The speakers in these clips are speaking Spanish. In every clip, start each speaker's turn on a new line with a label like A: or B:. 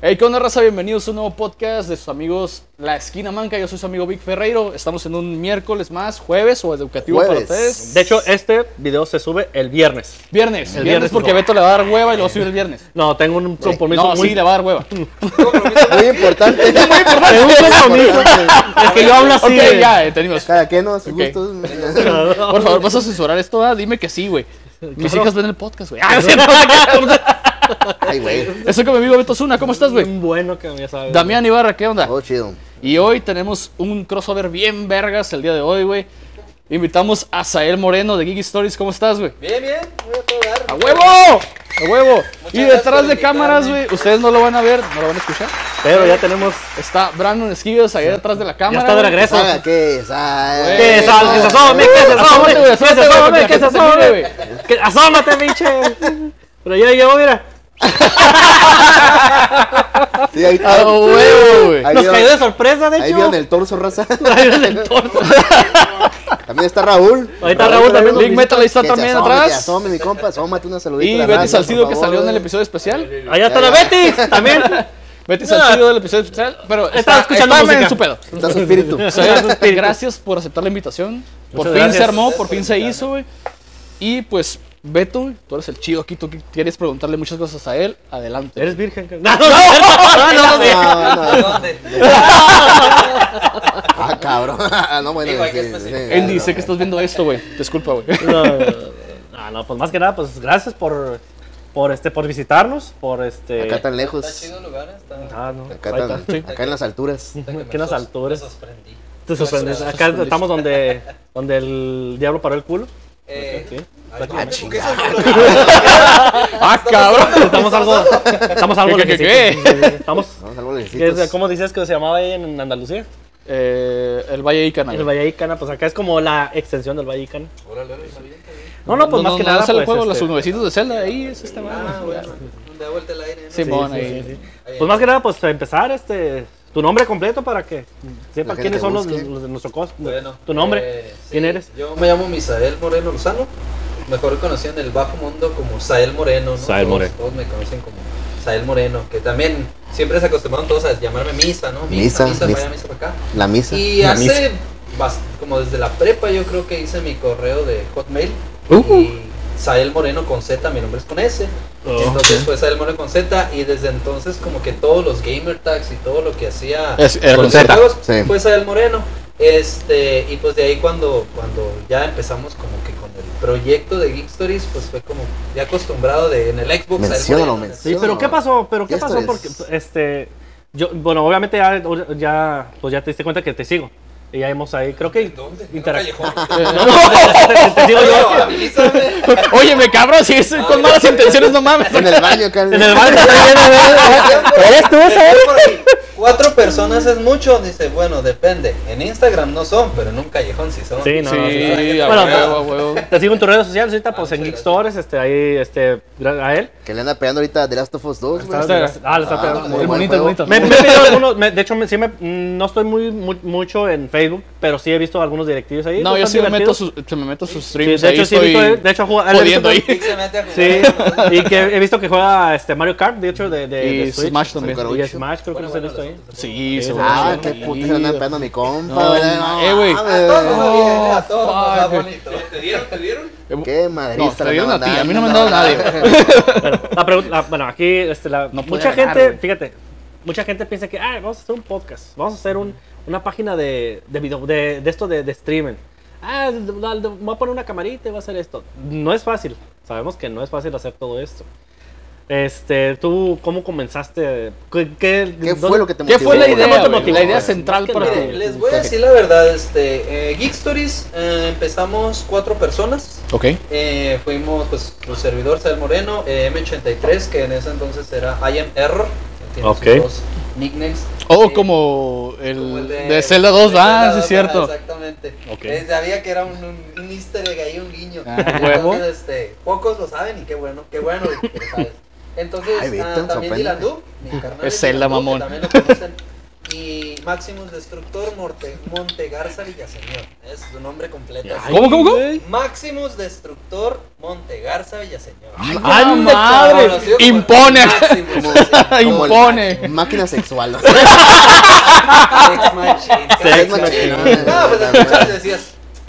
A: Hey, ¿qué onda, raza? Bienvenidos a un nuevo podcast de sus amigos La Esquina Manca. Yo soy su amigo Vic Ferreiro. Estamos en un miércoles más, jueves o educativo para
B: Jueves.
A: ustedes.
C: De hecho, este video se sube el viernes.
A: Viernes,
C: El
A: viernes,
C: viernes,
A: porque
C: no.
A: Beto le va a dar hueva y lo va a subir el viernes.
C: No, tengo un compromiso
A: No,
C: muy...
A: sí, le va a dar hueva.
B: Muy importante.
C: Tengo un compromiso. es que yo hablo así.
A: ok,
C: de-
A: ya, eh, tenemos.
B: Cada quien no sus
A: Ok.
B: gustos.
A: Por favor, ¿vas a censurar esto? Ah, dime que sí, güey. Mis hijas ven el podcast, güey. Ah,
B: Ay, güey.
A: Eso con mi amigo Beto Zuna. ¿Cómo estás, güey?
C: Bien bueno que ya sabes.
A: Damián Ibarra, ¿qué onda?
B: Todo Oh, chido.
A: Y hoy tenemos un crossover bien vergas el día de hoy, güey. Invitamos a Sael Moreno de Geek Stories. ¿cómo estás, güey?
D: Bien, bien, voy a todo dar.
A: ¡A huevo! ¡A huevo! y
D: gracias
A: detrás
D: por
A: de cámaras,
D: invitarme.
A: güey, ustedes no lo van a ver, no lo van a escuchar.
C: Pero ya tenemos...
A: Está Brandon Esquives allá detrás de la
C: Ya
A: cámara.
C: está de
A: güey. Eh,
C: regreso.
B: Saga que sal.
C: Que sal, que se asome, que se asome,
A: Asómate, güey,
C: que se
A: asómate, güey,
C: asome,
A: para
C: que
A: que la
C: se
A: gente te mire,
C: asome. Que- Asómate, pinche. Pero ya llegó, mira.
B: Sí, ahí
A: ¡A
B: está.
A: huevo, güey!
B: Ahí
C: Nos
B: vieron-
C: cayó de sorpresa, de
B: Ahí vieron
C: hecho.
B: el torso, raza.
C: Traído del torso.
B: También está Raúl.
C: Ahí está Raúl también.
A: Link Metal ahí está
B: Que se
A: también
B: asome, que
A: atrás.
B: asome, mi compa. Asómate una saludita.
A: Y
B: a la
A: Betty
B: raza,
A: Salcido
B: por
A: que
B: favor.
A: salió en el episodio especial.
C: Allá está la Betty, también.
A: Betty Salcido del episodio especial. Pero está,
C: escuchando
A: está
C: música.
A: en su pedo.
B: Está su espíritu.
A: Sael, gracias por aceptar la invitación. Por
C: Muchas
A: fin se
C: gracias.
A: armó, por fin se hizo, güey. Y pues, Beto, güey, tú eres el chido aquí, tú quieres preguntarle muchas cosas a él. Adelante.
C: Eres virgen. No, no, no, no, no.
B: No, no, no.
D: ¿Dónde?
B: Ah, cabrón. Ah, No, bueno.
D: Digo, hay que
B: sí,
D: especificar.
B: sí,
A: Él
B: claro.
A: dice que estás viendo esto, güey. Disculpa, güey.
C: No, no, no, pues más que nada, pues gracias por, por este, por visitarnos, por este.
B: Acá tan
D: Está
B: lejos.
D: chido el lugar, está.
C: Ah, no.
B: Acá,
C: ahí
B: tan,
C: está.
A: está.
B: acá en las alturas.
C: Aquí en las alturas.
D: Me sorprendí.
C: Te sorprendes. Acá estamos donde, donde el diablo paró el culo.
D: Eh,
C: Sí.
D: ah, chinga.
A: ¡Ah, cabrón!
C: Estamos algo, estamos algo.
A: ¿Qué, qué, qué,
C: lejecitos. Estamos.
B: Vamos a los
C: ¿qué es-
B: lecitos.
C: ¿Cómo dices que se llamaba ahí en Andalucía?
A: Eh, el Valle Icana.
C: El
A: güey.
C: Valle Icana, pues acá es como la extensión del Valle Icana.
D: Órale, órale, está bien, está bien.
C: No, no, pues más que nada.
A: sale el
C: pues,
A: juego, los
C: este,
A: nubecitos de Zelda. Ahí es este, güey.
D: Ah, bueno. Da vuelta el aire. ¿no?
A: Sí,
C: sí,
A: Simón,
C: sí,
A: ahí.
C: sí, sí. Pues más que nada, pues empezar este. Tu nombre completo para que sepa
B: gente
C: quiénes son los,
B: busque.
C: los de nuestro cos.
D: Bueno,
C: tu nombre,
D: eh, sí,
C: quién eres.
D: Yo me llamo Misael Moreno Lozano, mejor conocido en el bajo mundo como Sael Moreno. ¿no?
C: Sael
D: Todos-
C: Moreno.
D: Todos me conocen como Sael Moreno, que también siempre se acostumbraron todos a llamarme Misa, ¿no?
B: Misa,
D: Misa,
B: Misa.
D: vaya misa para acá.
B: La misa.
D: Y
C: La
D: hace bas- como desde la prepa yo creo que hice mi correo de Hotmail.
A: Uh.
D: Y Sael Moreno con Z, mi nombre es con S. entonces fue Sael Moreno con Z y desde entonces como que todos los gamer tags y todo lo que hacía
A: Es- era con
D: los
A: Z.
D: juegos,
B: Sí.
D: fue Sael Moreno. Este, y pues de ahí cuando, cuando ya empezamos como que con el proyecto de Geek Stories, pues fue como ya acostumbrado de en el Xbox. Sael
B: Menciónalo,
D: Moreno.
C: Sí,
B: Sí,
C: pero
B: no.
C: ¿qué pasó? ¿Pero qué
B: Ya
C: pasó? Porque
B: estoy-
C: este yo bueno, obviamente ya, ya pues ya te diste cuenta que te sigo. Y ya hemos ahí, creo que
D: ¿Dónde? ¿En un
C: interactuado.
D: callejón?
C: te, te sigo
D: Oye,
C: yo.
D: avísame.
A: Óyeme, cabrón, si es con malas intenciones, no mames.
B: En el baño, acá.
C: En el bar te estoy viendo, ¿eh? ¿Eres tú,
D: Yo
C: Saúl?
D: por ahí, Cuatro personas es mucho, dice, bueno, depende. En Instagram no son, pero en un callejón sí son.
C: Sí, no.
A: Sí,
C: sí.
A: a
C: Bueno,
A: huevo, a huevo.
C: Te sigo en tus redes sociales ahorita pues
D: Ah,
C: en
D: sí,
C: Geek
D: sí.
C: Stores, este ahí este gra- a él.
B: Que le anda pegando ahorita The Last of Us 2, güey.
A: Está-
C: Ah, le está
B: Ah,
C: pegando.
B: muy
A: Es bonito, es
B: juego.
A: bonito.
C: Me, me he pedido algunos, me- de hecho, me- sí me- no estoy muy, mu- mucho en Facebook, pero sí he visto algunos directivos ahí. pues,
A: No, yo
C: están
A: sí me meto,
C: divertidos.
A: sus, se me meto sus
C: Sí,
A: streams.
C: de
A: ahí
C: hecho, sí he
A: estoy
C: visto, él- de hecho, juega- él he visto
A: jodiendo ahí.
D: Vic se mete a jugar.
C: Sí, y que he visto que juega este Mario Kart, de hecho, de, de,
A: Y
C: de Switch.
A: Smash también.
C: Y Smash, creo que no se ha visto ahí.
A: Sí,
C: Sí,
A: se
B: Ah,
A: va.
B: qué puta se anda pegando a mi compa,
A: No,
B: güey.
A: ma- eh, güey.
B: mames.
D: A todos nos va bien, a todos nos va
A: Oh, fuck.
D: bonito.
B: Qué madrista.
A: No, te
B: le
A: dieron a
B: andaban
A: ti, a mí no me han
B: dando.
A: dado nadie, güey.
C: Bueno, la pregunta, la- bueno, aquí, este, la,
A: No puede
C: mucha
A: ganar,
C: gente,
A: güey.
C: fíjate, mucha gente piensa que, ah, vamos a hacer un podcast, vamos a hacer un, una página de, de video, de, de esto de, de streaming. Ah, de- de- de- voy a poner una camarita y voy a hacer esto. No es fácil, sabemos que no es fácil hacer todo esto. Este, tú, ¿cómo comenzaste? ¿Qué, qué,
B: ¿Qué
C: dónde-
B: fue lo que te
A: ¿Qué
B: motivó?
A: fue la
C: ¿Cómo te
A: idea? güey?
C: motivó,
A: la idea
C: güey?
A: central
C: Más que
A: para
C: nada.
A: tu.
D: Mire, Les voy a
A: Ok.
D: decir la verdad, este, eh, Geek Stories eh, empezamos cuatro personas.
A: Ok.
D: Eh, fuimos, pues, su servidor, Sal Moreno, eh, M83, que en ese entonces era I Am Error. Tiene sus
C: Ok.
D: dos nicknames.
A: Oh,
D: Eh,
A: como
D: como
A: el
D: el
A: de Zelda 2,
D: de Zelda
A: ah, sí,
D: 2,
A: es cierto.
D: Exactamente.
C: Ok.
D: Eh, Sabía que era un, un, un easter egg ahí, un guiño.
A: Ah, huevo.
D: Entonces, este, pocos lo saben y qué bueno, qué bueno que lo sabes. Entonces,
B: Ay, Beto,
D: ah,
B: sorpréndeme.
D: también Dylan Du, mi carnal.
A: Es Zelda,
D: Dylan Du, que
A: mamón.
D: también lo conocen. Y Maximus Destructor Morte, Montegarza Villaseñor. Es su nombre completo.
A: Ay, ¿Cómo, cómo, cómo?
D: Maximus Destructor Montegarza Villaseñor.
A: ¡Ah, madre!
D: Conocido como
A: Impone.
D: Maximus, sí.
B: Como el-
A: Impone.
B: Máquina sexual. ¿no?
D: Sex Machine.
B: Sex Machine.
D: No, pues escuchas y decías.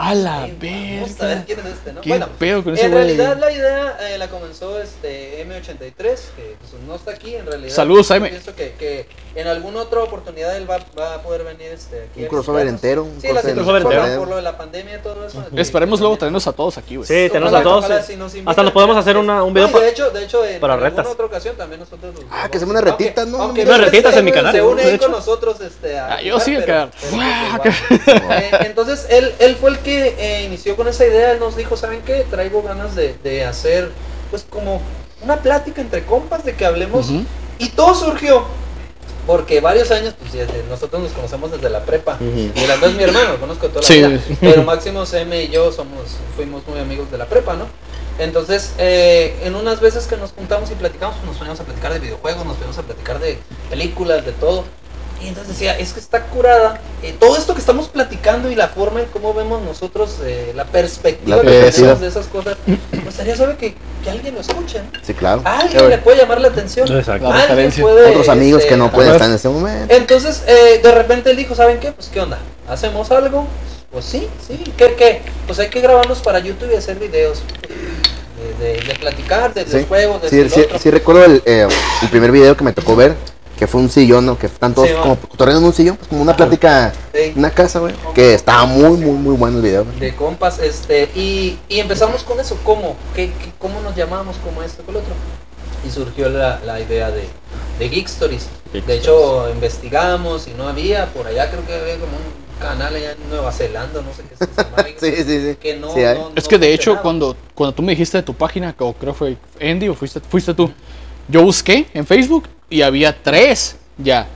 A: A la
D: Vamos a ver
A: verga.
D: quién es este, ¿no?
A: ¿Qué pedo con ese
D: en
A: güey?
D: realidad la idea eh, la comenzó este M83, que pues, no está aquí en realidad.
A: Saludos,
D: Yo
A: Jaime.
D: Pienso que, que en alguna otra oportunidad él va, va a poder venir este, aquí.
B: Un
D: a
B: crossover
D: visitarnos.
B: entero, un
D: Sí, la
B: crossover
D: situación por,
B: entero.
D: por lo de la pandemia y todo eso.
A: Esperemos luego tenernos a todos aquí, güey.
C: Sí, tenemos a
D: Ojalá-
C: todos.
D: ojalá sí nos invitan.
C: Hasta nos podemos hacer una- un video
D: No, y
C: pa-
D: de hecho, de hecho, en
C: para
D: alguna
C: retas.
D: otra ocasión también nosotros nos-
B: Ah, que hacemos unas
D: Aunque-
B: retitas, ¿no?
D: aunque
B: Unas
D: no
C: retitas
D: esté,
C: en mi
D: güey,
C: canal,
D: Se
C: ¿no?
D: une
C: De
D: ahí
C: hecho.
D: con nosotros este a
A: Ah, yo sí,
D: jugar, pero-
A: acá.
D: pero pues, igual. Eh, Entonces, él, él fue el que eh, inició con esa idea, él nos dijo, ¿saben qué? Traigo ganas de, de hacer pues como una plática entre compas de que hablemos
A: Ujú.
D: y todo surgió porque varios años, pues desde- nosotros nos conocemos desde la prepa.
B: Ujú.
D: Y las dos mi hermano, lo conozco toda la
A: Sí.
D: vida. Pero Máximo M y yo somos, fuimos muy amigos de la prepa, ¿no? Entonces, eh, en unas veces que nos juntamos y platicamos, pues, nos poníamos a platicar de videojuegos, nos poníamos a platicar de películas, de todo. Y entonces decía, es que está curada. eh, todo esto que estamos platicando y la forma en cómo vemos nosotros eh, la perspectiva
B: La
D: que
B: perspectiva.
D: tenemos de esas cosas, pues sería saber que, que alguien lo escuche. ¿no?
B: Sí, claro.
D: A
A: Qué
D: alguien le
A: bueno.
D: puede llamar la atención.
C: Exacto.
A: La
D: alguien
A: referencia.
D: puede,
B: Otros amigos
D: este,
B: que no pueden
C: ajá.
B: estar en este momento.
D: entonces, eh, de repente él dijo, ¿saben qué? Pues, ¿qué onda? ¿Hacemos algo? Pues sí, sí. ¿Qué, qué? Pues hay que grabarlos para YouTube y hacer videos. eh, De, de- de platicar, de
B: Sí,
D: los juegos, de
B: sí,
D: el
B: sí,
D: otro.
B: sí recuerdo el, eh, el primer video que me tocó ver, que fue un sillón, ¿no? Que están todos
D: Sí, va.
B: como cotorreando en un sillón, pues, como una plática,
D: Sí.
B: una casa, güey. Que estaba muy, muy, muy bueno el video. güey.
D: de compas, este, y, y empezamos con eso, ¿cómo? ¿Qué, qué- cómo nos llamamos? ¿Cómo esto, con lo otro? Y surgió la, la idea de, de Geek Stories.
C: Geek
D: de hecho, investigamos y no había, por allá creo que había como un canal allá en Nueva Zelanda, no sé qué se llamaba.
B: Sí, sí, sí.
D: Que no,
B: Sí, hay.
D: no-
A: Es
D: no
A: que de hecho,
D: funcionaba.
A: cuando, cuando tú me dijiste de tu página, que- o creo fue Andy o fuiste, fuiste tú, yo busqué en Facebook y había tres ya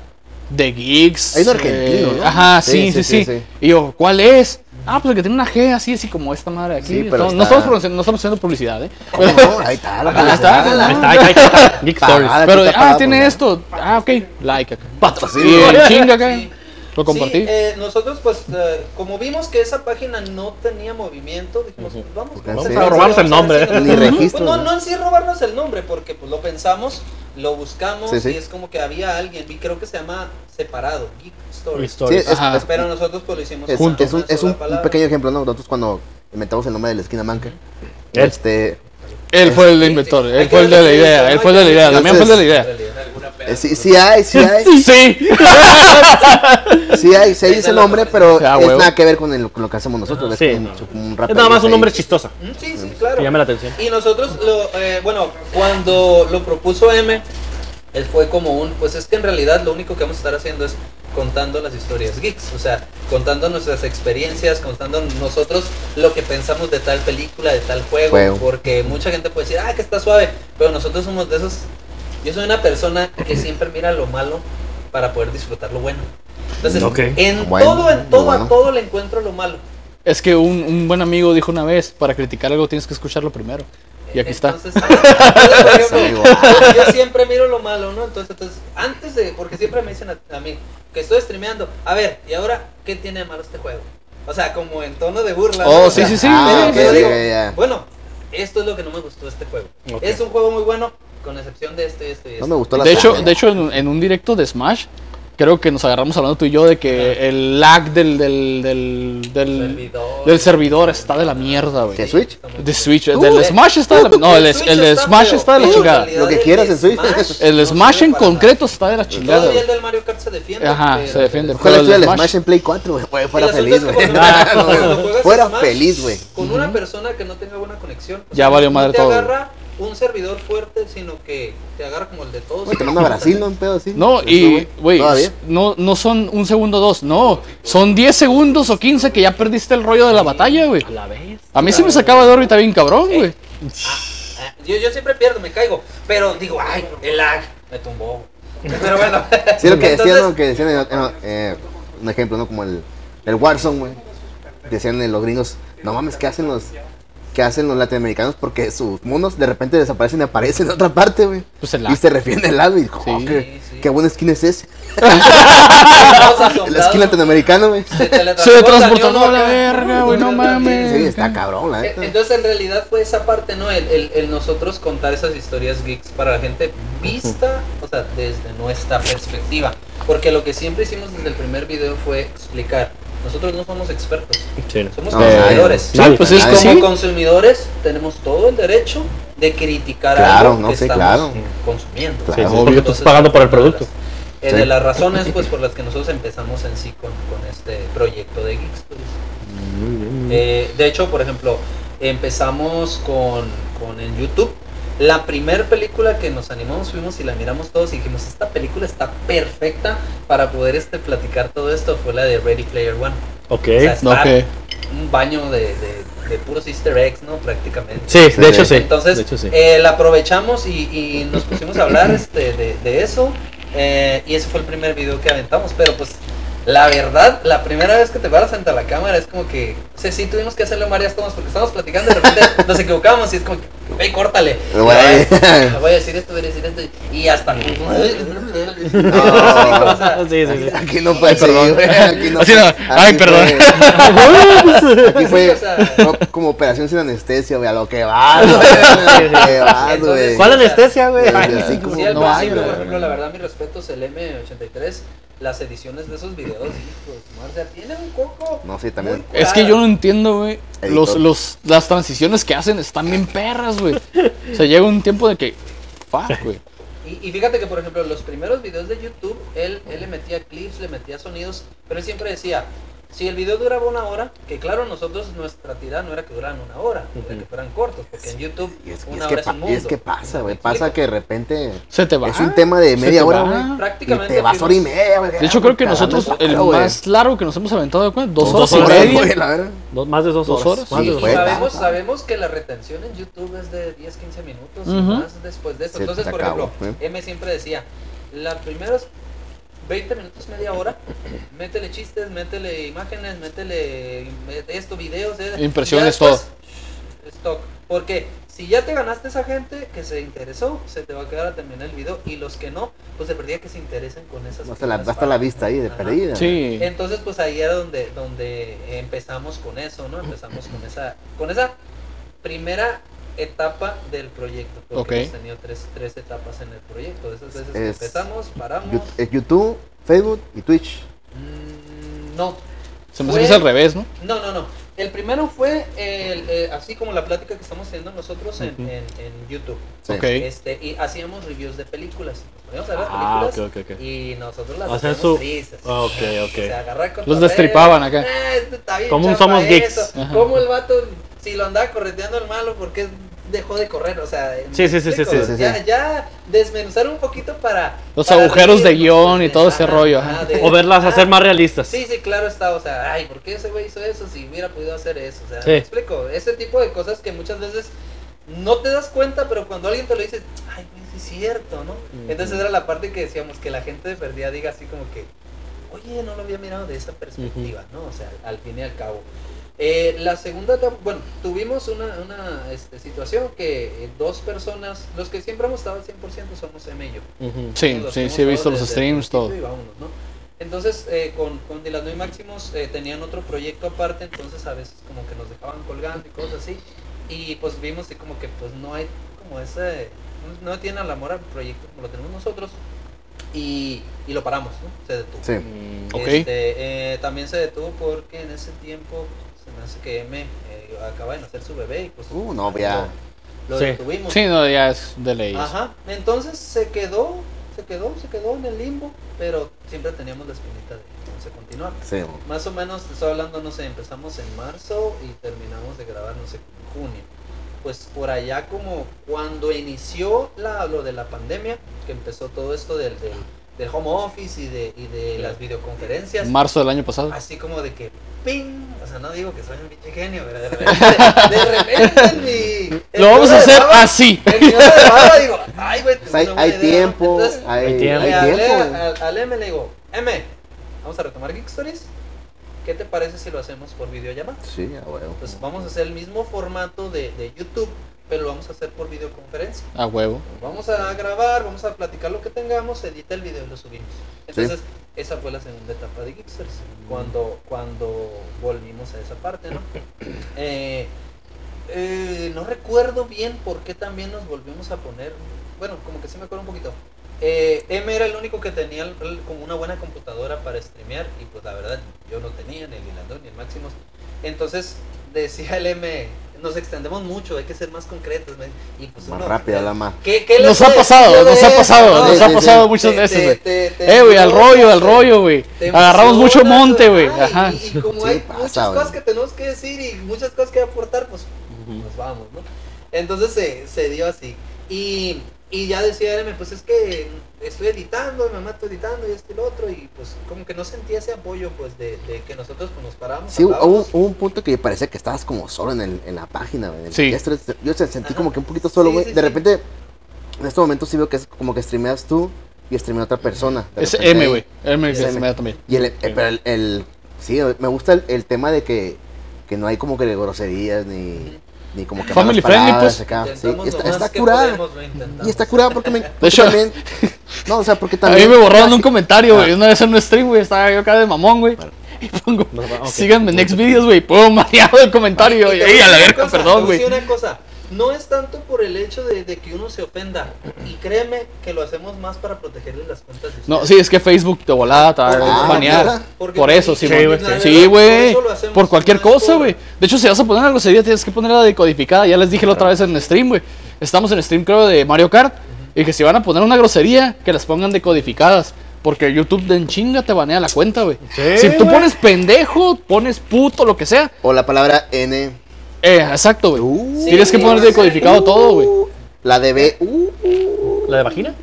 A: de geeks. eh,
B: Hay un argentino, ¿no?
A: Ajá, sí sí sí,
B: sí.
A: Y yo, ¿cuál es? Ah, pues el que tiene una G así, así como esta madre aquí.
B: Sí, pero
A: no, no
B: está-
A: estamos, promocionando- no estamos haciendo publicidad, ¿eh?
B: ¿Cómo no? Ahí está, la
A: Ahí está,
B: publicidad,
A: ahí
B: la-
A: está.
C: Ahí está, ahí está. Geek Stories.
B: Pagada,
A: Pero,
B: tú
A: ah,
B: estás pagado,
A: tiene
B: güey.
A: esto. Ah, ok. Like acá.
B: Patrocinio.
A: Y el chinga acá.
D: Sí.
A: Lo compartí.
D: Sí, eh, nosotros pues eh, como vimos que esa página no tenía movimiento, dijimos, pues, vamos,
B: Porque
D: vamos
B: sí.
D: empezar,
C: Robarnos el
D: vamos a ver
C: nombre.
D: si nos-
B: Ni registro,
D: Pues, no,
B: ¿no?
D: no en sí robarnos el nombre, porque pues lo pensamos, lo buscamos
B: Sí, sí.
D: y es como que había alguien, y creo que se llama separado, Geek Story.
C: Geek
B: Sí,
C: Stories.
B: es,
A: Ajá.
B: es-
D: Pero nosotros pues lo hicimos
B: es-
D: juntos.
B: es un, es un- un pequeño ejemplo, ¿no? Nosotros cuando inventamos el nombre de la esquina manca,
C: Él.
B: este,
A: Él fue el inventor, él fue el de la idea, él fue el de la idea, también fue el de la idea.
B: eh, sí, sí hay, sí hay,
A: Sí.
B: sí hay, sí hay ese nombre, pero
A: Ah,
B: es
A: huevo.
B: nada que ver con el- con lo que hacemos nosotros.
C: Ah,
B: es
C: sí,
B: como
C: no.
B: un- como un
C: Es nada más un
B: rapero
C: nombre
B: ahí.
C: chistoso.
D: Mm, Sí, sí,
C: Que
D: claro.
C: llame la atención.
D: Y nosotros, lo, eh, bueno, cuando lo propuso M, él fue como un, pues es que en realidad lo único que vamos a estar haciendo es contando las historias geeks, o sea, contando nuestras experiencias, contando nosotros lo que pensamos de tal película, de tal juego,
B: Juego.
D: porque mucha gente puede decir, ah, que está suave, pero nosotros somos de esos, yo soy una persona que siempre mira lo malo para poder disfrutar lo bueno. Entonces,
C: Ok.
D: en
B: Bueno,
D: todo, en todo,
B: bueno.
D: a todo le encuentro lo malo.
A: Es que un, un buen amigo dijo una vez, para criticar algo tienes que escucharlo primero. Y aquí está.
D: Entonces, por ejemplo,
B: Amigo.
D: yo siempre miro lo malo, ¿no? Entonces, entonces, antes de, porque siempre me dicen a, a mí que estoy streameando, a ver, ¿y ahora qué tiene de malo este juego? O sea, como en tono de burla. ¿no?
A: Oh,
D: O sea,
A: sí, sí, sí.
B: Ah, ok,
D: pero digo,
B: ok, ya.
D: Bueno, esto es lo que no me gustó de este juego.
C: Ok.
D: Es un juego muy bueno, con excepción de este, esto y esto y esto.
B: No me gustó la
A: De hecho,
B: serie.
A: de hecho en, en un directo de Smash, creo que nos agarramos hablando tú y yo de que el lag del del del del,
D: Servidor.
A: del servidor está de la mierda, güey.
B: ¿De Switch?
D: Está muy
A: De
D: feo.
A: Switch, el
B: Uh,
A: del
B: eh.
A: Smash está de la No, el,
D: Switch
A: el de
D: está
A: Smash
D: feo. Uh,
A: está de la
D: En
A: chingada.
D: realidad,
B: Lo que quieras en Switch.
A: El
D: no
A: Smash
D: sirve
A: en
D: para nada.
A: concreto está de la chingada.
D: Todavía
A: güey.
D: el del Mario Kart se defiende.
A: Ajá,
D: pero-
A: se defiende.
B: Ojalá
A: Pero el
B: estuviera el
A: Smash-
B: Smash en Play 4, güey, güey. Fuera
D: El asunto
B: feliz,
D: es que
B: güey.
D: cuando- cuando
B: güey.
D: juegas
B: Fuera
D: Smash
B: feliz, güey.
D: Con una persona que no tenga buena conexión. o
A: Ya
D: sea,
A: valió
D: no
A: madre
D: te
A: todo,
D: agarra un servidor fuerte, sino que te agarra como el de todos.
B: Güey, te Pues manda a Brasil, ¿no? Un pedo así.
A: No,
B: Eso,
A: y, güey,
B: Todavía.
A: no, no son un segundo o dos, no. Son 10 segundos o 15 que ya perdiste el rollo de la batalla, güey.
C: A la vez.
A: A mí se me sacaba de órbita bien cabrón, güey.
D: Ah, Yo, yo siempre pierdo, me caigo. Pero digo, ay, el lag me tumbó. Pero bueno.
B: Sí, lo que decían,
D: Entonces,
B: ¿no? Que decían, en- en- eh, un ejemplo, ¿no? Como el, el Warzone, güey. Decían eh, los gringos, no mames, ¿qué hacen los, que hacen los latinoamericanos porque sus mundos de repente desaparecen y aparecen en otra parte, güey.
A: Pues el
B: Y se refieren al lado y dijo,
A: Sí.
B: qué,
D: Sí, sí.
B: qué buena skin es ese.
D: Todos
B: La
D: asombrados.
B: skin latinoamericana, güey.
D: Se teletransportan
A: Se
D: y
A: transportó
D: uno
A: a la
D: acá.
A: verga, güey, no mames.
B: Sí, E, Ah, está cabrón, la
D: Eh,
B: neta.
D: Entonces en realidad fue esa parte, ¿no? El, el- el nosotros contar esas historias geeks para la gente vista, o sea, desde nuestra perspectiva. Porque lo que siempre hicimos desde el primer video fue explicar. Nosotros no somos expertos,
C: Sí.
D: somos
B: No,
D: consumidores.
A: Sí, pues es que
D: Como
A: sí.
D: consumidores tenemos todo el derecho de criticar
B: Claro,
D: algo
B: no,
D: que
B: sí,
D: estamos
B: claro.
D: consumiendo.
B: Claro.
C: Sí, sí,
B: Obvio.
C: porque tú estás pagando por el producto.
D: Eh,
B: Sí.
D: De las razones pues por las que nosotros empezamos en sí con, con este proyecto de Geeks. pues. Eh, de hecho, por ejemplo, empezamos con, con en YouTube. La primer película que nos animamos, fuimos y la miramos todos y dijimos, esta película está perfecta para poder este, platicar todo esto, fue la de Ready Player One.
C: Ok.
D: O sea, está
A: Ok.
D: un baño de, de- de puros easter eggs, ¿no? Prácticamente.
C: Sí, de hecho sí.
D: Entonces,
C: de hecho, sí.
D: eh, la aprovechamos y, y nos pusimos a hablar este, de, de eso. eh, y ese fue el primer video que aventamos. Pero pues, la verdad, la primera vez que te paras ante la cámara es como que. O sea, sí, tuvimos que hacerle varias tomas porque estábamos platicando y de repente nos equivocamos y es como que, güey, córtale.
B: Güey.
D: Le voy a decir esto, voy a decir esto. Y hasta.
B: No.
D: O sea,
C: Sí, sí, sí.
B: Aquí no fue
A: Ay,
B: así,
A: perdón.
B: güey. Aquí no
A: Así
B: fue-
A: no. Ay, perdón.
B: fue- aquí fue
D: o sea-
B: no, como operación sin anestesia, güey. A lo que vas, güey. A
C: sí, sí.
B: lo que vas, güey.
D: Entonces-
C: ¿Cuál anestesia, güey?
B: Desde
C: Ay,
B: así
D: Sí,
B: como
D: sí, al
B: no hay,
D: principio,
B: güey.
D: por ejemplo, la verdad, mis respetos, el M83, las ediciones de esos videos, hijos, Marcia, tiene un coco.
B: No, sí, también.
D: muy
A: Es que yo no entiendo, güey.
B: Editor.
A: Los, los, las transiciones que hacen están bien perras, güey. O sea, llega un tiempo de que. Fuck, güey.
D: Y, y fíjate que, por ejemplo, los primeros videos de YouTube, él, él le metía clips, le metía sonidos, pero él siempre decía, si el video duraba una hora, que claro, nosotros nuestra tirada no era que duraran una hora, era que fueran cortos, porque en YouTube
B: Y es, y
D: una
B: es que,
D: hora es
B: pa-
D: un
B: y
D: mundo.
B: es que pasa, güey.
D: ¿Me
B: Pasa
D: explico?
B: que de repente
A: Se te va.
B: es un tema de
A: se
B: media
A: te
B: hora,
A: va.
B: güey. Y
D: Prácticamente
B: te vas
D: fuimos-
B: hora y media, güey. ah, pues,
A: De hecho, creo que
B: Cagando
A: nosotros
B: la
A: el
B: cara, güey.
A: más largo que nos hemos aventado, ¿de cuánto? Dos,
C: Dos
A: horas,
C: horas,
A: y media.
B: güey, la verdad.
C: Dos- más de dos,
A: Dos
C: horas.
A: horas.
C: Más
B: Sí,
C: de dos
D: Y
B: fue.
C: horas.
D: sabemos,
B: tanta.
D: sabemos que la retención en YouTube es de 10, 15 minutos y
A: Ujú.
D: más después de eso.
B: Se
D: Entonces,
B: te
D: por
B: acabó,
D: ejemplo,
B: ¿eh?
D: M siempre decía, las primeros 20 minutos, media hora, métele chistes, métele imágenes, métele esto, videos, eh,
A: Impresiones,
D: ya después, Stock. Porque si ya te ganaste esa gente que se interesó, se te va a quedar a terminar el video. Y los que no, pues de perdida que se interesen con esas
B: Hasta la,
D: primeras
B: hasta la
D: partes.
B: vista ahí, de
D: Ajá.
B: perdida.
A: Sí.
D: Entonces, pues ahí era donde, donde empezamos con eso, ¿no? Empezamos con esa, con esa primera etapa del proyecto. Porque
A: Ok.
D: hemos tenido tres, tres etapas en el proyecto. De esas veces que
B: Es-
D: empezamos, paramos.
B: Yu- eh, YouTube, Facebook y Twitch.
D: mm, no,
A: Se me hace que es al revés, ¿no?
D: no, no, no. El primero fue el, eh, así como la plática que estamos teniendo nosotros en,
C: Ujú.
D: en- en YouTube.
B: Sí.
A: Ok.
D: Este, y hacíamos reviews de películas. Nos poníamos a ver
C: Ah,
D: películas
C: ok, ok, ok.
D: y nosotros las
C: O sea,
D: hacíamos
C: su-
D: trizas.
C: Ah, ok, ok.
D: Se agarra con
A: Los
D: papel.
A: destripaban acá.
D: Ah, este está bien
C: Como un
D: chafa
C: somos geeks.
D: eso.
A: Ajá.
D: Como el vato, si lo andaba correteando el malo, ¿por qué dejó de correr? O sea,
C: Sí, sí, sí,
D: explico,
C: sí,
B: sí, sí,
D: ya,
B: sí.
D: ya desmenuzar un poquito para.
A: Los
D: para
A: agujeros de
D: reírnos,
A: guión y
D: pues,
A: todo ese rollo, ajá.
D: de-
C: O verlas hacer
D: ah,
C: más realistas.
D: Sí, sí, claro está, o sea, ay, ¿por qué ese güey hizo eso si hubiera podido hacer eso? O sea,
C: Sí.
D: ¿me explico, ese tipo de cosas que muchas veces no te das cuenta, pero cuando alguien te lo dice, ay, güey, sí es cierto, ¿no?
C: Ujú.
D: Entonces era la parte que decíamos que la gente de perdida diga así como que, oye, no lo había mirado de esa perspectiva, ¿no? O sea, al fin y al cabo. Eh, la segunda etapa, bueno, tuvimos una, una, este, situación que eh, dos personas, los que siempre hemos estado al 100% somos M y yo.
C: Ujú.
A: Sí,
D: Los
A: sí,
D: hemos
A: sí, he visto
D: dado
A: los
D: desde el
A: streams, todo.
D: principio y vámonos, ¿no? Entonces, eh, con, con Dilano y Máximos eh, tenían otro proyecto aparte, entonces a veces como que nos dejaban colgando y cosas así. Y pues vimos que como que pues no hay como ese, no, no tienen al amor al proyecto como lo tenemos nosotros. Y, y lo paramos, ¿no? Se detuvo.
B: Sí.
C: Mm,
A: Ok.
D: Este, eh, también se detuvo porque en ese tiempo pues, se me hace que M eh, acaba de nacer su bebé y pues
B: Uh, no, ya.
D: lo, lo
C: Sí.
D: detuvimos.
A: Sí, no, ya es de ley. eso.
D: Ajá, entonces se quedó, se quedó, se quedó en el limbo, pero siempre teníamos la espinita de no sé, continuar.
B: Sí.
D: Más o menos, te estoy hablando, no sé, empezamos en marzo y terminamos de grabar, no sé, en junio. Pues por allá como cuando inició la, lo de la pandemia, que empezó todo esto del, del, del home office y de, y de las videoconferencias.
A: Marzo del año pasado.
D: Así como de que ping, o sea, no digo que soy un pinche genio, pero de repente, de repente en mi- en
A: Lo
D: mi
A: vamos
D: hora
A: a
D: de
A: hacer
D: baba-
A: así.
D: en mi hora de baba digo, ay, güey,
B: Pues
D: tengo
B: hay,
D: una
B: hay
D: buena idea.
B: tiempo,
D: Entonces,
B: hay,
C: hay
B: hay
C: tiempo.
B: tiempo.
D: le hablé
B: güey.
D: al, al M le digo, M, vamos a retomar Geek Stories. ¿Qué te parece si lo hacemos por videollamada?
B: Sí, a huevo.
D: Entonces vamos a hacer el mismo formato de, de YouTube, pero lo vamos a hacer por videoconferencia.
A: A huevo.
D: Vamos a grabar, vamos a platicar lo que tengamos, edita el video y lo subimos. Entonces, esa fue la segunda etapa de Geeksters, cuando, cuando volvimos a esa parte, ¿no? Eh, eh, no recuerdo bien por qué también nos volvimos a poner, bueno, como que sí me acuerdo un poquito. Eh, M era el único que tenía el- el- como una buena computadora para streamear y pues la verdad yo no tenía ni el Hilandón ni el Máximos. Entonces decía el M, nos extendemos mucho, hay que ser más concretos. me- Y pues
B: Más
D: uno-
B: rápida la ma.
D: ¿Qué- qué les
A: Nos ha
D: puedo
A: pasado,
D: decir yo
A: nos
D: de
A: ha
D: eso,
A: pasado,
D: no?
A: nos
B: Sí,
A: ha
B: sí,
A: pasado
B: sí.
A: muchas
D: Te-
A: veces,
D: te-
A: güey.
D: te- te
A: Eh, güey, al
D: emocionas,
A: rollo, al
D: te-
A: rollo, güey.
D: te
A: Agarramos mucho
D: emocionas,
A: monte, güey.
D: ay,
A: Ajá.
D: Y, y como
B: Sí,
D: hay
B: pasa,
D: muchas
B: güey.
D: cosas que tenemos que decir y muchas cosas que aportar, pues nos vamos, ¿no? Entonces se, se dio así. Y, y ya decía Ereme, pues es que estoy editando, me mato editando y esto y lo otro. Y pues como que no sentía ese apoyo, pues de, de que nosotros pues, nos paramos.
B: Sí, hubo,
D: hablábamos.
B: hubo un punto que parecía que estabas como solo en, el, en la página, güey. en el
A: Sí.
B: Geeksters. Yo se- sentí
D: Ajá.
B: como que un poquito solo,
D: Sí,
B: güey.
D: sí,
B: de
D: sí.
B: repente, en este momento sí veo que es como que streameas tú y streamea otra persona. de
A: Es
B: repente
A: M,
B: ahí.
A: güey. M
B: Es
A: que se
B: M.
A: me da también.
B: Y el, eh, pero el, el- sí, me gusta el, el tema de que, que no hay como que groserías ni, ni como que
A: Family
B: malas
A: friendly,
B: palabras
A: pues.
B: acá. ah, Sí,
D: Intentamos
B: está,
D: lo más
B: está
D: que
B: curada.
D: podemos, lo intentamos.
B: y está curada porque me porque
A: hecho-
B: también no, o sea, porque
A: A
B: también
A: mí me borraron un comentario,
B: Ah.
A: güey. Una vez en un stream, güey, estaba yo acá de mamón, güey. Y pongo,
C: No, ok.
A: síganme en next videos, güey. Pum, mareado el comentario.
D: Y
A: güey.
D: te
A: Ey,
D: voy
A: a la
D: decir una
A: verga,
D: cosa,
A: perdón,
D: te voy a
A: güey.
D: decir una cosa. No es tanto por el hecho de, de que uno se ofenda. Y créeme que lo hacemos más para protegerle las cuentas de
A: No,
D: ustedes.
A: sí, es que Facebook te volada, te va
B: Ah,
A: a banear.
B: ¿neta?
D: Porque
A: Por eso,
D: por-
A: sí,
D: sí,
A: güey.
D: güey, la
A: Sí,
D: verdad, por
A: güey.
D: eso lo hacemos,
A: Por cualquier
D: no es
A: cosa,
D: por-
A: güey. De hecho, si vas a poner algo serio, tienes que ponerla decodificada. Ya les dije la otra vez en stream, güey. Estamos en stream, creo, de Mario Kart. Y que si van a poner una grosería, que las pongan decodificadas. Porque YouTube de en chinga te banea la cuenta, güey.
C: Sí,
A: si tú
C: güey.
A: pones pendejo, pones puto, lo que sea.
B: o la palabra N
A: Eh, exacto, güey.
B: Uh,
D: Sí,
A: Tienes que
D: sí,
A: poner
D: no sé.
A: decodificado todo, güey.
B: la de B uh,
C: ¿La de vagina?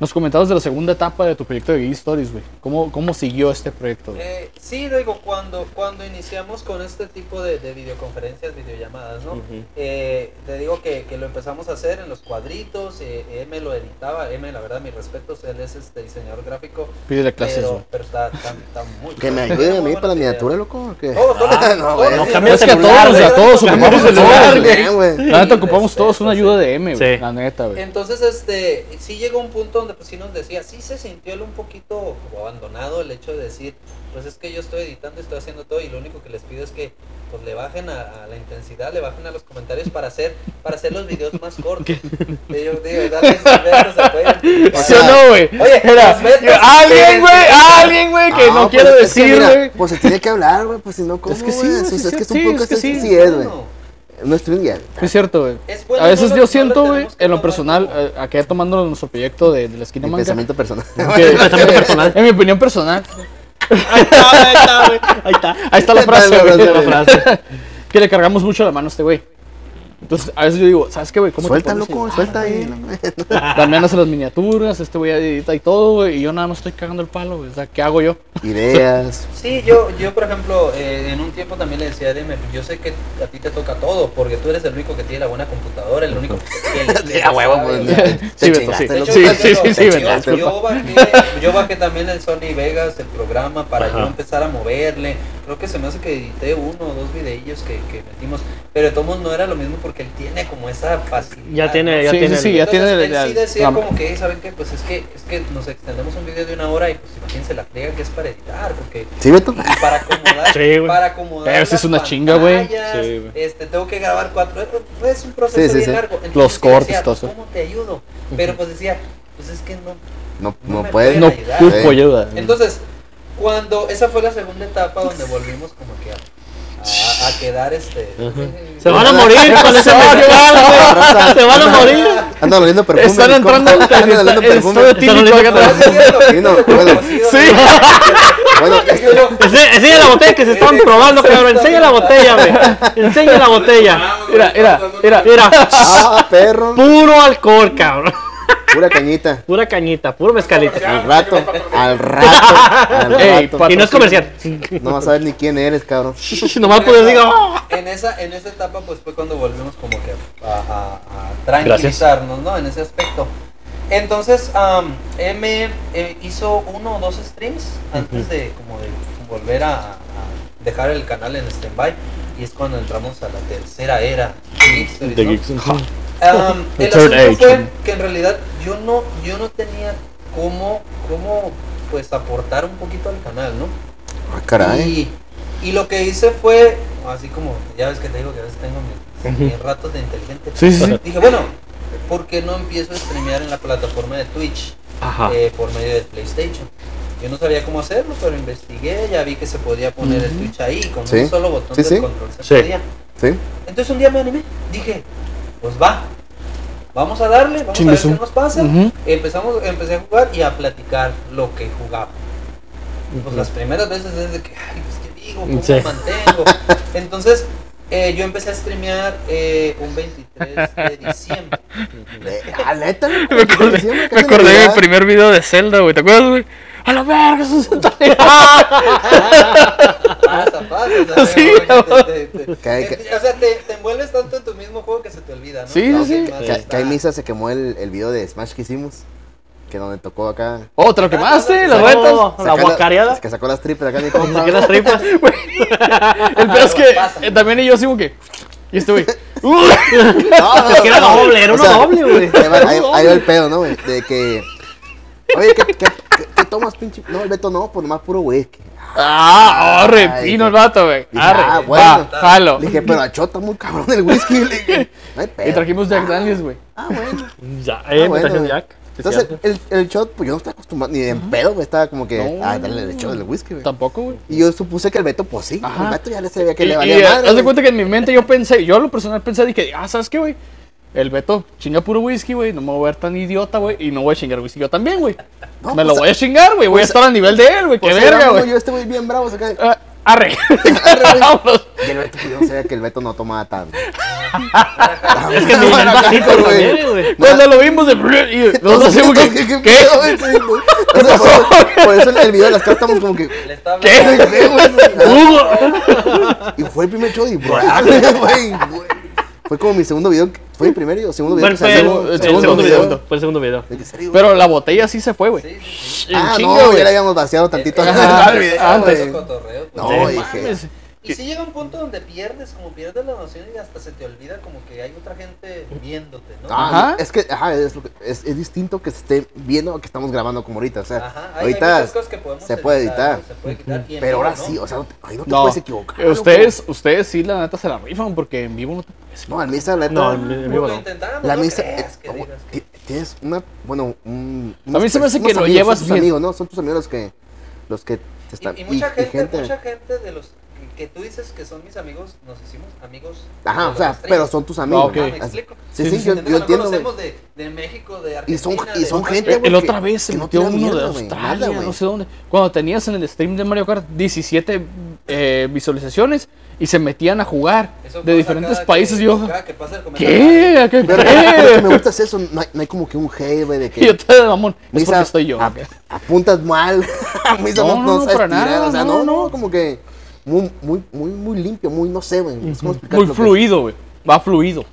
A: Nos comentabas de la segunda etapa de tu proyecto de Gay Stories, güey. ¿Cómo, ¿Cómo siguió este proyecto? güey?
D: Eh, sí, digo, cuando, cuando iniciamos con este tipo de, de videoconferencias, videollamadas, ¿no?
C: Ujú.
D: Eh, te digo que, que lo empezamos a hacer en los cuadritos, eh, M lo editaba, M, la verdad, mis respetos, él es este diseñador gráfico,
A: Pídele clases, güey.
D: pero, pero está, está- está muy...
B: que me
D: muy
B: ayude a mí
D: buenas
B: para la
D: ideas.
B: miniatura, loco. ¿o qué?
D: Todo, todo,
C: Ah,
B: Oh, no,
D: todo,
B: güey.
D: todo,
C: No, cambia
D: todo,
A: Es que a
C: celular,
A: todos,
C: güey.
A: a todos ocupamos
C: Cambiamos
A: el
C: celular,
A: celular,
B: Bien,
A: güey.
B: güey.
A: La neta, ocupamos todos una ayuda de M, güey.
C: Sí.
A: La neta, güey.
D: Entonces, este, sí llegó un punto donde pues sí nos decía, sí se sintió él un poquito como abandonado el hecho de decir, pues es que yo estoy editando, estoy haciendo todo y lo único que les pido es que pues le bajen a, a la intensidad, le bajen a los comentarios para hacer, para hacer los videos más cortos. Y yo digo, dale, Silberto, se puede. O
A: ¿Sí o no, güey?
D: Oye,
A: Era,
D: los metas,
A: alguien,
D: sí,
A: güey,
D: sí.
A: alguien, güey,
D: Ah,
A: que no
B: pues,
A: quiero
B: es que
A: decir,
B: mira,
A: güey.
B: Pues se tiene que hablar, güey, pues si no, ¿cómo,
A: Es que sí,
B: güey?
A: güey,
B: Sí,
A: sí,
B: es que es un
A: sí,
B: poco
A: es que sí.
B: sí es, güey.
D: Bueno,
B: No estoy ya.
A: Es cierto, güey.
D: es bueno,
A: A veces yo
D: no lo- no lo
A: siento, güey,
D: tenemos que
A: en lo
D: tomar
A: personal,
D: como-
A: eh, acá tomando nuestro proyecto de, de la esquina
B: Mi
A: manca.
B: pensamiento personal.
A: que-
C: Pensamiento personal.
A: En mi opinión personal,
C: Ahí está, ahí está, Ah, güey.
A: ahí
C: Ahí está.
A: está la
B: Ahí está
A: frase,
B: la
A: güey.
B: frase,
C: La frase.
A: que le cargamos mucho la mano a este güey. Entonces, a veces yo digo, ¿sabes qué, güey? ¿Cómo te
B: Suelta,
A: pones a
B: loco,
A: editar,
B: suelta ahí.
A: güey?
B: no,
A: Damián hace las miniaturas, este güey edita y todo, güey, y yo nada más estoy cagando el palo, güey. O sea, ¿qué hago yo?
B: Ideas.
D: Sí, yo, yo por ejemplo, eh, en un tiempo también le decía a Demer, yo sé que a ti te toca todo, porque tú eres el único que tiene la buena computadora, el único que le- le
B: Sí, a huevo,
D: sabe,
B: pues,
D: o
B: ya.
D: sea,
A: Sí,
B: Te
A: Beto,
B: chingaste,
A: sí.
D: de hecho,
B: loco.
A: Sí,
D: yo-
A: sí, sí,
D: yo-
A: Beto,
D: yo,
A: disculpa.
D: bajé, yo bajé también el Sony Vegas, el programa, para
C: Ajá.
D: yo empezar a moverle. Creo que se me hace que edité uno o dos videillos que, que metimos, pero de todos modos no era lo mismo porque él tiene como esa facilidad.
C: Ya tiene, ya
A: Sí, sí,
C: tiene.
A: sí,
C: el-
A: ya
D: Entonces,
A: tiene
D: él
A: la-
D: sí decía
A: la-
D: como que, ¿saben qué? Pues es que, es que nos extendemos un video de una hora y pues imagínense la friega que es para editar, porque
B: Sí, Beto.
D: y para acomodar,
C: Sí, güey.
D: para acomodar.
A: Pero sí es
D: las
A: una chinga, güey.
D: pantallas,
C: Sí, güey.
D: este, tengo que grabar cuatro. Es un proceso
B: Sí, sí,
D: bien
B: sí.
D: largo. Entonces,
A: Los
D: yo
A: cortes,
D: decía,
A: todo
D: pues,
A: eso.
D: ¿Cómo te ayudo? Pero pues decía, pues es que no.
B: No,
D: No
B: no
D: me
B: puedes.
A: No pues,
D: puedes
B: Sí.
D: ayudar.
A: ocupo ayuda.
D: Entonces, cuando esa fue la segunda etapa donde volvimos como que a, a- a quedar este.
C: Se van a morir con ese mensaje, güey. Se van a morir.
B: Andan oliendo perfume.
A: Están
B: mis
A: entrando
B: compas.
A: en-
B: Andan oliendo
A: en- en estado
B: perfume.
A: etílico acá
C: Están
D: No,
A: atrás.
D: sí, es cierto,
B: Sí, no,
D: porque
B: bueno.
D: conocido,
A: Sí.
D: ¿no?
B: Bueno,
D: Yo- yo-
C: Ense- Enseña la botella que se están robando, cabrón. Enseña la botella, güey. Enseña la botella.
D: Ah,
A: Mira, mira, mira.
C: Mira,
B: ah, perro.
C: puro alcohol, cabrón.
B: Pura cañita.
C: Pura cañita, puro mezcalito.
B: Al rato, al rato, al
A: Ey,
B: rato.
A: pa-
C: Y no es comercial.
B: No vas a ver ni quién eres, cabrón.
C: Nomás porque digo. "Ah".
E: "Oh".
D: en esa en esa etapa pues fue cuando volvimos como que a, a- a tranquilizarnos no en ese aspecto Entonces, am, M eh, hizo uno o dos streams antes de como de volver a, a dejar el canal en stand-by. Y es cuando entramos a la tercera era de Geekstories,
E: The
D: ¿no?
E: Geeks.
D: Um,
E: The
D: el
E: third
D: asunto
E: age,
D: fue
E: ¿no?
D: que en realidad yo no, yo no tenía cómo, cómo pues aportar un poquito al canal, ¿no?
B: Ah, caray.
D: Y, y lo que hice fue, así como, ya ves que te digo que a veces tengo mis, mis ratos de inteligente.
A: Sí, sí, sí.
D: Dije, bueno, ¿por qué no empiezo a streamear en la plataforma de Twitch
C: Ajá.
D: eh, por medio de PlayStation? Yo no sabía cómo hacerlo, pero investigué, ya vi que se podía poner el Twitch ahí, con
B: Sí.
D: un solo botón
B: Sí,
D: de
B: sí.
D: control se
E: Sí.
D: podía.
B: Sí.
D: Entonces un día me animé, dije, pues va, vamos a darle, vamos a ver
A: Chinguesú.
D: qué nos pasa.
A: Ujú.
D: Empezamos, empecé a jugar y a platicar lo que jugaba. Pues las primeras veces es de que, ay, pues qué digo, cómo
C: Sí.
D: me mantengo. Entonces eh, yo empecé a streamear eh, un 23 de diciembre.
B: Eh, ah, neta, güey,
E: Me
B: como que
E: acordé,
B: diciembre,
E: me
B: casi
E: acordé del
B: Navidad.
E: primer video de Zelda, güey. ¿Te acuerdas, güey? A la verga, es un centenario.
D: Ah, Pasa, pasa.
A: Sí,
D: o sea, te- te- te-
B: Cae-
D: te- O sea, te, te envuelves tanto en tu mismo juego que se te olvida, ¿no?
A: Sí,
D: Ah,
A: sí,
D: ok,
A: sí.
D: más
B: Ca-
D: está.
B: Kai Misa se quemó el, el video de Smash que hicimos. Que donde tocó acá.
A: Oh, te lo quemaste, las
C: No,
A: retas.
C: la
B: Sacar
C: guacareada.
B: Que sacó las tripas acá. mi
C: Ni
B: compa,
C: siquiera las tripas.
A: El peor es que
D: Pasa.
A: eh, también y yo así como que. Y este güey. "Uh".
B: No, no,
C: Es que era
B: no.
C: doble, era
B: O
C: uno
B: sea,
C: doble, güey.
B: Ahí va, ahí- ahí va el pedo, ¿no, güey? De que. Oye, ¿qué, qué, qué- qué tomas, pinche? No, el Beto no, pues nomás puro whisky.
A: Ah, oh, repino
B: Ay,
A: el vato, güey.
B: dije,
A: Arre,
B: ah,
A: ah,
B: bueno.
A: jalo.
B: Le dije, pero achota muy cabrón el whisky. Le dije, no hay pedo.
A: Y trajimos Jack Daniels, güey.
B: Ah, bueno.
C: Ya, eh,
B: Ah,
C: me
B: bueno,
C: trajeron
B: güey.
C: Jack.
B: Entonces, el, el shot, pues yo no estaba acostumbrado, ni en pedo, güey. Estaba como que,
A: No.
B: ah, dale el shot del whisky, güey.
A: Tampoco, güey.
B: Y yo supuse que el Beto, pues sí.
A: Ajá.
B: El Beto ya le sabía que
A: Y,
B: le
A: y,
B: valía
A: eh,
B: madre.
A: haz de
B: güey.
A: cuenta que en mi mente yo pensé, yo a lo personal pensé, dije, ah, ¿sabes qué, güey? El Beto chinga puro whisky, güey, no me voy a ver tan idiota, güey, y no voy a chingar whisky yo también, güey.
B: No,
A: me
B: pues,
A: lo voy a chingar, güey, voy a
B: pues,
A: estar a nivel de él, güey, qué
B: Pues,
A: verga,
B: era uno,
A: güey.
B: Yo este güey bien bravo, saca.
A: Ah, arre.
B: güey.
A: Vámonos.
B: Y el Beto, pues, yo no sabía que el Beto no tomaba tanto.
C: Es que tenía el vasito también, güey.
A: Cuando lo vimos de... Y nosotros hacemos que...
B: ¿Qué?
A: ¿Qué?
B: pedo, güey? Sí, güey. O sea, por eso- Por eso en el video de las caras estamos como que.
D: Le estaba
A: ¿Qué?
D: hablando-
B: ¿qué, güey?
A: Hugo.
B: Y fue el primer show y bro, güey, güey. Fue como mi segundo video. ¿Fue el primero o segundo video?
C: Bueno,
B: que
C: fue el,
B: salió?
A: el
C: el
A: segundo
C: segundo,
A: video.
C: video. Fue el segundo video.
B: ¿En serio, güey?
A: Pero la botella sí se fue, güey.
D: Sí, sí, sí.
A: En
B: Ah,
A: chinga,
B: no,
A: güey. Eh,
B: ya le habíamos vaciado tantito antes de
A: Ajá,
B: entrar al video,
A: ah,
B: güey.
D: Eso cotorreo, pues.
B: No,
A: No
B: dije.
A: mames.
D: Y si llega un punto donde pierdes, como pierdes la noción y hasta se te olvida como que hay otra gente viéndote, ¿no?
B: Ajá.
A: Ajá.
B: Ah, Es que, ajá, es, lo que- es, es distinto que se esté viendo a que estamos grabando como ahorita. O sea,
D: Ajá, hay- hay
B: ahorita.
D: muchas cosas que podemos
B: se puede editar.
D: ¿no? Se puede quitar y en
B: pero
D: vivo,
B: ahora
D: ¿no?
B: sí, o sea, no te, ay, no te
A: No,
B: puedes equivocar.
A: eh, ustedes, ustedes sí, la neta, se la rifan porque en vivo no te...
B: loco. No, a mí esa, la neta.
C: No, en
D: Como
C: vivo
D: que
C: no.
D: intentamos,
B: La
D: no
B: misa.
D: creas
B: eh,
D: que
B: no,
D: digas que-
B: ti- Tienes una. Bueno, un.
A: A mí se me hace que
B: unos
A: lo
B: amigos,
A: llevas
B: son tus
A: bien.
B: amigos, ¿no? Son tus amigos los que. Los que te están.
D: Y, y mucha gente, mucha gente de los que tú dices que son mis amigos, nos hicimos amigos.
B: Ajá,
D: de
B: o
D: los
B: sea,
D: streamers.
B: pero son tus
A: Ah,
B: amigos.
A: ok.
D: Ah, me
B: Así-
D: explico.
B: Sí, sí,
A: Sí,
B: yo,
D: Gente,
B: yo
D: no
B: entiendo, güey.
D: conocemos de, de México, de
B: Y son,
D: Argentina.
B: y
D: de
B: son
D: España.
B: gente, güey.
A: Eh, El otra
B: que-
A: vez se
B: que no
A: metió
B: tira
A: uno de
B: mierda, güey,
A: Australia,
B: nada,
A: no
B: güey.
A: sé dónde. Cuando tenías en el stream de Mario Kart 17 eh, visualizaciones y se metían a jugar
D: Eso
A: de
D: pasa
A: diferentes
D: cada
A: países.
D: que-
A: yo,
D: cada que pasa el comentario.
A: ¿qué? ¿A ¿Qué?
B: Pero
A: ¿Qué?
B: lo que me gusta es eso, no hay, no hay como que un hate, güey, de
A: Y yo
B: que
A: te mamón, es
B: Misa,
A: porque estoy yo.
B: ap- apuntas mal, Misa no,
A: No,
B: no,
A: no, no,
B: sabes
A: para
B: tirar,
A: nada,
B: o sea,
A: no,
B: no, no,
A: no.
B: como que muy, muy, muy, muy limpio, muy, no sé, güey, es como explicar
A: Muy
B: lo que-
A: fluido, güey. Va fluido.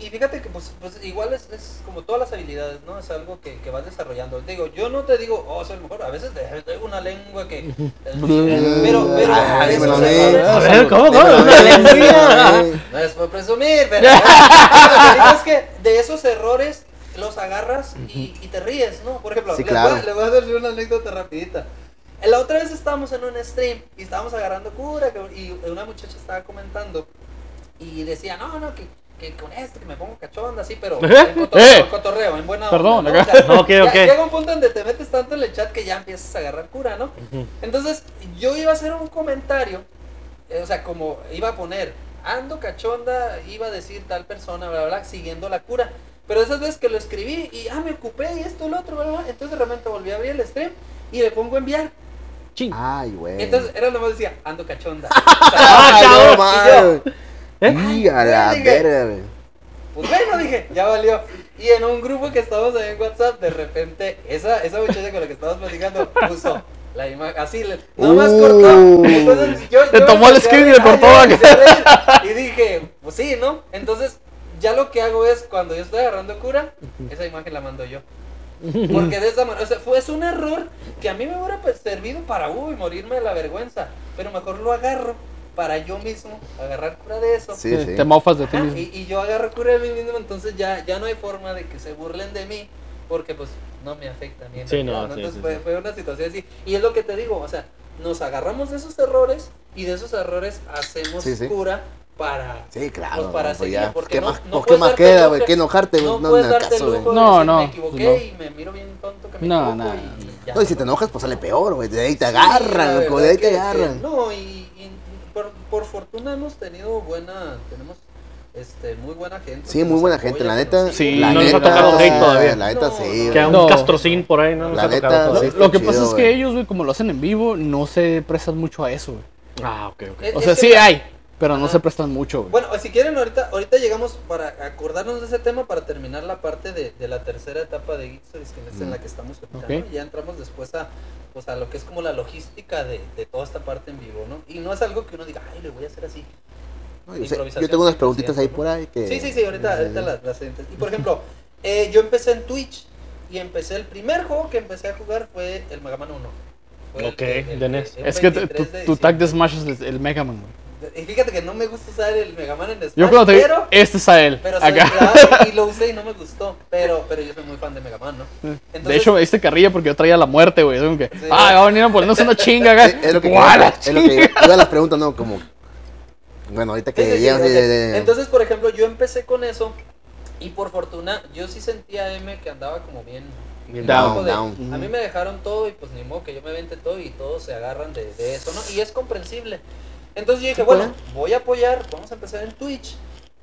D: Y, y fíjate que pues, pues, igual es, es como todas las habilidades, ¿no? Es algo que, que vas desarrollando. Digo, yo no te digo, oh, soy el mejor. A veces te- tengo una lengua que... eh, pero, pero...
B: Ay,
D: eso
B: me lo
D: se
B: leí.
D: agradece.
C: A ver, ¿cómo, cómo?
B: Pero,
C: Aleluya.
B: güey,
D: No es por presumir, pero... pero lo que digo es que de esos errores los agarras y, y te ríes, ¿no? Por ejemplo,
B: Sí,
D: le
B: claro.
D: voy, a- les voy a decir una anécdota rapidita. La otra vez estábamos en un stream y estábamos agarrando cura que- y una muchacha estaba comentando y decía, no, no, que, que con esto, que me pongo cachonda, así, pero en cotorreo,
A: Eh.
D: en cotorreo, en buena
A: Perdón,
D: onda.
A: acá.
D: ¿no?
C: Ok,
D: ya-
C: ok.
D: Llega un punto donde te metes tanto en el chat que ya empiezas a agarrar cura, ¿no? Entonces, yo iba a hacer un comentario, eh, o sea, como iba a poner, ando cachonda, iba a decir tal persona, bla, bla, bla, siguiendo la cura. Pero esas veces que lo escribí y, ah, me ocupé y esto, lo otro, bla, bla, bla, entonces realmente volví a abrir el stream y le pongo enviar.
C: Ching.
B: Ay, güey.
D: Entonces, era nomás decía, ando cachonda.
C: Ah,
B: Ay,
C: cabrón.
B: no, madre.
C: ¿Eh?
B: Y a la
D: Ay, dije.
B: verga, güey.
D: Pues bueno, dije, ya valió. Y en un grupo que estábamos ahí en WhatsApp, de repente, esa, esa muchacha con la que estábamos platicando puso la imagen, así, le- nada más
B: Uh.
D: cortó. Entonces yo.
A: Le
D: yo
A: tomó el
D: empecé a
A: screen y
D: reír,
A: le cortó,
D: yo
A: ¿va?
D: empecé a reír. Y dije, pues sí, ¿no? Entonces, ya lo que hago es, cuando yo estoy agarrando cura, esa imagen la mando yo. Porque de esa manera, o sea, fue es un error que a mí me hubiera pues, servido para, uy, morirme de la vergüenza. Pero mejor lo agarro para yo mismo agarrar cura de eso.
B: Sí, sí.
A: Te mofas de ti
D: Ajá,
A: mismo.
D: y, y yo agarro cura de mí mismo, entonces ya, ya no hay forma de que se burlen de mí, porque pues no me afecta a mí. en
C: Sí,
D: realidad,
C: no, sí,
D: Entonces
C: sí,
D: fue,
C: sí.
D: fue una situación así. Y es lo que te digo, o sea, nos agarramos de esos errores y de esos errores hacemos
B: Sí, sí.
D: cura para...
B: Sí, claro.
D: Pues para
B: pues
D: seguir,
B: ya,
D: porque
B: ¿Qué
D: no-
B: más,
D: no
B: pues, ¿qué
D: puedes
B: más
D: darte
B: queda,
D: lujo
B: güey?
D: de-
B: ¿Qué enojarte, güey?
D: No,
B: No,
D: puedes
B: en el
D: darte
B: caso,
D: el
B: güey.
D: lujo
A: No,
D: de decir,
A: no,
D: me equivoqué
A: no.
D: y me miro bien tonto que me
A: No,
D: equivoco
A: no, no.
D: y, y ya.
B: No, y si te enojas, pues sale peor, güey. De ahí te
D: Sí, la
B: agarran, güey. De pues, ahí
D: verdad
B: te
D: que-
B: agarran.
D: que No, y, y por, por fortuna hemos tenido buena, tenemos este, muy buena gente.
B: Sí,
D: que
B: muy
D: nos
B: buena
D: apoya,
B: gente, la
D: que
B: neta.
D: nos
A: Sí,
D: sigue.
B: la
C: no nos ha
B: neta,
C: tocado hate todavía.
B: La neta,
D: No,
B: sí,
D: no,
C: Que
B: güey.
C: a un
A: No.
C: castrocín por ahí, ¿no? Nos
B: La
C: ha tocado
B: neta,
A: Lo,
C: todavía.
B: sí.
A: lo que pasa
B: chido,
A: es que
B: güey.
A: ellos, güey, como lo hacen en vivo, no se prestan mucho a eso, güey.
C: Ah, ok, ok.
D: Es-
A: O
D: es
A: sea,
D: que
A: sí
D: la-
A: hay, pero no
D: Ajá.
A: se prestan mucho, güey.
D: Bueno, si quieren, ahorita, ahorita llegamos para acordarnos de ese tema para terminar la parte de, de la tercera etapa de Geek Stories, que es
B: Mm.
D: en la que estamos ahorita,
A: Ok.
D: ¿no? Y Ya entramos después a, pues, a lo que es como la logística de, de toda esta parte en vivo, ¿no? Y no es algo que uno diga, ay, le voy a hacer así.
B: No, yo, sé- yo
D: improvisación
B: tengo unas
D: siempre,
B: preguntitas ahí
D: siempre,
B: por ahí que...
D: Sí, sí, sí, ahorita, ahorita las, las entes- Y por ejemplo, eh, yo empecé en Twitch y empecé el primer juego que empecé a jugar fue el Mega Man 1. Fue el
C: Ok,
D: que- el
C: de
D: que-
C: NES.
D: el
A: E Es que tu,
D: 23 de
A: tu tag
D: diciembre.
A: de Smash es el, el Mega Man, güey.
D: Y fíjate que no me gusta usar el Mega Man en Smash,
A: Yo cuando te digo,
D: Ah, pero,
A: este es a él,
D: pero soy
A: acá.
D: claro y lo usé y no me gustó. Pero, pero yo soy muy fan de Mega Man, ¿no? Entonces-
A: Mm. de hecho, me diste carrilla porque yo traía la muerte, güey. Es como que,
D: Sí.
A: ah, va a venir a ponernos una chinga acá.
B: Sí, es lo que,
A: ¡Guala,
B: es lo que
A: chinga!
B: iba a las preguntas, ¿no? Como... Bueno, ahorita que...
D: Sí, sí, sí,
B: llegas,
D: o sea,
B: eh, eh, eh,
D: Entonces, por ejemplo, yo empecé con eso y por fortuna yo sí sentía a M que andaba como bien...
C: Bien
D: bien
B: down,
D: abajo de-
B: down.
D: A mí me dejaron todo y pues ni modo que yo me vente todo y todos se agarran de, de eso, ¿no? Y es comprensible. Entonces yo dije, bueno, voy a apoyar, vamos a empezar en Twitch.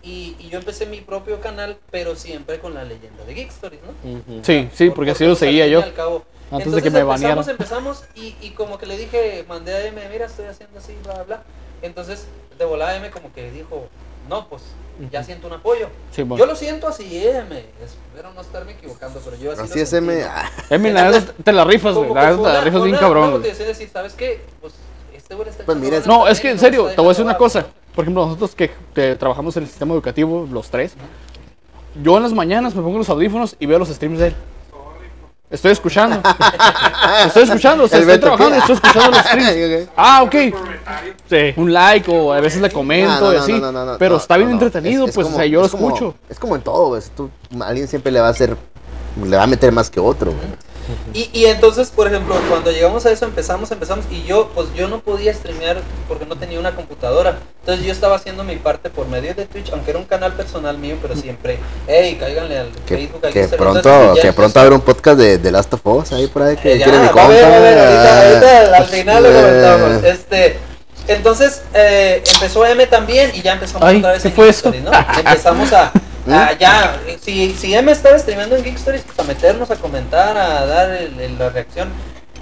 D: Y, y yo empecé mi propio canal, pero siempre con la leyenda de Geek Stories, ¿no?
C: Ujú.
A: Sí, sí, porque así lo
D: pues, al
A: seguía
D: fin y
A: yo.
D: al cabo.
A: Antes de que me
D: empezamos,
A: banearan.
D: empezamos y, y como que le dije, mandé a M, mira, estoy haciendo así, bla, bla, bla. Entonces, de volada M como que dijo, no, pues ya siento un apoyo.
A: Sí,
D: Yo
A: bueno.
D: lo siento así, M. Espero no estarme equivocando, pero yo así
B: Así
D: lo
B: es,
D: sentí,
B: M.
D: pues, ¿no?
B: ah,
A: Emi, la neta, te la rifas, güey.
D: Como
A: La
D: que
A: neta,
D: fue
A: te la
D: una-
A: rifas bien
D: una- una
A: cabrón, güey.
D: motivación de decir, ¿sabes qué? Pues, este güey está
B: Pues
D: echando
B: mira,
D: ganas
A: No,
D: también
A: es que
D: y
A: en
D: nos
A: serio,
D: está
A: te voy a decir
D: dejando
A: una cosa. Por ejemplo, nosotros que, que trabajamos en el sistema educativo, los tres, yo en las mañanas me pongo los audífonos y veo los streams de él. Estoy escuchando. estoy escuchando, o sea,
B: El
A: estoy
B: Beto,
A: trabajando y
B: ¿qué?
A: estoy escuchando los streams. Ah, ok.
C: Sí.
A: Un like o a veces le comento
B: no,
A: y
B: no,
A: así.
B: no, no, no,
A: pero
B: no,
A: está bien
B: no, no.
A: entretenido,
B: Es- es
A: pues,
B: como-
A: o sea, yo lo
B: es como-
A: escucho.
B: Es como en todo, güey. si Tú, alguien siempre le va a hacer... Le va a meter más que otro, güey.
D: Y, y entonces, por ejemplo, cuando llegamos a eso, empezamos, empezamos, y yo, pues yo no podía streamear porque no tenía una computadora. Entonces yo estaba haciendo mi parte por medio de Twitch, aunque era un canal personal mío, pero siempre, hey, cáiganle al
B: Que,
D: Facebook. al
B: que
D: Instagram".
B: pronto,
D: Entonces, ya-
B: que pronto habrá un podcast de, de Last of Us ahí por ahí que
D: Eh, ya,
B: quiere mi
D: va a ver,
B: compa,
D: a ver, ahorita,
B: eh,
D: ahorita al final lo
B: eh,
D: comentamos. Este, entonces eh, empezó M también y ya empezamos
A: Ay,
D: otra vez
A: ¿qué
D: en
A: fue
D: Geek
A: eso?
D: Stories, ¿no? Empezamos a, a ya, si, si M estaba streameando en Geek Stories, pues a meternos, a comentar, a dar el- el- la reacción.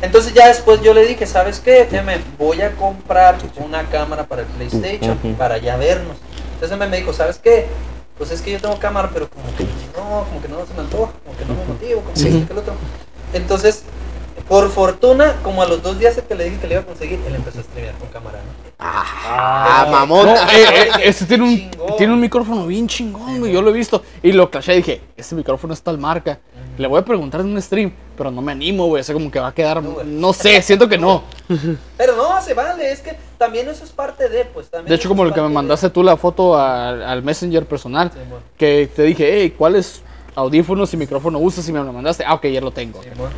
D: Entonces ya después yo le dije, ¿sabes qué? M, voy a comprar una cámara para el PlayStation, para ya vernos. Entonces M me dijo, ¿sabes qué? Pues es que yo tengo cámara, pero como que no, como que no se me antoja, como que no me motivo, como que
B: Sí.
D: esto que el otro. Entonces, por fortuna, como a los dos días de que le dije que le iba a conseguir, él empezó a streamear con cámara. ¿no?
B: Ah, mamón.
A: No, eh, eh, este tiene un,
D: Chingón.
A: tiene un micrófono bien chingón, güey. Yo lo he visto. Y lo clashé y dije, este micrófono es tal marca. Le voy a preguntar en un stream, pero no me animo, güey. O sea, como que va a quedar.
D: güey.
A: No sé, siento que no.
D: Pero no, se vale, es que también eso es parte de, pues también.
A: De hecho,
D: eso es
A: como lo que me
D: parte de-
A: mandaste tú la foto al, al Messenger personal,
D: Simón,
A: que te dije, hey, ¿cuáles audífonos y micrófono usas? Y me lo mandaste. Ah, ok, ya lo tengo.
D: Simón.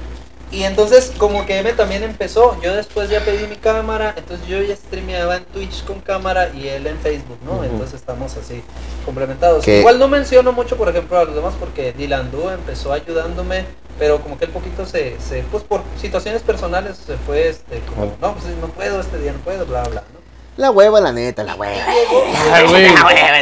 D: Y entonces, como que M también empezó, yo después ya pedí mi cámara, entonces yo ya streameaba en Twitch con cámara y él en Facebook, ¿no? Entonces estamos así complementados.
B: Que-
D: Igual no menciono mucho, por ejemplo, a los demás porque Dilandú empezó ayudándome, pero como que el poquito se, se, pues por situaciones personales se fue, este,
B: Ah.
D: como, no, pues no puedo este día, no puedo, bla, bla, ¿no?
B: La hueva, la neta, la hueva.
A: Ay, güey.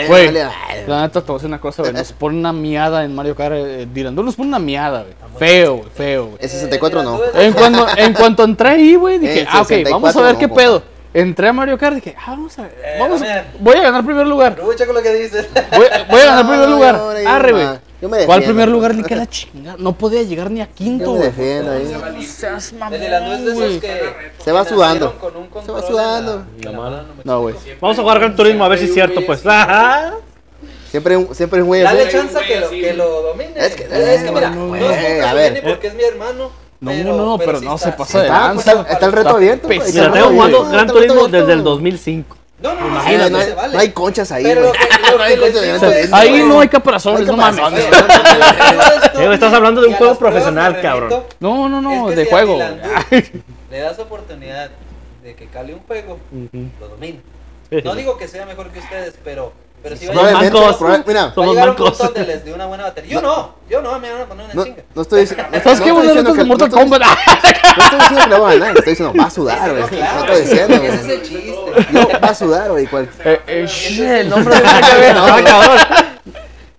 A: Güey,
B: Vale, vale.
A: La neta, te voy a decir una cosa, güey. Nos pone una miada en Mario Kart. Eh, Dirandú nos pone una miada, güey. Feo, güey, feo, güey.
B: Es 64 no.
D: Dilandú es-
A: En cuanto, en cuanto entré ahí, güey, dije,
B: Eh,
A: ah, ok,
B: 64
A: vamos a ver
B: no,
A: qué
B: compa.
A: pedo. Entré a Mario Kart, dije, ah, vamos a ver,
D: Eh,
A: vamos a-
D: a ver.
A: voy a ganar primer lugar.
D: Rucha con lo que dices.
A: Voy, voy a ganar primer
B: No,
A: lugar.
B: no, no, no,
A: Arre,
B: no.
A: güey.
B: Yo me
A: ¿Cuál
B: defiendo.
A: primer lugar? Ni que la chingada. No podía llegar ni a quinto,
B: Yo me
A: güey.
B: defiendo ahí.
A: No seas
D: El Dilandú es de
A: mamón,
D: esos
A: güey.
D: que...
B: Se va
D: que
B: sudando.
D: nacieron con un
B: Se va
D: control en
B: sudando.
D: en la mano, me
A: No, güey.
D: explico.
C: Vamos a jugar Gran Turismo a ver si es cierto, pues. Ajá.
B: Siempre Siempre, un- siempre es un güey así.
D: Dale
F: güey,
D: chance
F: güey,
D: que lo,
F: así.
D: que lo domine.
B: Es
D: Es
B: que-
D: que, es que mira,
B: no,
D: no,
B: güey,
D: es
B: a
D: contra
B: ver.
D: Johnny porque es mi hermano.
A: No, no, no, pero
D: sí
A: no se
D: está-
A: pasa de
D: está-
A: lanza.
D: está-
B: Está el reto
A: Está
B: abierto. güey.
A: pesado.
B: Está
C: Mira,
B: el
C: tengo
B: reto
C: jugando
B: abierto,
C: Gran
B: está el reto
C: Turismo desde el
B: abierto.
C: 2005.
D: No, no, no, sí,
B: Imagínate, no
D: no
B: hay,
D: se vale.
B: no hay conchas ahí.
D: Pero
B: güey.
D: lo que- lo
B: No hay
D: que les
B: conchas de
D: digo
B: violencia,
D: es-
B: güey.
A: Ahí no hay
B: Hay
A: caparazones, no mames.
B: caparazones.
D: Oye, todo esto,
C: Eh, güey, estás hablando de un
D: y a
C: juego
D: las pruebas
C: profesional,
D: me
C: cabrón.
D: remito,
A: No, no, no,
D: es que
A: de
D: si a
A: juego.
D: Milandú Le das oportunidad de que cale un juego, lo domina. No digo que sea mejor que ustedes, pero, pero sí va a llegar,
B: Probablemente,
C: mancos.
B: proba- Mira,
D: va a
C: somos
D: llegar un
C: mancos.
D: punto donde les dé una buena batería. Yo no, yo no, me van a poner una
B: no,
D: chinga.
B: no estoy diciendo. no
A: ¿Sabes
B: estoy
A: qué? Bueno,
B: diciendo
A: esto es de
B: que-
A: Mortal
B: no estoy-
A: Kombat.
B: No estoy diciendo que lo va a ganar, estoy diciendo, va a
D: Sí,
B: sudar,
D: no,
B: güey.
D: claro,
B: No estoy diciendo,
D: Ese es
B: güey.
D: el chiste.
B: No, va a sudar, güey. cual-
A: Eh, eh, shit, el nombre de la cabeza.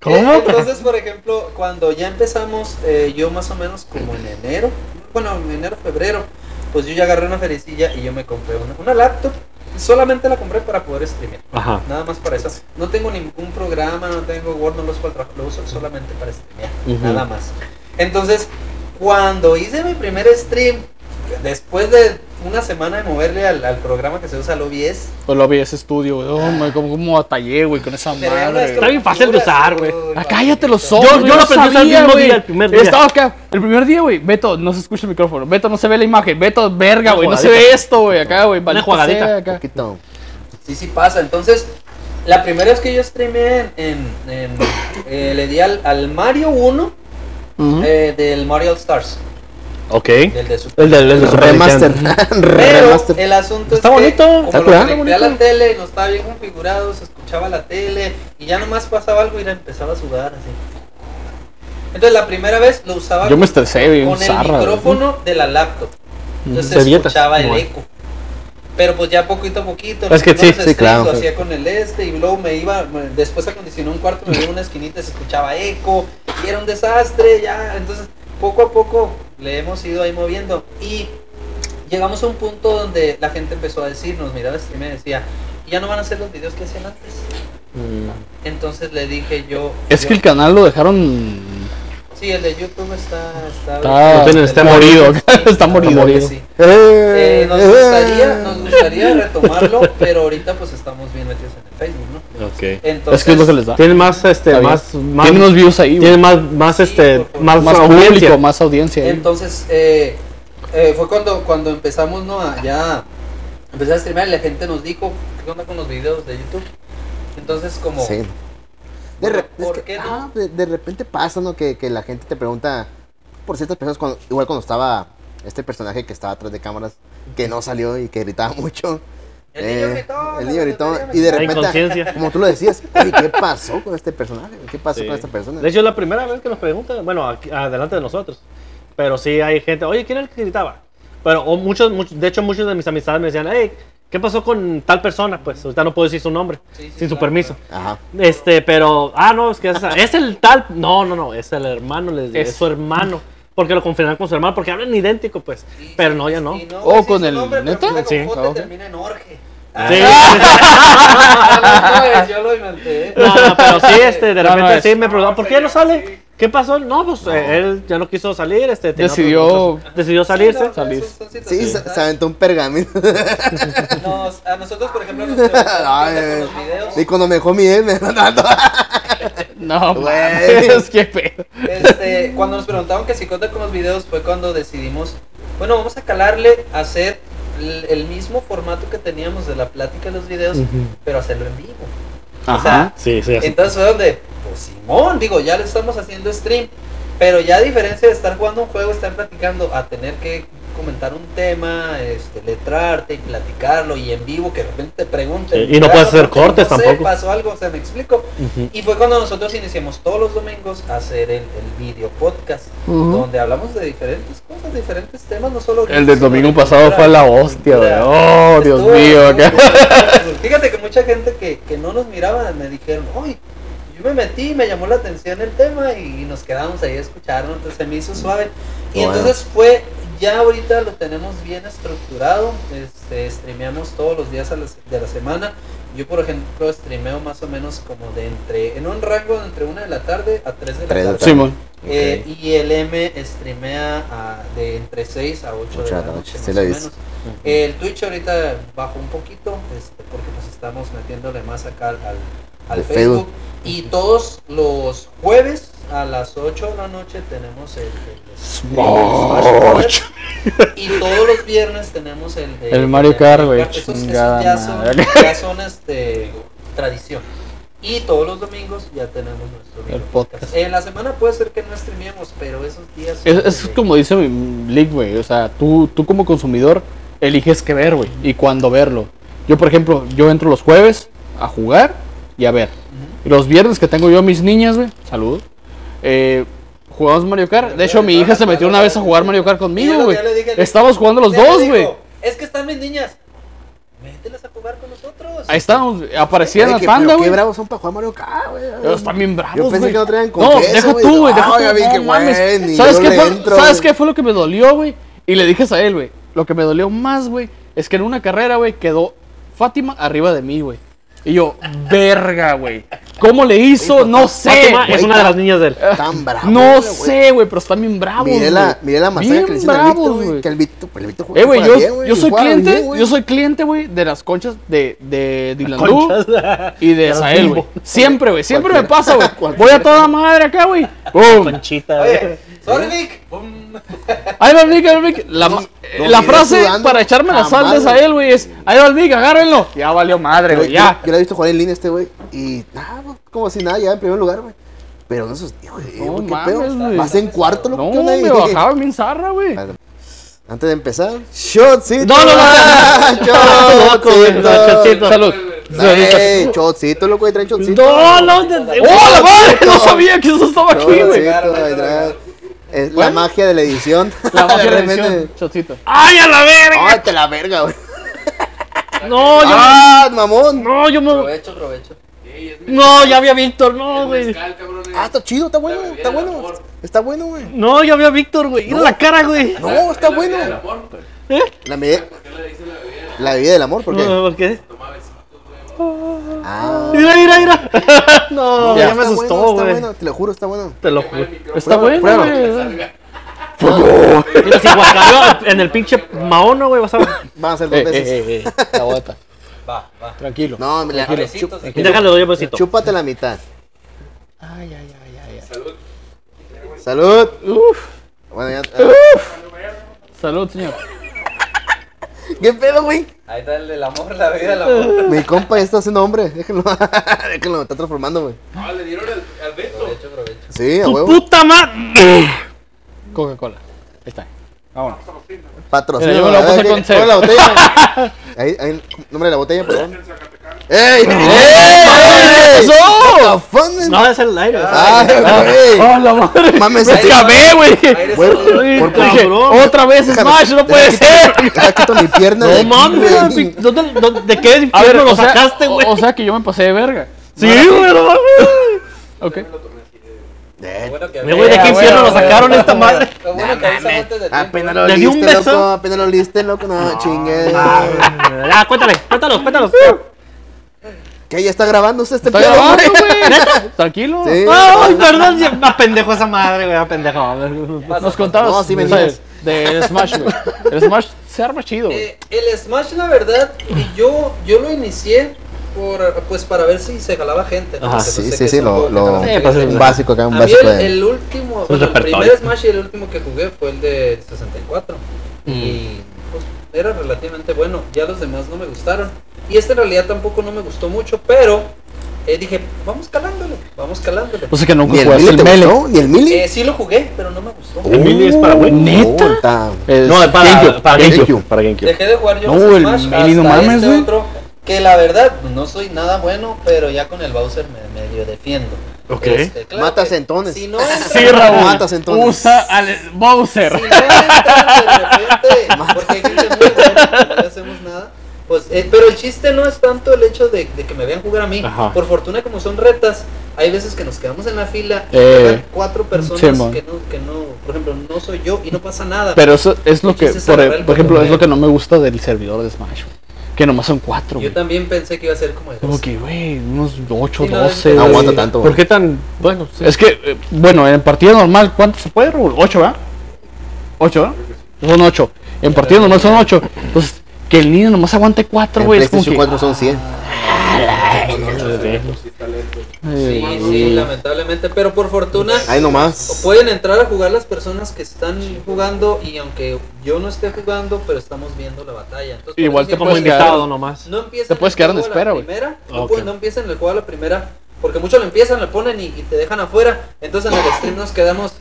D: ¿Cómo? Entonces, por ejemplo, cuando ya empezamos, eh, yo más o menos como en enero, bueno, en enero, febrero, pues yo ya agarré una fericilla y yo me compré una, una laptop. Solamente la compré para poder streamear.
C: Ajá.
D: Nada más para eso. No tengo ningún programa, no tengo Word, no lo uso para trabajar, lo uso solamente para streamear.
C: Ujú.
D: Nada más. Entonces, cuando hice mi primer stream, después de una semana de moverle al, al programa que se usa al OBS,
A: Pues lo vi ese estudio, güey. Oh, my, cómo, cómo batallé, güey, con esa
D: pero ya no
A: madre.
D: como
C: bien fácil de usar, güey.
D: Uy,
A: Ah, cállate los
C: Yo-
A: ojos.
C: yo lo aprendí a usar el mismo día, el primer día.
A: Estaba acá. El primer día, güey. Beto, no se escucha el micrófono. Beto, no se ve la imagen. Beto, verga,
C: Una
A: güey. No se
C: jugadita.
A: ve esto, güey. Acá, güey. maldita
C: jugadita.
A: sea, acá.
B: Poquito.
D: Sí, sí pasa. Entonces, la primera vez que yo streameé en, en, en, eh, le di al, al Mario 1 eh, del Mario All Stars,
C: Ok.
D: del de Super.
C: El del el de Super
B: Remaster.
C: Nintendo.
D: Pero
B: Remaster.
D: el asunto
C: Está
D: es
C: bonito.
D: que como
B: Está
D: lo
B: curado.
D: conecté a
C: Está
D: la tele, no estaba bien configurado, se escuchaba la tele y ya nomás pasaba algo y la empezaba a sudar así. Entonces la primera vez lo usaba
A: Yo me
D: con
A: estresé, bien
D: el
A: zarra. güey.
D: micrófono de la laptop. Entonces se
C: Servilletas.
D: escuchaba el
C: Bueno.
D: eco. Pero pues ya poquito a poquito.
C: Es que
D: los
C: sí,
D: primeros
B: sí,
D: streams
B: claro.
D: Lo hacía con el este y luego me iba, me- después acondicioné un cuarto, me iba a una esquinita y se escuchaba eco. Y era un desastre, ya. Entonces poco a poco le hemos ido ahí moviendo. Y llegamos a un punto donde la gente empezó a decirnos, mira, y me decía, ya no van a hacer los videos que hacían antes. Entonces le dije yo...
A: Es
D: yo-
A: que el canal lo dejaron.
D: Sí, el de YouTube está... Está,
A: Está-
C: Ah, tiene- está
D: Sí,
A: morido. Está morido.
D: sí. Eh, nos, gustaría, nos gustaría retomarlo, pero ahorita pues estamos bien metidos en el Facebook, ¿no?
C: Ok.
D: Entonces,
A: es que es lo que les da.
C: Tienen más, este,
A: Está bien.
C: más, más,
A: Tienen unos views ahí, güey.
C: tienen más, más,
D: Sí,
C: este,
D: por favor.
C: más,
A: Más
C: audiencia.
A: público, más audiencia. ahí.
D: entonces eh, eh, fue cuando, cuando empezamos, ¿no? A- Ya empecé a streamear y la gente nos dijo, ¿qué onda con los videos de YouTube? Entonces como...
B: Sí. De, re- es
D: ¿Por
B: que-
D: qué no?
B: ah, de- de repente pasa, ¿no? Que, que la gente te pregunta por ciertas personas, cuando- igual cuando estaba este personaje que estaba atrás de cámaras, que no salió y que gritaba mucho.
D: El niño
B: Eh,
D: gritó,
B: el
D: la
B: niño
D: secretaria
B: gritó,
D: me
B: y de
C: La
B: repente-
C: inconsciencia.
B: Como tú lo decías, "Oye, ¿qué pasó con este personaje? ¿Qué pasó
C: Sí.
B: con esta persona?
C: De hecho, es la primera vez que nos preguntan, bueno, aquí- adelante de nosotros. Pero sí hay gente, oye, ¿quién era el que gritaba? Pero o muchos, muchos- de hecho, muchos de mis amistades me decían, hey, ¿qué pasó con tal persona? Pues ahorita no puedo decir su nombre,
D: Sí, sí,
C: sin su
D: claro,
C: permiso.
B: Ajá.
C: Este, pero, ah, no, es que es, es el tal, no, no, no, es el hermano, les dije,
A: Es-
C: es su hermano. Porque lo confirmaron con su hermano, porque hablan idéntico, pues.
D: Sí,
C: Pero
D: sí,
C: no, ya
D: sí,
C: no.
D: sí,
A: Oh,
D: güey, pues, sí,
A: ¿con
D: su
A: el
D: nombre
A: neta?
D: empieza con
C: Sí.
D: J y
A: Ah, ok.
D: termina en orge.
C: Sí.
D: Ah, no, pues, yo lo inventé.
C: No, no, pero sí, este, de
A: No, no,
C: repente
A: es-
C: sí me preguntaban, ¿por qué no sale? ¿Qué pasó? No, pues eh, él ya no quiso salir, este, tenía
A: Decidió-
C: otros- otros- decidió salirse.
D: no,
A: Salir.
D: son- son
B: Sí,
D: situaciones,
B: se-
D: ¿sabes?
B: se aventó un pergamino.
D: Nos- a nosotros, por ejemplo, nos preguntaron qué onda con los videos.
B: y cuando me dejó mi él, me mandó.
A: No,
B: Güey.
A: mames, qué pedo.
D: Este, cuando nos preguntaron que si cuenta con los videos fue cuando decidimos, bueno, vamos a calarle, hacer el, el mismo formato que teníamos de la plática de los videos, pero hacerlo en vivo. O sea,
C: Sí, sí, así.
D: entonces fue donde, pues Simón, digo, ya le estamos haciendo stream, pero ya a diferencia de estar jugando un juego, estar platicando, a tener que comentar un tema, este, letrarte y platicarlo y en vivo que de repente te pregunten.
C: Sí, y no puedes hacer
D: "Ah,
C: cortes
D: no sé,
C: tampoco".
D: pasó algo, o sea, me explico.
C: Ujú.
D: Y fue cuando nosotros iniciamos todos los domingos a hacer el, el video podcast, donde hablamos de diferentes cosas, diferentes temas, no solo...
A: El del domingo pasado fue la hostia, güey.
D: Mira,
A: Oh, Dios
D: Estuvo-
A: mío,
D: estuvo-
A: acá.
D: Fíjate que mucha gente que, que no nos miraba me dijeron, oye, yo me metí, me llamó la atención el tema y nos quedamos ahí a escucharlo, entonces se me hizo suave. Y
B: Bueno.
D: entonces fue, ya ahorita lo tenemos bien estructurado, este, streameamos todos los días a la se- de la semana. Yo, por ejemplo, streameo más o menos como de entre, en un rango de entre una de la tarde a 3 de la
B: Tres de
D: tarde.
B: la
A: Simón.
D: Eh, y el M streamea a- de entre 6 a 8 de
B: Ocho
D: la noche.
B: sí
D: más
B: lo
D: o
B: he
D: menos. Eh,
B: visto.
D: El Twitch ahorita bajó un poquito este, porque nos estamos metiéndole más acá al, al- al
B: De
D: Facebook.
B: Facebook.
D: Y todos los jueves a las 8 de la noche tenemos el, el- el
A: Oh,
D: Smash Brothers. Y todos los viernes tenemos el,
A: El Mario Kart, güey,
D: Esos- esos
A: chingada
D: ya, son,
A: madre.
D: ya son, este, tradición. Y todos los domingos ya tenemos nuestro
A: El
D: video
A: podcast.
D: En la semana puede ser que no streamemos, pero esos días. son
A: Es, es
D: de-
A: como dice mi Lick, güey. O sea, tú, tú como consumidor eliges qué ver, güey. Y cuándo verlo. Yo, por ejemplo, yo entro los jueves a jugar y a ver.
D: Ujú.
A: Y los viernes que tengo yo a mis niñas, güey. Saludos. Eh, jugamos Mario Kart. De hecho, mi hija se metió una vez a jugar Mario Kart
D: Y yo
A: conmigo,
D: lo-
A: güey.
D: ya le dije, le-
A: Estábamos jugando los
D: ya le
A: dos,
D: digo,
A: güey.
D: Es que están mis niñas. Mételas a jugar con nosotros.
A: Ahí estábamos. Aparecían
B: Oye,
A: las
B: que-
A: panda,
B: pero
A: güey.
B: Qué bravos son para jugar Mario Kart, güey.
A: Pero están bien bravos,
B: Yo pensé
A: güey.
B: que no traían con
A: No,
B: queso,
A: deja
B: güey.
A: tú, güey.
B: Ah,
A: Deja tú.
B: ya vi
A: no
B: que,
A: mames.
B: güey, ni
A: ¿Sabes,
B: yo
A: qué
B: le
A: fue,
B: entro,
A: ¿Sabes
B: güey.
A: qué fue lo que me dolió, güey? Y le dije a él, güey. Lo que me dolió más, güey, es que en una carrera, güey, quedó Fátima arriba de mí, güey. Y yo, verga, güey. ¿Cómo le hizo?
B: Güey,
A: No
B: Fátima-
A: sé.
C: Fátima es
B: güey,
C: una de
B: está-
C: las niñas de él.
B: Tan bravos.
A: No
B: güey.
A: sé, güey, pero están bien bravos.
B: Miré
A: güey.
B: la, miré la manzana
A: Bien
B: que le hicieron al
A: bravos,
B: Vito,
A: güey.
B: güey. Que el Vito, pues, el Vito juega
A: Eh, güey,
B: para
A: yo,
B: bien, güey,
A: yo
B: y
A: soy
B: juega bien,
A: cliente,
B: güey.
A: yo soy cliente, güey, de las conchas de, de Dilandú
C: Conchas.
A: y de
C: las
A: Sael, güey.
C: Bimbo.
A: Siempre, güey, siempre me
B: Cualquiera.
A: pasa, güey. Voy a toda madre acá, güey. ¡Pum!
C: Conchita. güey.
D: Oye, sorry, Nick. Pum.
A: Ahí va el Vic, ahí va el Vic. La, ma-
B: no,
A: la
B: miré
A: frase
B: sudando.
A: para echarme la sal de
B: Jamás, güey.
A: Sael, güey, es: Ahí va el Vic, agárrenlo. Ya valió madre,
B: Yo,
A: güey,
B: yo-
A: ya.
B: yo la he visto jugar en línea este güey y nada, güey, como si nada, ya en primer lugar, güey. Pero no esos, hijo de-
A: No
B: güey, qué
A: mames,
B: pedo.
A: güey.
B: Vas en cuarto, loco,
A: No,
B: ¿qué onda ahí?
A: me bajaba bien zarra, güey.
B: Antes de empezar, shotcito.
A: No, no, no.
B: Shotcito.
A: Chocito. Salud.
B: Ey, Shotcito, loco, ahí traen shotcito.
A: No, no, de- de- ¡Oh, la madre! No sabía que eso estaba aquí,
B: Shotcito,
A: güey.
B: ahí traen. Es la magia de la edición.
A: La magia de
B: De
A: la
B: repente,
A: edición. Chocito.
E: ¡Ay, a la verga!
B: ¡Ay, te la verga, güey!
C: No, yo.
B: ¡Ah, mamón!
C: No, yo me.
D: Provecho, provecho.
C: No, ya había Víctor, no, güey.
B: Ah, está chido, está bueno, está bueno. Está bueno, güey.
C: No, ya había Víctor, güey. Mira la cara, güey.
B: No, está bueno. pues. La medida. La bebida del amor, ¿por qué?
C: No, ¿Por qué?
B: Ah,
C: Mira, mira, mira. No, ya,
B: está
C: me asustó,
B: bueno, Está
C: güey.
B: bueno, te lo juro, está bueno.
C: Te lo juro.
A: Está bueno,
B: prueba.
A: güey.
C: Mira, si guacaleó en el pinche Maono, güey, vas a.
B: Van a ser dos
A: Eh,
B: veces.
A: eh, eh, eh, la bota.
D: Va, va.
A: Tranquilo.
B: No, me la-
D: Abrecitos,
B: chup-
D: tranquilo.
C: Déjale, doy un besito.
B: chúpate la mitad.
A: Ay, ay, ay, ay, ay.
B: Salud.
A: Uf.
B: Bueno, ya.
A: Salud, señor.
B: ¿Qué pedo, güey?
D: Ahí está el del amor, la vida del amor.
B: Mi compa ya está haciendo hombre. Déjenlo. Déjenlo, está transformando, güey.
D: Provecho, provecho.
B: Sí, a
E: ¡Tu
B: huevo.
E: puta madre!
A: Coca-Cola. Ahí está. Vámonos. Mira,
B: Patrocinio.
A: yo me lo
B: a ver,
A: puse
B: ¿qué-
A: con
B: cuál es
A: cero.
B: la botella? ahí, ahí, nombre de la botella, perdón. ¡Ey!
A: ¿Qué
B: ¡Ey!
A: pasó?
B: ¡Afán!
C: No, es el aire.
B: ¡Ay, güey!
A: ¡Oh, la madre!
B: Mames,
A: Me escapé, güey.
D: Aire
B: Güey,
D: sólido.
A: Dije,
B: por-
C: cabrón.
A: Otra vez Smash, no
B: Déjame-
A: puede ser.
B: Cada quito mi pierna. de
C: No
B: aquí,
C: mames,
B: güey.
C: güey. ¿Dónde- dónde- ¿De qué
A: A ver,
C: infierno lo
A: o sea,
C: sacaste,
A: o-
C: güey?
A: O sea que yo me pasé de verga.
C: Sí, güey, no mames.
A: Ok.
B: Eh,
D: Bueno que
C: Me voy de
D: Ah,
C: qué
D: bueno,
C: infierno lo
D: bueno,
C: sacaron
D: bueno,
C: esta
D: bueno.
C: madre.
D: Lo bueno que avisa antes de tiempo.
B: Ah, Apenas lo
C: Le di un
B: oliste,
C: beso.
B: loco. Apenas lo oliste, loco. No, chingue.
C: Ah, cuéntale, cuéntalos, cuéntalos.
B: Que ya está grabando usted este
A: Está
B: pedo.
A: grabando,
B: güey?
A: güey. Tranquilo.
B: Sí.
C: Ay, perdón, ya- me pendejo esa madre, güey, me pendejo.
A: Nos contabas
B: No, sí me
A: ¿sabes? de Smash, güey. El Smash se arma chido, güey.
D: Eh, el Smash, la verdad, y yo, yo lo inicié por, pues para ver si se jalaba gente. ¿no?
C: Ajá.
D: Porque
B: Sí,
D: yo sé
B: sí,
D: que
B: sí,
D: es un
B: lo-
D: juego que
B: lo-
D: jalaba
C: Eh,
D: gente.
C: pues,
B: Un básico acá,
D: A
B: un
D: mí
B: básico.
D: el,
B: de-
D: el último, bueno, el
C: repertorio.
D: primer Smash y el último que jugué fue el de 64.
C: Mm.
D: Y pues, era relativamente bueno, ya los demás no me gustaron. Y este en realidad tampoco no me gustó mucho, pero eh, dije, vamos calándole, vamos calándole.
A: O
C: Pues,
A: sea que nunca
B: Ni el
A: jugaste
B: mili
A: el
B: te
A: mele.
B: gustó, ni el mili.
D: Eh, sí lo jugué, pero no me gustó.
B: Uh,
C: Mili es para güey.
B: no,
A: ¿Neta?
B: está-
A: Es-
C: No, es para
A: GameCube,
C: para
A: GameCube.
C: GameCube, para GameCube.
D: Dejé de jugar yo
A: No,
D: los
A: el
D: Smash
A: Melee no
D: hasta
A: mames,
D: este
A: güey.
D: otro que la verdad no soy nada bueno, pero ya con el Bowser me medio defiendo. Este,
E: Ok.
B: Matas
D: que
B: entones.
D: Si no entras,
A: Sí, Raúl.
B: Matas entonces.
A: Usa al Bowser.
D: si no entras de repente, porque hay gente muy buena, que no le hacemos nada. Pues, eh, pero el chiste no es tanto el hecho de, de que me vean jugar a mí.
C: Ajá.
D: Por fortuna, como son retas, hay veces que nos quedamos en la fila y
A: Eh,
D: quedan cuatro personas que no,
A: Simón.
D: que no, por ejemplo, no soy yo y no pasa nada.
A: Pero eso es lo que,
D: Entonces,
A: por, e-
D: agarrar el
A: por ejemplo, es
D: cotorreo.
A: lo que no me gusta del servidor de Smash, güey. Que nomás son cuatro,
D: yo
A: güey.
D: también pensé que iba a ser como de
A: Como
D: dos.
A: que, güey, unos 8,
D: Sí, no, es que
A: 12.
D: no
A: güey.
B: aguanta tanto.
C: ¿Por qué tan bueno?
A: Es que, eh, bueno, en partida normal, ¿cuánto se puede, Raúl? 8, ¿verdad? 8, ¿verdad? Son 8. En partida normal son 8. Entonces, que el niño nomás aguante 4,
B: En
A: güey. Es como
B: PlayStation
A: que,
B: 4 son 100.
E: sí.
D: Sí, sí, lamentablemente. Pero por fortuna,
B: Ahí nomás.
D: pueden entrar a jugar las personas que están jugando. Y aunque yo no esté jugando, pero estamos viendo la batalla. Entonces, por
A: Igual
D: eso
A: te
D: siempre
C: Como
A: puedes quedar-
C: invitado nomás.
D: No empiezan
A: Te puedes
D: el
A: quedar en
D: juego a la
A: espera, güey.
D: primera, no,
C: Ok.
D: pu- no empiezan el juego a la primera, porque muchos lo empiezan, lo ponen y, y te dejan afuera. Entonces en el stream nos quedamos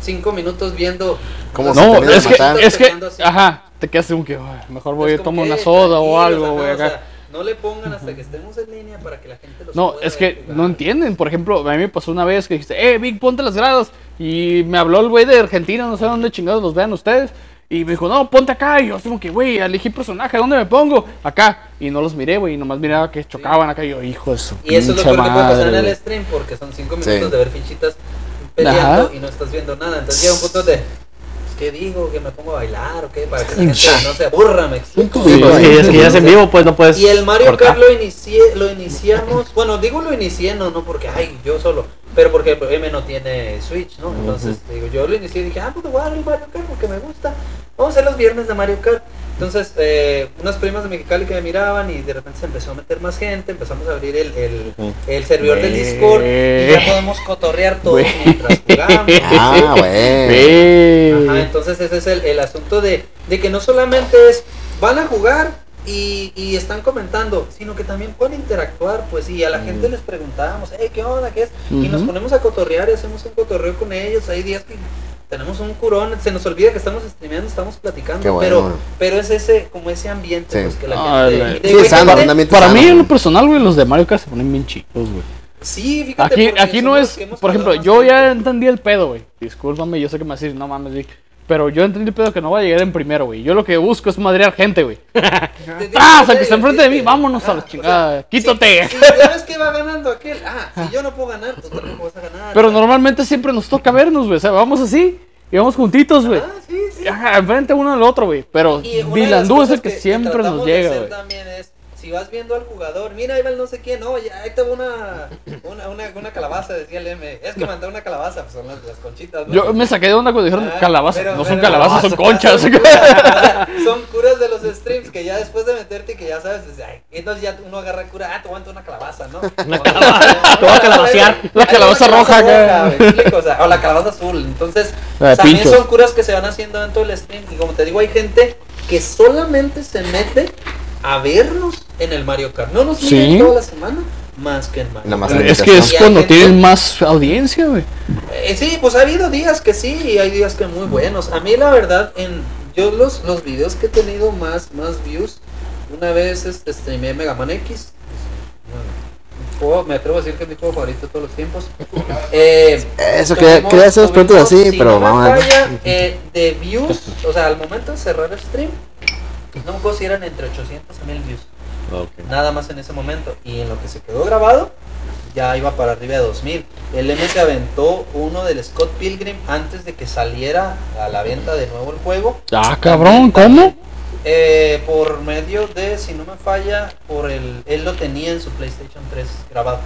D: cinco minutos viendo.
B: ¿Cómo
A: Ah,
B: se
D: Entonces,
A: No,
B: termina de
A: es que,
B: matar.
A: es que,
D: Pegando así.
A: ajá, te quedas como que, "Ay, mejor voy
D: es
A: y
D: como
A: tomo
D: que,
A: una soda o
D: tranquilos, ajá,
A: algo, güey,
D: o sea,
A: acá.
D: no le pongan hasta que estemos en línea para que la gente los
A: No,
D: pueda
A: es que
D: jugar.
A: no entienden. Por ejemplo, a mí me pasó una vez que dijiste, eh, Vic, ponte las gradas. Y me habló el güey de Argentina, no sé dónde chingados los vean ustedes. Y me dijo, no, ponte acá. Y yo, así como que, güey, elegí personaje, ¿dónde me pongo? Acá. Y no los miré, güey, y nomás miraba que chocaban acá. Y yo, hijo de su
D: Y eso es lo
A: pinche
D: peor que puede pasar en
A: madre,
D: el
A: güey".
D: stream, porque son cinco
B: Sí.
D: minutos de ver fichitas peleando
A: Ajá.
D: y no estás viendo nada. Entonces llega un punto de. pues, ¿Qué digo? ¿Que me pongo a bailar? ¿O qué? Para que la gente no se aburra, me explico.
B: Sí,
C: Sí,
B: güey.
C: es que ya es en vivo, pues no puedes.
D: Y el Mario
C: cortar.
D: Kart lo, inicié, lo iniciamos, bueno, digo lo inicié, no, no porque, ay, yo solo, pero porque pues, M no tiene Switch, ¿no? Entonces, digo, yo lo inicié y dije, ah, pues voy a dar el Mario Kart porque me gusta. Vamos a hacer los viernes de Mario Kart. Entonces, eh, unas primas de Mexicali que me miraban y de repente se empezó a meter más gente, empezamos a abrir el, el, el servidor del Discord y ya podemos cotorrear todos mientras jugamos.
B: Ah, güey.
A: Güey.
D: Ajá, entonces ese es el, el asunto de, de que no solamente es van a jugar y, y están comentando, sino que también pueden interactuar, pues, y a
B: Mm.
D: la gente les preguntábamos, hey, ¿qué onda? ¿Qué es? Y nos
A: Ujú.
D: ponemos a cotorrear y hacemos un cotorreo con ellos, hay días que tenemos un curón, se nos olvida que estamos streameando, estamos platicando,
B: Qué bueno.
D: pero, pero es ese, como ese ambiente,
B: Sí.
D: pues, que la
A: Ah,
D: gente...
A: la-
D: y de-
B: Sí,
D: de
B: sano,
D: gente-
B: un ambiente
A: Para
B: sano,
A: mí, en lo
B: güey.
A: personal, güey, los de Mario Kart se ponen bien chicos, güey.
D: sí, fíjate,
A: Aquí,
D: porque
A: aquí no
D: somos
A: es,
D: los que hemos
A: por
D: hablado
A: ejemplo,
D: más
A: yo
D: tiempo.
A: ya entendí el pedo, güey. Discúlpame, yo sé que me vas a decir, no mames, Vic. Pero yo entendí el pedo que no va a llegar en primero, güey. Yo lo que busco es madrear gente, güey.
D: Te digo,
A: ¡Ah!
D: o sea,
A: que está enfrente de mí,
D: divertirte.
A: vámonos a
D: Ah,
A: la
D: o sea,
A: chingada. Quítate.
D: Si, si sabes que va ganando aquel, ah, si yo no puedo ganar, tú tampoco vas a ganar.
A: Pero normalmente siempre nos toca vernos, güey. O sea, vamos así y vamos juntitos, güey.
D: Ah, sí, sí.
A: Ajá, enfrente uno al otro, güey. Pero
D: Y una de las
A: Vilandú es
D: cosas
A: el que, siempre
D: tratamos
A: nos
D: de
A: llega,
D: hacer
A: güey.
D: también es, si vas viendo al jugador, mira, ahí va el no sé quién, no, ya, ahí te va una, una, una, una calabaza, decía el M. Es que mandó una calabaza, pues son las, las conchitas, ¿no?
A: Yo me saqué de onda cuando dijeron
D: Ah,
A: calabazas.
D: pero-
A: no son
D: pero-
A: calabazas, son conchas.
D: Son curas, son curas de los streams que ya después de meterte y que ya sabes, dices, ay, entonces ya uno agarra cura, ah, te aguanta una calabaza, ¿no? Una calabaza,
C: te voy a calabacear.
A: La calabaza roja acá.
D: güey, ¿me explico? O, sea, o la calabaza azul. Entonces,
A: Ah,
D: también
A: pinchos.
D: son curas que se van haciendo dentro del stream. Y como te digo, hay gente que solamente se mete a vernos en el Mario Kart. No nos miran
A: Sí.
D: toda la semana más que en Mario
B: Nada más
D: Kart.
B: en
A: es que es
D: Y hay
A: cuando
D: gente-
A: tienen más audiencia, güey.
D: Eh, sí, pues ha habido días que sí y hay días que muy buenos. A mí la verdad, en yo los, los videos que he tenido más, más views, una vez este, streameé Mega Man X. Bueno, mi juego- me atrevo a decir que es mi juego favorito de todos los tiempos. Eh,
B: Eso,
D: tuvimos-
B: quería quería hacer unas
D: tuvimos,
B: preguntas así,
D: si
B: pero
D: no me
B: vamos a
D: falla, eh, de views, o sea, al momento de cerrar el stream, no me acuerdo si eran entre 800 y 1000 views. Nada más en ese momento. Y en lo que se quedó grabado, ya iba para arriba de 2000. El M se aventó uno del Scott Pilgrim antes de que saliera a la venta de nuevo el juego.
A: Ah, cabrón, ¿cómo?
D: Eh, por medio de, si no me falla, por el, él lo tenía en su PlayStation 3 grabado.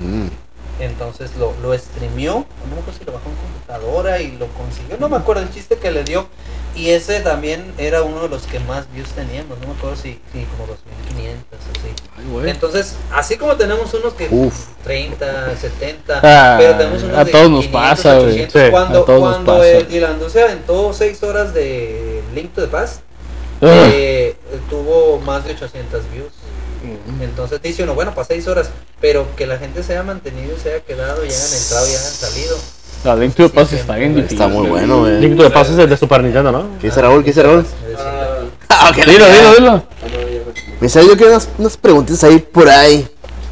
B: Mm.
D: Entonces lo, lo streameó, no me acuerdo si lo bajó en computadora y lo consiguió, no me acuerdo el chiste que le dio. Y ese también era uno de los que más views teníamos, no me acuerdo si, si como 2500, así. Entonces, así como tenemos unos que
B: Uf.
D: 30, 70,
A: Ah,
D: pero tenemos unos
A: a
D: de
A: todos nos pasa, güey.
D: 800.
E: Sí, a
D: cuando
A: todos nos
D: cuando
A: pasa.
D: el Dylan se aventó 6 horas de Link to the Past,
A: Ugh.
B: Ah.
D: eh, tuvo más de 800 views. Entonces dice uno, bueno, para 6 horas, pero que la gente se haya mantenido, se haya quedado, y hayan entrado y hayan salido.
A: La Link to the Past está bien
D: Está
A: difícil.
B: Está muy
A: güey.
B: bueno, güey.
C: Link de pases es de Super Nintendo, ¿no?
B: ¿Qué dice Raúl? ¿Qué dice Raúl? Ah, ok,
A: Dilo, dilo, dilo.
B: Me salió yo quiero unas, unas preguntitas ahí por ahí.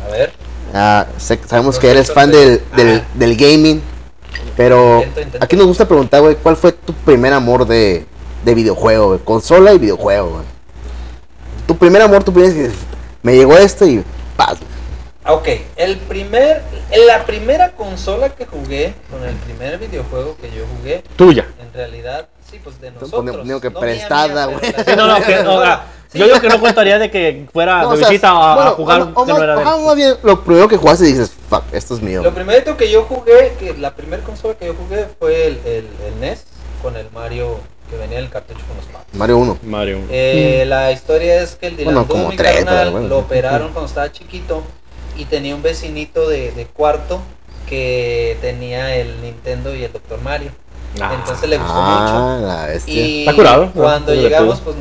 D: A ver,
B: Ah, sé- sabemos que eres fan del, del, del gaming, pero
D: Intento, intento.
B: aquí nos gusta preguntar, güey, ¿cuál fue tu primer amor de, de videojuego, güey? Consola y videojuego, güey. Tu primer amor, tu primer... Me llegó esto y... ¡Paz!
D: Ah, ok, el primer, la primera consola que jugué, con el primer videojuego que yo jugué,
C: Tuya.
D: En realidad, sí, pues de
B: Entonces,
D: nosotros.
B: pone- digo que
D: No
B: prestada,
D: mía,
B: güey.
D: mía, pero
C: Sí, no, no, que, no, ah, yo digo que no contaría de que fuera
B: No,
C: Ah, de
B: o sea,
C: visita a, a
B: bueno,
C: jugar
B: o- o
C: que no
B: más-
C: era de él.
B: ajá, más bien, lo primero que jugaste dices, fuck, esto es mío.
D: Lo primero que yo jugué, que la primera consola que yo jugué fue el, el, el NES con el Mario que venía en el cartucho con los patos.
B: Mario 1.
E: Mario.
D: Eh, La historia es que el Dylan
B: Bueno,
D: Doo,
B: como
D: mi
B: tres,
D: carnal,
B: pero bueno.
D: lo operaron cuando estaba chiquito y tenía un vecinito de, de cuarto que tenía el Nintendo y el Dr. Mario.
C: Ah,
D: Entonces le gustó
B: Ah,
D: mucho.
B: la bestia.
D: Y
C: Está curado, ¿no?
D: cuando
C: Divertido.
D: llegamos, pues mm,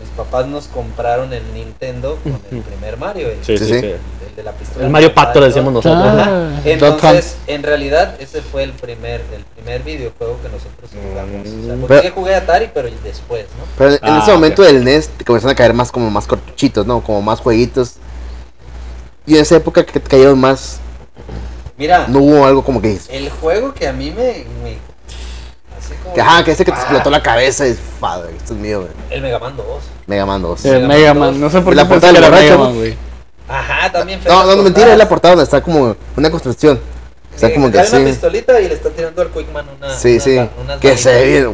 D: mis papás nos compraron el Nintendo con el primer Mario, el,
C: Sí, sí,
B: Sí,
C: sí.
B: sí.
D: el de la pistola.
C: El Mario Pato le
D: Pato.
C: decíamos nosotros.
A: Ah.
D: Ajá. Entonces, en realidad, ese fue el primer, el primer videojuego que nosotros
B: Mm.
D: jugamos. O sea, porque
B: Pero-
D: sí jugué Atari, pero el después, ¿no?
B: Pero en
C: Ah,
B: ese
C: ok.
B: momento del NES te comenzaron a caer más como más cortuchitos, ¿no? Como más jueguitos. Y en esa época que te cayeron más,
D: Mira,
B: no hubo algo como que dices,
D: el juego que a mí me. me- así como
B: que, ajá, que ese que te
D: Ah,
B: explotó la cabeza es padre, esto es mío, güey.
D: El Mega Man 2.
B: Mega Man 2.
A: Eh, Mega Man, no sé por qué
B: La portada
A: pensé que
B: del
A: era Mega
B: borracho,
A: Man,
B: ¿no?
A: güey.
D: Ajá, también.
B: no, no, no,
D: Fernando
B: mentira, es la
D: Cortázar.
B: portada donde está como una construcción. Está
D: Sí,
B: como que
D: trae una
B: sí.
D: pistolita y le está tirando al Quickman una.
B: Sí,
D: Ah, una-
B: sí.
D: unas
B: Que
D: balitas.
B: se ve.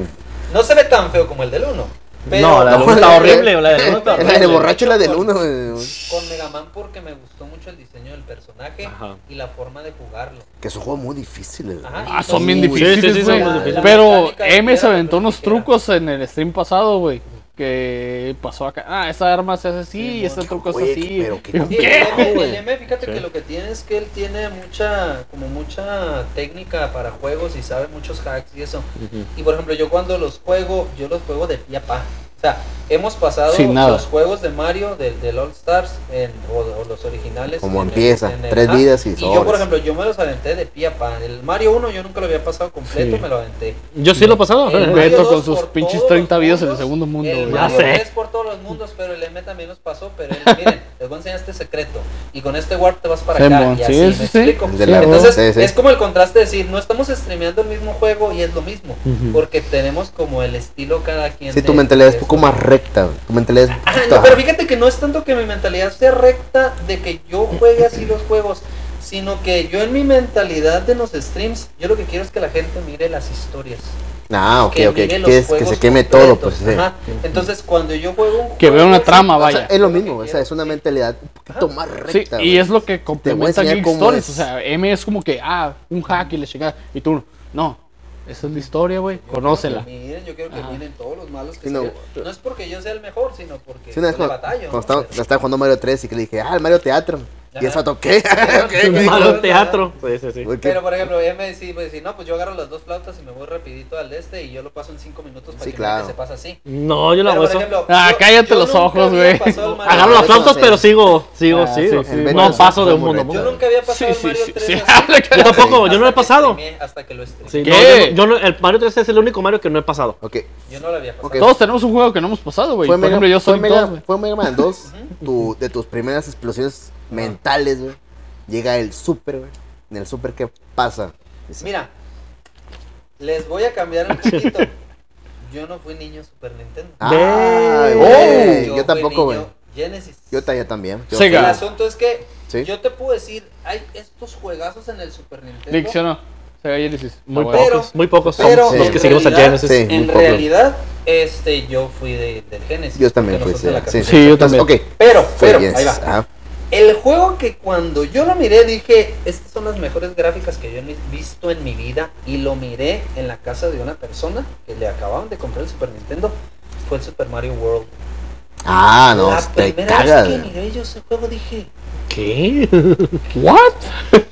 D: No se ve tan feo como el del 1. Pero
C: No, la del
B: No,
C: uno está
B: la-
C: horrible, la del uno está
B: La
C: horrible.
B: de borracho y la del 1, güey.
D: Con Mega Man porque me gustó mucho el diseño del personaje
C: Ajá.
D: y la forma de jugarlo.
B: Que son juegos muy difíciles, güey.
D: Ajá.
A: Ah, son bien
B: Sí, sí,
C: sí,
A: difíciles,
C: son
A: güey.
C: muy difíciles.
A: Pero
D: Mecánica de
A: M se
D: piedra,
A: aventó
D: pero
A: unos
D: ni siquiera.
A: trucos en el stream pasado, güey. Que pasó acá. Ah, esta arma se hace así
D: Sí,
A: y este truco es
B: Oye,
A: así.
B: pero
A: Y
B: qué
A: yo,
D: Sí,
A: ¿qué?
D: el M,
B: güey?
D: el M, fíjate que lo que tiene es que él tiene mucha, como mucha técnica para juegos y sabe muchos hacks y eso. Y por ejemplo, yo cuando los juego, yo los juego de pie a pa. O sea, hemos pasado
A: Sin nada.
D: los juegos de Mario, del, del All Stars, en- o, o los originales.
B: Como
D: en el-
B: empieza,
D: en el-
B: tres
D: ajá.
B: vidas y
D: Y yo, por
B: sobres.
D: ejemplo, yo me los aventé de pie a pa. El Mario 1 yo nunca lo había pasado completo, me lo aventé.
C: Yo sí lo he pasado.
D: El
A: Beto
D: Mario 2
A: con sus
D: por
A: pinches
D: todos
A: 30
D: los
A: vidas en el
D: mundos,
A: segundo mundo,
D: El
A: güey.
C: Ya
D: Mario
C: sé.
D: 3 por todos los mundos, pero el M también los pasó. Pero él, miren, les voy a enseñar este secreto. Y con este warp te vas para
A: Simón,
D: acá. Y así,
A: sí,
D: ¿me
A: sí, sí.
D: explico?
B: El de la-
D: Entonces,
B: sí, sí.
D: es como el contraste de decir, no estamos streameando el mismo juego y es lo mismo. Porque tenemos como el estilo cada quien.
B: Sí,
D: de-
B: tu mentalidad es
D: de
B: un poco
D: eso.
B: más recta, güey. Tu mentalidad es un
D: Ah,
B: poquito-
D: no, pero fíjate que no es tanto que mi mentalidad sea recta de que yo juegue así los juegos, sino que yo en mi mentalidad de los streams, yo lo que quiero es que la gente mire las historias.
B: Ah, ok,
D: que
B: ok.
D: mire los
B: Que, es- que
D: juegos
B: se queme todo,
D: completos.
B: pues. sí.
D: Ajá. Entonces, cuando yo juego un
A: Que vea
D: juego
A: una
D: así,
A: trama,
D: o
A: Ah,
D: sea,
A: vaya.
B: O sea, es lo
D: que
B: mismo, o sea,
D: quiero,
B: es una
D: sí.
B: mentalidad un poquito más
A: Sí,
B: recta.
A: y
B: güey.
A: es lo que complementa
B: enseñar
A: Geek
B: cómo
A: Stories.
B: es.
A: O sea, M es como que, ah, un hack y le llega. Y tú, no. Esa es la historia, güey.
D: Yo
A: Conócela.
D: quiero que miren, yo quiero que
A: Ajá.
D: miren todos los malos que
B: Sí, no.
D: salieron. no, es porque yo sea el mejor, sino porque
B: Sí, una vez
D: yo
B: cuando,
D: le batallo,
B: cuando
D: ¿no?
B: estaba,
D: Pero-
B: estaba jugando Mario 3 y que le dije, ah, el Mario Teatro. Y
D: pues. Ajá.
B: eso toqué.
D: Sí,
C: Malo
D: sí.
C: teatro. Sí, sí, sí.
D: Pero por ejemplo, él me decía, pues, si no, pues yo agarro las dos flautas y me voy rapidito al de este y yo lo paso en cinco minutos para
B: Sí,
D: que
B: claro.
D: vean que se pasa así.
C: No, yo lo
D: Pero,
C: hago
D: por
C: eso.
D: ejemplo,
A: Ah,
D: yo-
A: cállate
D: yo
A: los
D: nunca
A: ojos,
D: había
A: güey.
D: pasado el Mario
C: Agarro las
B: eso no
C: flautas,
B: sé.
C: pero sigo, sigo,
A: Ah,
C: sigo.
A: sí, sí.
C: No
B: Beto,
C: paso de un
B: muy
C: mundo a
B: recto.
D: Yo
C: otro.
D: nunca había
A: Sí,
D: pasado el
A: sí,
D: Mario
A: sí,
D: 3
A: sí.
D: así.
A: Yo
C: tampoco, yo no lo he
D: Hasta que
C: pasado.
D: streameé, Hasta que lo streameé.
C: Sí, no,
A: ¿Qué?
C: yo no- yo no- el Mario 3 es el único Mario que no he pasado.
B: ok.
D: Yo no lo había pasado.
B: Ok.
A: Todos tenemos un juego que no hemos pasado, güey.
B: Fue
A: Pues, Por ejemplo,
B: Mega,
A: yo
B: fue
A: soy
B: Mega-
A: dos, güey.
B: fue Mega Man 2, tu- de tus primeras explosiones mentales, güey. Llega el Super, güey. En el Super, ¿qué pasa? Dice,
D: Mira, les voy a cambiar un poquito. Yo no fui niño Super Nintendo.
B: "Ay,
C: Ve.
B: güey, Ah, oh, Yo
D: fui
B: tampoco, güey.
D: niño Genesis.
B: Yo, ta- yo también. Yo-
A: Oh. Sega.
D: El asunto es que
B: Sí.
D: yo te puedo decir, hay estos juegazos en el Super Nintendo.
A: Diccionó. Sega Genesis.
C: Muy
A: Ah, güey.
D: Pero-
C: pocos, muy pocos son
D: Pero
B: Sí.
C: los
D: en
C: que seguimos a
D: realidad-
C: Genesis.
B: Sí. muy
D: En
B: poco.
D: realidad, este, yo fui de, del Genesis.
B: Yo también
D: porque
B: fui
D: nosotros
B: Sega.
D: la
B: Sí,
D: cambiamos.
A: Sí, yo
B: Entonces,
A: también.
B: Ok.
D: Pero,
B: Fue Ah,
D: pero,
B: yes,
D: ahí va.
B: ajá.
D: El juego que cuando yo lo miré dije, estas son las mejores gráficas que yo he visto en mi vida y lo miré en la casa de una persona que le acababan de comprar el Super Nintendo, fue el Super Mario World.
B: Ah, no,
D: la
B: te
D: primera
B: cagas.
D: vez que
B: güey.
D: miré yo ese juego dije,
C: ¿Qué?
A: ¿What?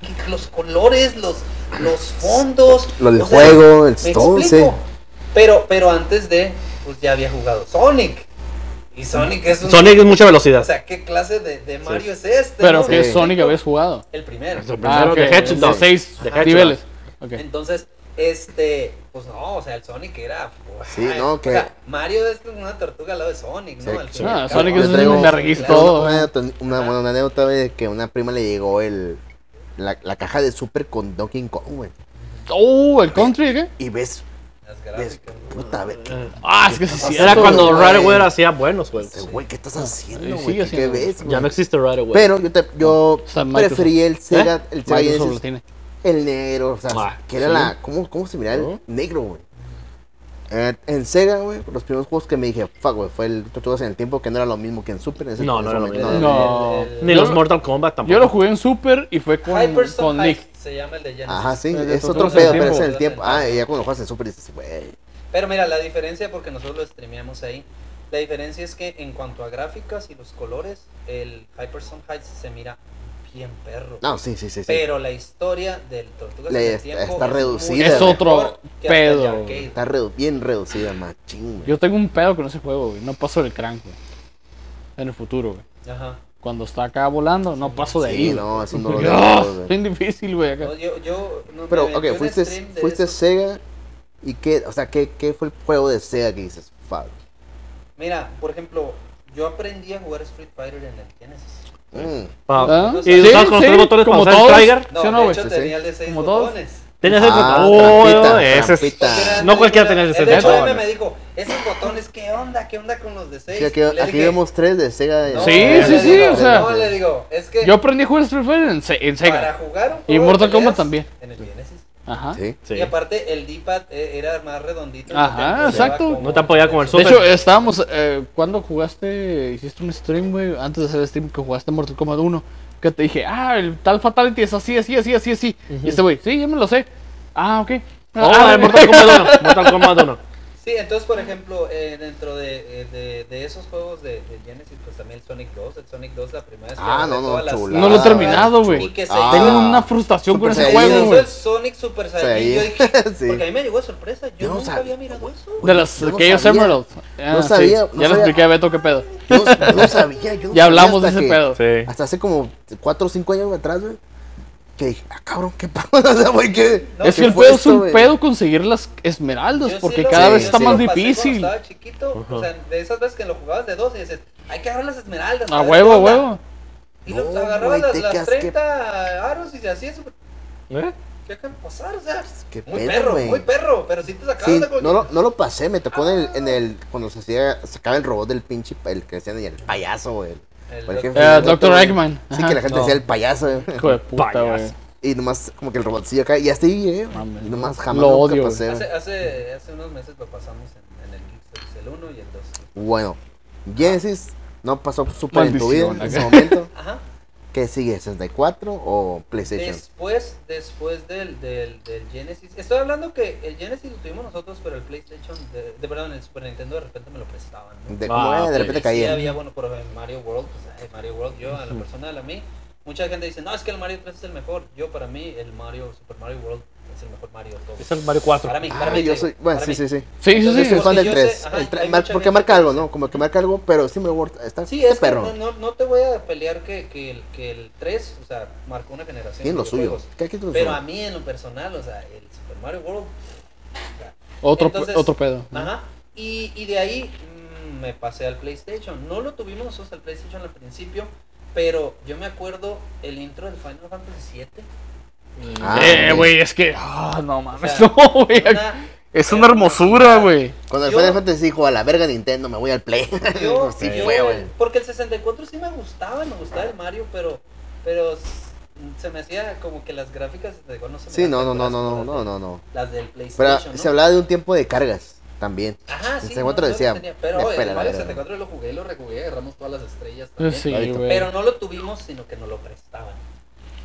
D: que- que los colores, los, los fondos,
B: Lo del
D: o sea,
B: juego, el
D: me
B: Stone,
D: explico. Pero, pero antes de, pues ya había jugado Sonic. Y Sonic es un...
C: Sonic es mucha
D: O
C: velocidad.
D: sea, ¿qué clase de, de Mario es este?
A: Pero
D: no?
A: que
D: Sí.
A: Sonic habías jugado.
D: El primero.
A: Ah,
C: Primero
A: ok.
C: de Hedgehog.
A: De seis
C: De Hedgehog.
A: niveles. Ok.
D: Entonces, este, pues no, o sea, el Sonic era. pues,
B: Sí, no,
D: o
B: que-
D: sea, Mario es como una tortuga al lado de Sonic,
B: Sí,
D: ¿no? Al
B: sí.
D: fin y al
A: Ah,
D: cabo.
A: Sonic
B: Yo
A: es un
B: traigo-
A: verguis
B: traigo
A: todo.
B: Una, anécdota- una,
D: Ajá.
B: bueno, una anécdota de que una prima le llegó el la, la caja de Super con Donkey Kong, güey.
A: Oh, el country, ¿qué?
B: Y ves,
D: Las
B: ves,
D: gráficas.
B: puta, ve, qué-
A: Ah, es que sí, sí.
C: Era
B: Todo,
C: cuando
B: güey.
C: Rareware hacía buenos juegos.
B: Este, güey, ¿qué estás
C: Ah,
B: haciendo,
A: Sí,
B: güey?
A: sigue
B: ¿Qué- ¿Qué
A: haciendo
B: ves,
C: Ya no
B: güey?
C: existe Rareware.
B: Pero yo, te, yo
A: Está en Microsoft.
B: preferí
C: ¿Eh?
B: el Sega, el Sega
A: Microsoft ¿Eh? lo
B: Genesis,
A: tiene.
B: el negro, o sea,
C: Ah,
B: que era
C: sí.
B: la, ¿cómo, cómo se miraba el negro, güey? Eh, en Sega, güey, los primeros juegos que me dije, fuck, güey, fue el Tortugas en el Tiempo, que no era lo mismo que en Super. En ese,
C: No,
B: en ese
C: no era lo
B: momento,
C: mismo.
A: No.
D: El- el-
C: Ni
A: Yo
C: los
A: lo-
C: Mortal Kombat tampoco.
A: Yo lo jugué en Super y fue con,
D: Hyperstone
A: con
D: Heist
A: Nick.
D: se llama el de Genesis.
B: Ajá, sí,
A: Pero
B: es,
A: de
B: otro
A: Tortugas en
B: pedo,
A: el
B: pero es
A: Tiempo.
B: en el tiempo. Ah, y ya cuando juegas en Super dices, güey.
D: Pero mira, la diferencia porque nosotros lo streameamos ahí. La diferencia es que en cuanto a gráficas y los colores, el Hyperstone Heights se mira bien perro.
B: No, sí, sí, sí. sí.
D: Pero la historia del Tortugas
B: Le
D: en el
B: está-
D: Tiempo
B: está reducida,
D: muy
B: Es
D: mejor
A: otro
D: que hasta el de
A: pedo.
D: arcade.
B: Está redu- bien reducida, machín, güey.
A: Yo tengo un pedo con ese juego, güey. No paso del crank, güey. En el futuro, güey.
D: Ajá.
A: Cuando está acá volando, no paso de ahí.
B: Sí, no, es un dolor
A: güey.
B: de
A: Dios,
B: huevos, güey.
A: bien difícil, güey. acá.
D: No, yo, yo, no,
B: Pero,
D: me aventé
B: ok,
D: un
B: fuiste,
D: stream de
B: fuiste
D: eso.
B: Sega. ¿Y qué? O sea, ¿qué, qué fue el juego de Sega que dices? Fuck.
D: Mira, por ejemplo, yo aprendí a jugar Street Fighter en el Genesis.
B: Mm.
A: Ah,
D: Y
A: sí,
C: usabas con los
A: sí,
C: tres botones
A: como
C: para usar el
A: todos.
C: trigger.
D: No,
A: ¿Sí o no,
D: de
A: güey?
B: Sí,
D: hecho
B: sí.
D: tenía el de seis
A: Como todos.
D: botones.
C: Tenías el
B: Ah,
C: control. Oh,
B: trampita,
E: ese es-
B: trampita.
D: Porque era-
C: No cualquiera tenía el de seis
D: De hecho,
E: botones.
D: M me dijo, esos botones, ¿qué onda? ¿Qué onda con los de seis?
B: Sí, aquí,
D: Y le
B: aquí
D: dije,
B: vemos tres de Sega.
D: "No,
A: Sí,
D: le
A: sí, sí,
D: digo,
A: o sea,
D: No, le digo, es que
A: Yo aprendí a jugar Street Fighter en, Se- en
D: para
A: Sega.
D: jugar un
A: Y
D: juego de
A: Mortal Kombat
D: peleas
A: también.
D: En el Genesis.
A: Ajá.
B: Sí.
C: Sí.
D: Y aparte, el D-pad eh, era más redondito. no
A: Ajá,
D: te apoyaba
A: exacto.
D: como-
C: No te apoyaba como el
A: De
C: Súper.
A: hecho, estábamos. Eh, cuando jugaste, hiciste un stream, güey, antes de hacer el stream que jugaste Mortal Kombat 1, que te dije, ah, el tal Fatality es así, así, así, así, así. Y este güey, sí, ya me lo sé. Ah, ok.
C: Oh,
A: ah,
C: el Mortal Kombat 1. Mortal Kombat 1.
D: Sí, entonces, por ejemplo, eh, dentro de, eh, de, de esos juegos de, de Genesis, pues también el Sonic 2. El Sonic 2, la primera vez que
B: Ah,
D: agarré
B: no, no,
D: todas las
B: chulada,
A: No lo he
D: sagas
A: terminado,
D: Y
A: güey.
D: que se
B: Ah.
D: hizo-
A: Tengo una frustración con
B: Super
A: ese
D: se
B: Saiyajin.
A: juego,
D: hizo
A: güey.
D: el Sonic Super
B: Sí.
D: Saiyajin. Yo dije,
B: Sí.
D: porque a mí me llegó de sorpresa. Yo,
B: Yo no
D: nunca
B: sabía,
D: había mirado eso.
A: De las
B: Yo no
A: Chaos
B: sabía.
A: Emeralds. Ah,
B: No
A: sí.
B: sabía, no
A: Ya le
B: sabía.
A: expliqué a Beto qué pedo.
B: Yo, yo no sabía, yo no sabía
A: Ya hablamos de
B: hasta
A: ese
B: que-
A: pedo.
C: Sí.
B: Hasta hace como 4 o 5 años atrás, güey. Que dije, ah, cabrón, qué pedo. O sea, güey, ¿qué,
D: No,
A: es
B: qué
A: que el
B: fue
A: pedo es
B: esto,
A: un
B: güey?
A: pedo conseguir las esmeraldas,
D: Yo sí
A: pues, porque
D: lo-
A: cada
B: sí,
A: vez está
B: sí
A: más
D: lo pasé
A: difícil.
D: cuando Estaba chiquito, o sea, de esas veces que lo jugabas de dos y dices, hay que agarrar las esmeraldas.
A: A
D: ver
A: huevo,
D: qué
A: a
D: onda".
A: huevo.
D: Y
B: No,
D: los agarrabas
B: güey,
D: las,
B: te
D: las
B: quedas que-
D: 30 aros y se hacía eso.
C: ¿Eh?
D: ¿Qué acaba de pasar? O sea,
B: Qué
D: muy
B: pedo,
D: perro,
B: güey.
D: muy perro, pero si te sacabas
B: Sí,
D: de con-
B: no lo, no lo pasé, me tocó en el, en el cuando se hacía, sacaba el robot del pinche, pa- el que decían, y el payaso, güey.
D: El
B: O el jefe
D: doctor-
A: Eh,
B: del
A: Dr.
B: güey.
A: Eggman.
B: Sí,
A: Ajá.
B: que la gente decía el payaso, güey.
A: Hijo de puta,
C: Payaso.
A: güey.
B: Y nomás, como que el robotcillo acá, y hasta ahí llegué, güey.
A: Mames.
B: Y nomás jamás
A: Lo
B: nunca
A: odio, güey.
B: pasé,
D: hace,
B: güey.
D: hace, hace unos meses lo pasamos en, en el Kickstarter, el 1 y el 2.
B: Bueno, Genesis no pasó súper en tu vida en
A: Maldición,
B: ese
A: acá.
B: momento.
D: Ajá.
B: ¿Qué sigue, 64 o PlayStation?
D: Después, después del, del, del Genesis. Estoy hablando que el Genesis lo tuvimos nosotros, pero el PlayStation, de, de- perdón, el Super Nintendo de repente me lo prestaban. ¿no?
B: De,
C: Ah,
B: como, eh, de repente
D: Y sí
B: caía.
D: había, bueno, por ejemplo, Mario World, pues, ay, Mario World, yo a la personal, a mí, mucha gente dice, no, es que el Mario 3 es el mejor. Yo, para mí, el Mario, Super Mario World es el mejor Mario de todos.
C: Es el Mario 4.
D: Para mí, para
B: Ah,
D: mí.
B: yo
D: digo,
B: soy, bueno,
D: para
B: sí,
D: mí.
B: sí, sí.
A: Sí, sí,
B: Yo
A: sí.
B: soy fan
D: Porque
B: del
D: yo sé-
B: 3.
D: ajá,
B: el tre-
D: hay
B: mar-
D: mucha
B: porque
D: gente
B: marca
D: que
B: algo,
D: dice-
B: ¿no? Como que marca algo, pero sí me gusta. Está,
D: Sí,
B: está
D: es
B: Este
D: que
B: perro.
D: no, no, no te voy a pelear que, que, el- que el 3, o sea, marcó una generación.
B: Tiene
D: de
B: lo suyo.
D: videojuegos.
B: ¿Qué- qué tiene lo
D: Pero
B: suyo?
D: a mí en lo personal, o sea, el Super Mario World. o sea,
A: Otro,
D: Entonces-
A: otro pedo.
D: Ajá. Y, y de ahí mm, me pasé al PlayStation. No lo tuvimos nosotros al PlayStation al principio, pero yo me acuerdo el intro del Final Fantasy VII.
B: Ah,
A: eh,
B: ok.
A: güey, es que. Ah, no mames.
D: O sea,
A: no, güey.
D: Una-
A: Es una hermosura, güey.
B: Cuando el
D: yo-
B: Final Fantasy dijo a la verga Nintendo, me voy al Play.
D: Yo,
B: sí,
D: yo-
B: fue, güey.
D: porque el 64 sí me gustaba, me gustaba el Mario, pero, pero s- se me hacía como que las gráficas de no se me
B: Sí, no, no,
D: dan
B: no,
D: tan
B: no, no,
D: puras como
B: no,
D: las
B: no, no.
D: de- Las del PlayStation.
B: Pero
D: ¿no?
B: se hablaba de un tiempo de cargas también.
D: Ajá, sí.
B: 64
D: no, yo
B: decía,
D: tenía- pero
B: me
D: oye,
B: pela
D: el
B: la
D: Mario
B: verga.
D: 64 lo jugué y lo rejugué, agarramos todas las estrellas también.
A: Pues Sí,
B: Ahorita.
A: güey.
D: Pero no lo tuvimos, sino que nos lo prestaban.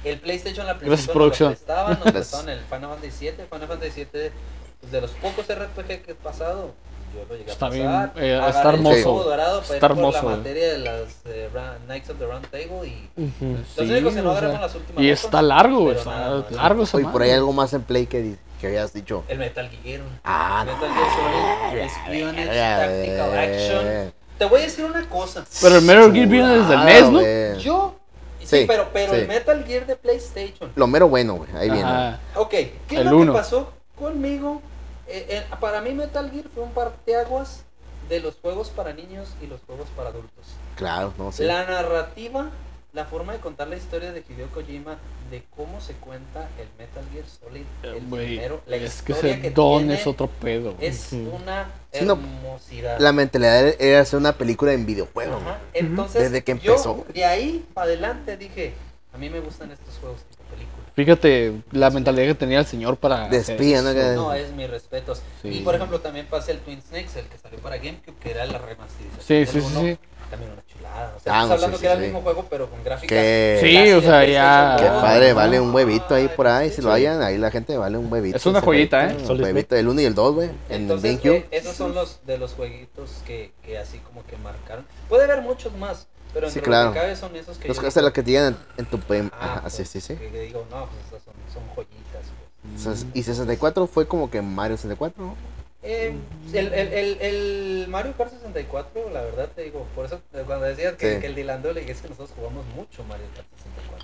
D: El PlayStation
A: Gracias,
D: al principio nos lo
A: producción.
D: prestaban, nos
B: Gracias.
D: prestaban el Final Fantasy VII. Final Fantasy VII, pues, de los pocos RPG que he pasado, yo lo llegué
A: Está
D: a
A: bien,
D: pasar.
A: eh,
D: Agarré
A: está
D: el
B: hermoso.
D: globo dorado
A: Está
D: para ir por
A: hermoso,
D: la
A: güey.
D: materia de las eh, Ra- Knights of the Round Table y...
A: Sí,
D: Los únicos que no
A: o sea,
D: agarraron las últimas
A: Y
D: dos,
A: está largo, güey.
D: pero nada
A: Está
D: más.
A: largo esa
B: Y por ahí
A: madre.
B: algo más en Play que, di- que habías dicho.
D: El Metal Gear. güey.
B: Ah, no.
D: Metal Gear Solid, Espionage, Tactical este Action. Te voy a decir una cosa.
A: Pero el Metal Gear viene desde
B: Ah,
A: el NES, ¿no?
B: NES,
D: Yo...
B: Sí,
D: Sí, pero, pero
B: sí.
D: el Metal Gear de PlayStation.
B: Lo mero bueno, güey. Ahí viene.
A: Ajá.
D: Ok, ¿qué
A: El
D: es lo
A: uno.
D: que pasó conmigo? Eh, eh, para mí Metal Gear fue un parteaguas de los juegos para niños y los juegos para adultos.
B: Claro, no sé.
D: La narrativa, la forma de contar la historia de Hideo Kojima, de cómo se cuenta el Metal Gear Solid,
A: Eh,
D: el
A: güey,
D: primero, la
A: Es que
D: historia
A: ese
D: que
A: don
D: tiene
A: es otro pedo. güey.
D: es una
B: Sí, no,
D: hermosidad.
B: La mentalidad era hacer una película en videojuego.
D: Ajá,
B: güey.
D: Entonces,
B: Desde que
D: yo
B: empezó.
D: de ahí para adelante dije, a mí me gustan estos juegos tipo película.
A: Fíjate la mentalidad que tenía el señor para.
B: De
A: hacer
B: espía,
A: eso.
B: ¿no? Que-
D: Pues No, es mis respetos.
A: Sí.
D: Y por ejemplo, también pasé el Twin Snakes, el que salió para GameCube, que era la remasterización.
A: Sí,
D: del
A: sí, sí,
D: uno.
A: sí.
D: También una chulada. chulada. O sea,
B: Ah,
D: estás
B: no,
D: hablando
B: sí,
D: que era
B: sí,
D: el
B: sí.
D: mismo juego, pero con gráficas.
B: Que-
D: casi
A: Sí,
D: de
A: o sea,
D: PlayStation
A: ya-
B: Qué
A: Ah,
D: dos.
B: padre,
A: no.
B: vale un huevito ahí por ahí. Si lo
D: Sí.
B: hayan, ahí la gente vale un huevito.
A: Es una
B: ese
A: joyita,
B: jueguito,
A: ¿eh?
B: un
C: Solid
B: huevito, el 1 y el 2, güey. En
D: Entonces, eh,
B: GameCube.
D: esos son los de los jueguitos que, que así como que marcaron. Puede haber muchos más, pero
B: Sí,
D: entre
B: claro.
D: los que cabe son esos que.
B: Los
D: yo
B: que hasta
D: digo,
B: los que te llegan en tu prim-
D: eh, ah,
B: Ajá, sí,
D: pues,
B: sí, sí.
D: Que digo, no, pues estas son, son joyitas. pues.
B: Entonces, Y 64 fue como que Mario 64, ¿no?
D: Eh, el, el, el, el Mario Kart 64, la verdad te digo, por eso eh, cuando decías que,
B: Sí.
D: que el Dylan Dole, es que nosotros jugamos mucho Mario Kart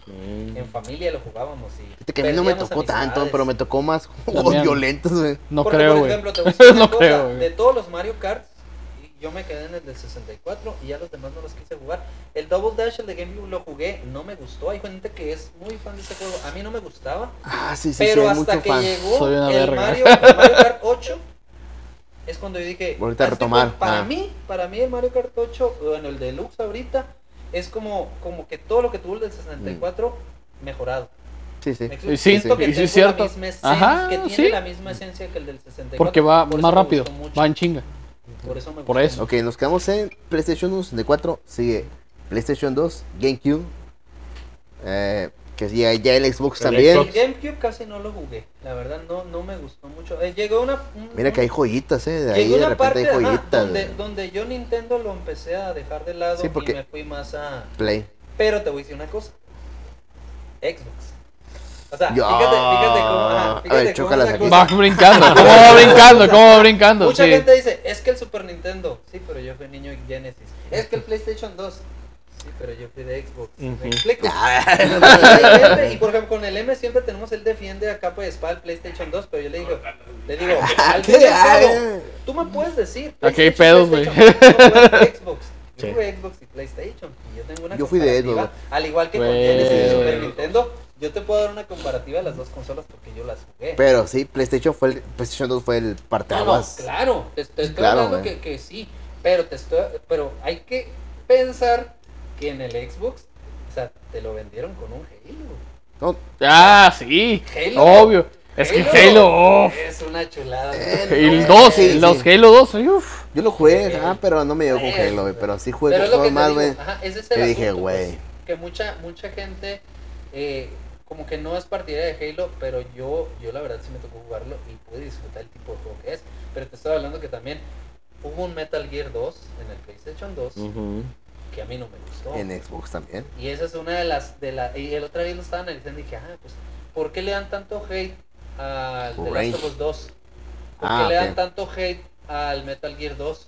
D: 64. En familia lo jugábamos y.
B: Mm. Fíjate que a mí no me
D: perdíamos
B: tocó tanto,
D: amistades.
B: pero me tocó más juegos
A: También.
B: violentos, güey.
A: No
D: Porque,
A: creo,
D: por
A: güey.
D: ejemplo, te voy a decir una
A: No
D: cosa,
A: creo, güey.
D: De todos los Mario Kart, yo me quedé en el del 64 y ya los demás no los quise jugar. El Double Dash, el de GameCube, lo jugué, no me gustó. Hay gente que es muy fan de este juego. A mí no me gustaba.
B: Ah, sí, sí, sí,
D: pero
B: hay
D: hasta
B: mucho
D: que
B: fan.
D: llegó
A: Soy
D: el
A: una verga.
D: Mario, el Mario Kart 8, es cuando yo dije...
B: Ahorita
D: "Ah, este
B: retomar,
D: juego, Para
B: ah.
D: mí, para mí el Mario Kart 8, bueno, el Deluxe ahorita, es como, como que todo lo que tuvo el del 64 mejorado.
B: Sí, sí.
D: Me explico.
A: Mm. Sí, sí,
D: Siento que
A: sí,
D: tengo
A: es cierto.
D: La misma esencia,
A: Ajá,
D: que tiene
A: sí.
D: la misma esencia que el del 64.
A: Porque va
D: Por eso
A: más
D: me
A: rápido.
D: gustó mucho.
A: Va en chinga.
D: Por eso me
A: por
D: gustó
A: eso.
D: mucho.
B: Ok, nos quedamos en PlayStation 1, 64, sigue PlayStation 2, GameCube, eh, que ya, ya el Xbox
C: El
B: también.
D: El GameCube casi no lo jugué. La verdad, no, no me gustó mucho. Eh, llegó una. un-
B: Mira que hay
D: un-
B: joyitas, eh, de ahí
D: llegó
B: de
D: una
B: repente hay
D: parte ajá,
B: joyitas.
D: donde,
B: güey.
D: donde yo Nintendo lo empecé a dejar de lado
B: Sí, porque-
D: y me fui más a.
B: Play.
D: Pero te voy a decir una cosa: Xbox. O sea,
B: Ya.
D: fíjate, fíjate cómo. ajá,
B: A
D: fíjate
B: ver,
D: cómo
B: chócalas
D: una
B: aquí.
D: cosa-
A: Va brincando. ¿Cómo va brincando? ¿Cómo va brincando?
D: Pues Mucha
A: Sí.
D: gente dice, es que el Super Nintendo. Sí, pero yo fui niño en Genesis. Es que el PlayStation 2. Sí, pero yo fui de Xbox.
C: Ujú.
D: ¿Me explico? Hay gente- y por ejemplo, con el M siempre tenemos el defiende a capa de E espada pues, el PlayStation 2, pero yo le digo, le digo,
B: Ah,
D: al E fin y al cabo, tú me puedes decir.
A: Aquí hay pedos,
D: PlayStation,
A: güey.
D: PlayStation, yo jugué Xbox. Yo
C: Sí.
D: jugué Xbox y PlayStation. Y yo tengo una
B: Yo fui de
D: comparativa,
B: Xbox,
D: Al igual que con
A: Güey.
D: Genesis y Super Nintendo, yo te puedo dar una comparativa de las dos consolas porque yo las jugué.
B: Pero sí, PlayStation fue el, PlayStation 2 fue el
D: No, no,
B: parteaguas.
D: claro, te, te estoy
B: Claro,
D: hablando
B: güey.
D: que, que sí, pero te estoy, pero hay que pensar que en el Xbox, o sea, te lo vendieron con un Halo.
B: No,
A: Ah, sí.
D: Halo.
A: Obvio. Es que Halo. oh.
D: Es una chulada.
A: El
D: no,
A: 2,
B: Eh, sí,
A: los
B: sí.
A: Halo 2. uf.
B: yo lo jugué, ah, pero no me llegó con
D: Sí,
B: Halo, güey, pero sí jugué
D: pero es lo
B: jugué
D: que
B: más,
D: más,
B: güey.
D: Ajá, ese es el
B: Yo dije,
D: asunto, pues,
B: güey.
D: que mucha, mucha gente eh, como que no es partidaria de Halo, pero yo, yo la verdad sí me tocó jugarlo y pude disfrutar el tipo de juego que es. Pero te estaba hablando que también hubo un Metal Gear 2 en el PlayStation 2 que a mí no me gustó.
B: En Xbox también.
D: Y esa es una de las de la y el otra vez lo estaba analizando y dije, ah, pues ¿por qué le dan tanto hate al The Last of Us 2? ¿Por
B: Ah,
D: qué le
B: ok.
D: dan tanto hate al Metal Gear 2?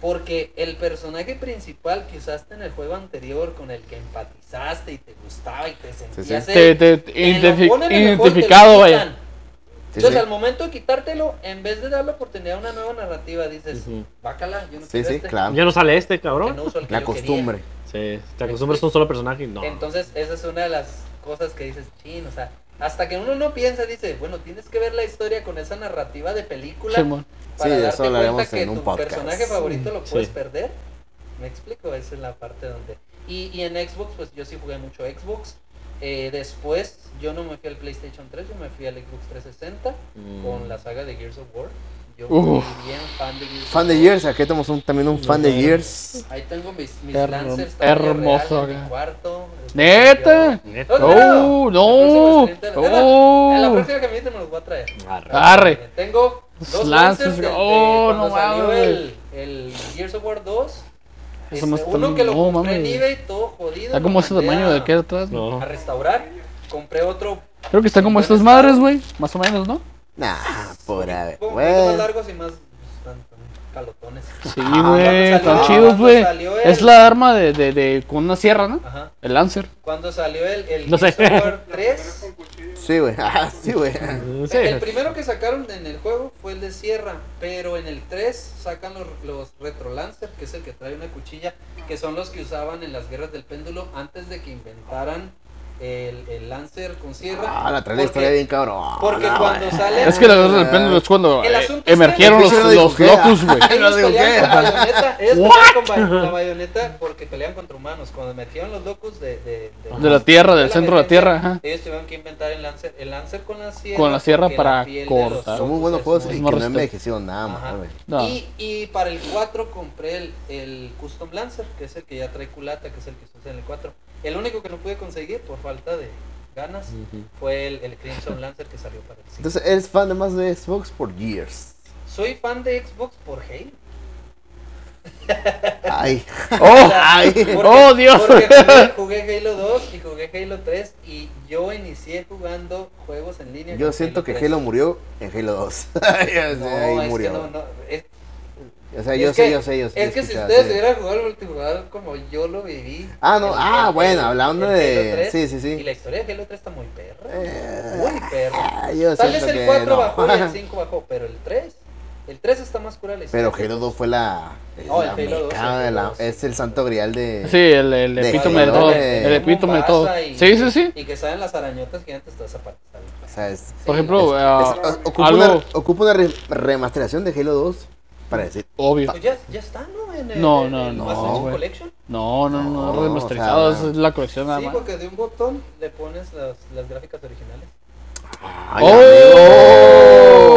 D: Porque el personaje principal que usaste en el juego anterior, con el que empatizaste y te gustaba y te sentías
B: sí.
A: Te,
D: él,
A: te-
D: lo
A: identifi-
D: ponen en el juego y te lo
A: identificado,
D: quitan.
A: vaya.
B: Sí,
D: Entonces,
B: sí.
D: al momento de quitártelo, en vez de dar la oportunidad a una nueva narrativa, dices,
C: Ujú.
D: bácala, yo no
B: Sí,
D: quiero
B: sí,
D: este,
B: claro.
C: Ya no sale este,
D: que
C: cabrón.
D: no uso el que
B: La
D: yo quería".
B: costumbre.
C: Sí, te acostumbras a un solo personaje y no.
D: Entonces, esa es una de las cosas que dices, chin, o sea, hasta que uno no piensa, dice, bueno, tienes que ver la historia con esa narrativa de película
A: Simón.
B: Sí,
D: para
B: de
D: darte
B: eso
D: cuenta
B: hablaremos
D: que
B: en un
D: tu
B: podcast.
D: personaje favorito lo
C: Sí.
D: puedes perder. Me explico, esa es la parte donde... Y, y en Xbox, pues yo sí jugué mucho Xbox. Eh, después, yo no me fui al PlayStation 3, yo me fui al Xbox 360
C: Mm.
D: con la saga de Gears of War. Yo
A: Uf.
D: fui bien fan de Gears of
B: Fan de
D: War.
B: Years, aquí tenemos un, también un fan de Years.
D: Ahí tengo mis, mis
A: Hermo-
D: lancers. tamaño
A: hermoso
D: real en mi
A: acá.
D: cuarto. este,
A: Neta.
C: Neta.
A: No,
D: No,
A: no.
D: La
A: No.
D: próxima que me inviten me los voy a traer. Eh,
C: Arre.
A: Arre.
D: Tengo dos
A: Los
D: lancers.
A: lancers,
D: de- de
A: oh,
D: cuando
A: no
D: salió
A: mames.
D: el, el Gears of War 2.
A: Eso
D: Este,
A: no está-
D: uno que lo
A: no,
D: compré
A: mames.
D: en eBay, todo jodido.
A: Está
D: lo
A: como ese
D: mandé
A: tamaño
D: a-
A: de aquí atrás. güey.
C: No.
D: A restaurar. Compré otro.
A: Creo que está como estas madres, güey. Más o menos, ¿no?
B: Nah, por ahí.
D: Un poquito más
B: güey.
D: largos y más pues, tan- tan calotones.
A: Sí,
D: cuando
A: güey. Están
D: salió-
A: chidos,
D: cuando
A: güey.
D: salió
A: Es
D: el-
A: la arma de, de, de- con una sierra, ¿no?
D: Ajá.
A: El Lancer.
D: Cuando salió el, el
C: No sé.
D: Gears of War 3.
B: Sí, güey. Ah, sí, güey.
C: Sí.
D: El primero que sacaron en el juego fue el de Sierra, pero en el 3 sacan los, los Retro Lancer, que es el que trae una cuchilla, que son los que usaban en las guerras del péndulo antes de que inventaran el, el Lancer con sierra.
B: Ah, la trae la historia bien cabrón.
D: porque
B: no,
D: cuando
B: güey.
D: sale-
A: Es que los- de repente es cuando
D: El
A: eh,
D: asunto es que-
A: emergieron los,
B: Eso no digo
A: los
B: qué.
A: locus, güey.
B: No digo qué.
D: La bayoneta es pelear con ba- la bayoneta porque pelean contra humanos. Cuando metieron los locus de, de,
A: De la tierra, del centro de la
D: defensa,
A: tierra, ajá.
D: Ellos tuvieron que inventar el lancer, el lancer con la sierra.
A: Con la sierra
D: porque
A: para
D: piel de
A: cortar.
D: los locus
B: Son muy buenos
D: es
B: juegos
D: muy-
B: y que
A: muy
B: no
A: respeto.
B: envejecieron nada
D: Ajá.
B: más, güey.
A: No.
D: Y, y para el 4 compré el, el Custom Lancer, que es el que ya trae culata, que es el que se usa en el 4. El único que no pude conseguir por falta de ganas fue el, el Crimson Lancer que salió para el 5.
B: Entonces, eres fan de más de Xbox por years.
D: Soy fan de Xbox por Halo.
B: Ay.
A: ¡Oh!
B: Ay.
D: Porque-
A: ¡Oh, Dios!
D: Porque jugué, jugué Halo 2 y jugué Halo 3 y yo inicié jugando juegos en línea.
B: Yo
D: con
B: siento que
D: 3.
B: Halo murió en Halo 2.
D: No,
B: Ahí
D: es
B: murió.
D: que no, no, es-
B: O sea, yo
D: es
B: sé,
D: que-
B: yo sé, yo sé.
D: Es que si
B: escuchaba,
D: ustedes
B: sí.
D: hubieran jugado el multijugador como yo lo viví.
B: Ah, no,
D: el-
B: ah,
D: el-
B: bueno,
D: el-
B: hablando
D: el
B: de-
D: Halo 3,
B: sí, sí, sí.
D: Y la historia de Halo 3 está muy perra.
B: Eh,
D: muy perra.
B: Ah, yo
D: Tal vez
B: siento que
D: el 4
B: no.
D: bajó y el 5 bajó, pero el 3. El 3 está más cura la historia.
B: Pero Halo 2 fue la. es
D: No, Oh, el
B: la
D: Halo 2,
B: meca,
D: el Halo
B: la-
D: 2,
B: es
D: sí.
B: el santo grial de.
A: Sí, el, el
B: De
A: epítome de
B: Halo,
A: todo.
B: de-
A: El epítome de todo.
D: Mombasa y-
A: Sí, sí, sí.
D: Y que salen las arañotas gigantes, toda esa parte está bien.
B: O sea, es.
A: Por ejemplo,
B: es-
A: ah,
B: o- ocupa,
A: algo
B: una, ocupa una re- remasterización de Halo 2 para decir.
A: obvio.
D: Pues ya, ya está, ¿no? En el,
A: No,
D: en
A: no,
D: el
A: no,
D: Master Chief
B: güey.
D: Collection.
A: No, no, no,
B: No,
A: remasterizado.
B: o sea,
A: esa es la colección nada
D: sí,
A: más.
D: porque de un botón le pones las, las gráficas originales.
B: Ay,
A: ¡Oh!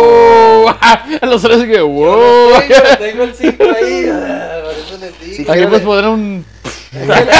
A: Los tres que, wow.
D: Yo lo tengo, tengo el 5 ahí. ah, Por eso les digo.
B: Sí,
A: Aquí puedes poner un. oh".
B: amigo,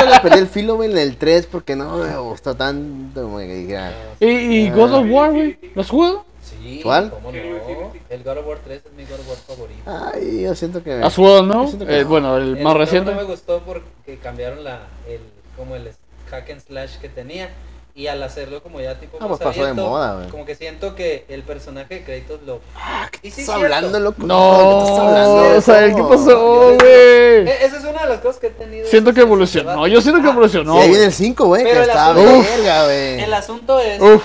B: yo le perdí el filo, güey, en el 3 porque no me gustó tanto. Como que dijera.
A: ¿Y,
B: Ah,
A: y God of War, güey? ¿Lo has jugado?
D: Sí,
B: ¿Cuál?
D: ¿Cómo no? El God of War 3 es mi God of War favorito.
B: Ay, yo siento que.
A: ¿Has jugado, no?
B: Yo siento que
A: Eh,
B: no.
A: Bueno, el más
D: otro
A: reciente.
D: No me gustó porque cambiaron la, el, como el hack and slash que tenía. Y al hacerlo como ya tipo
B: Ah, pues pasó de
D: abierto,
B: moda, güey.
D: Como que siento que el personaje de créditos lo...
A: Ah,
D: Y sí,
B: Estás
D: cierto.
B: hablando, loco.
A: No,
B: estás hablando,
A: o sea, ¿qué
B: loco.
A: pasó,
D: E-
A: güey?
D: Esa es una de las cosas que he tenido.
A: Siento que evolucionó. Yo siento que
D: Ah,
B: Sí,
A: evolucionó.
B: ahí viene
A: güey.
B: el 5, güey, que
D: Pero el
B: está
D: asunto-
B: verga, güey.
D: El asunto es
A: Uf,
B: este.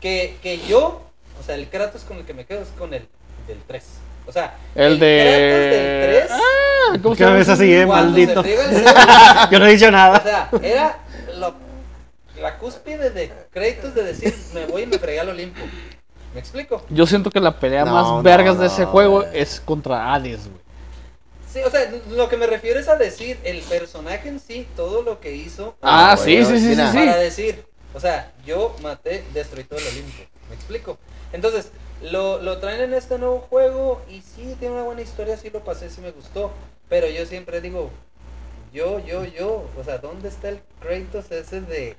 D: que, que yo, o sea, el Kratos con el que me quedo es con el del 3. O sea,
A: El de-
D: Kratos del 3.
A: ah, ¿cómo
C: ¿Qué ves así, eh,
D: cuando
C: maldito?
D: se pega el cero,
C: Yo no he dicho
D: o
C: nada.
D: sea, era lo- la cúspide de créditos de decir, me voy y me fregué al Olimpo. ¿Me explico?
A: Yo siento que la pelea
B: No, no,
A: más vergas de ese
B: no,
A: juego
B: güey.
A: es contra Hades, güey.
D: Sí, o sea, lo que me refiero es a decir, el personaje en sí, todo lo que hizo
A: Ah, sí,
B: güey, no,
A: sí, sí, sí,
B: mira.
A: sí.
D: para decir, o sea, yo maté, destruí todo el Olimpo. ¿Me explico? Entonces, lo, lo traen en este nuevo juego y sí, tiene una buena historia, sí lo pasé, sí me gustó. Pero yo siempre digo, yo, yo, yo, o sea, ¿dónde está el Kratos ese de...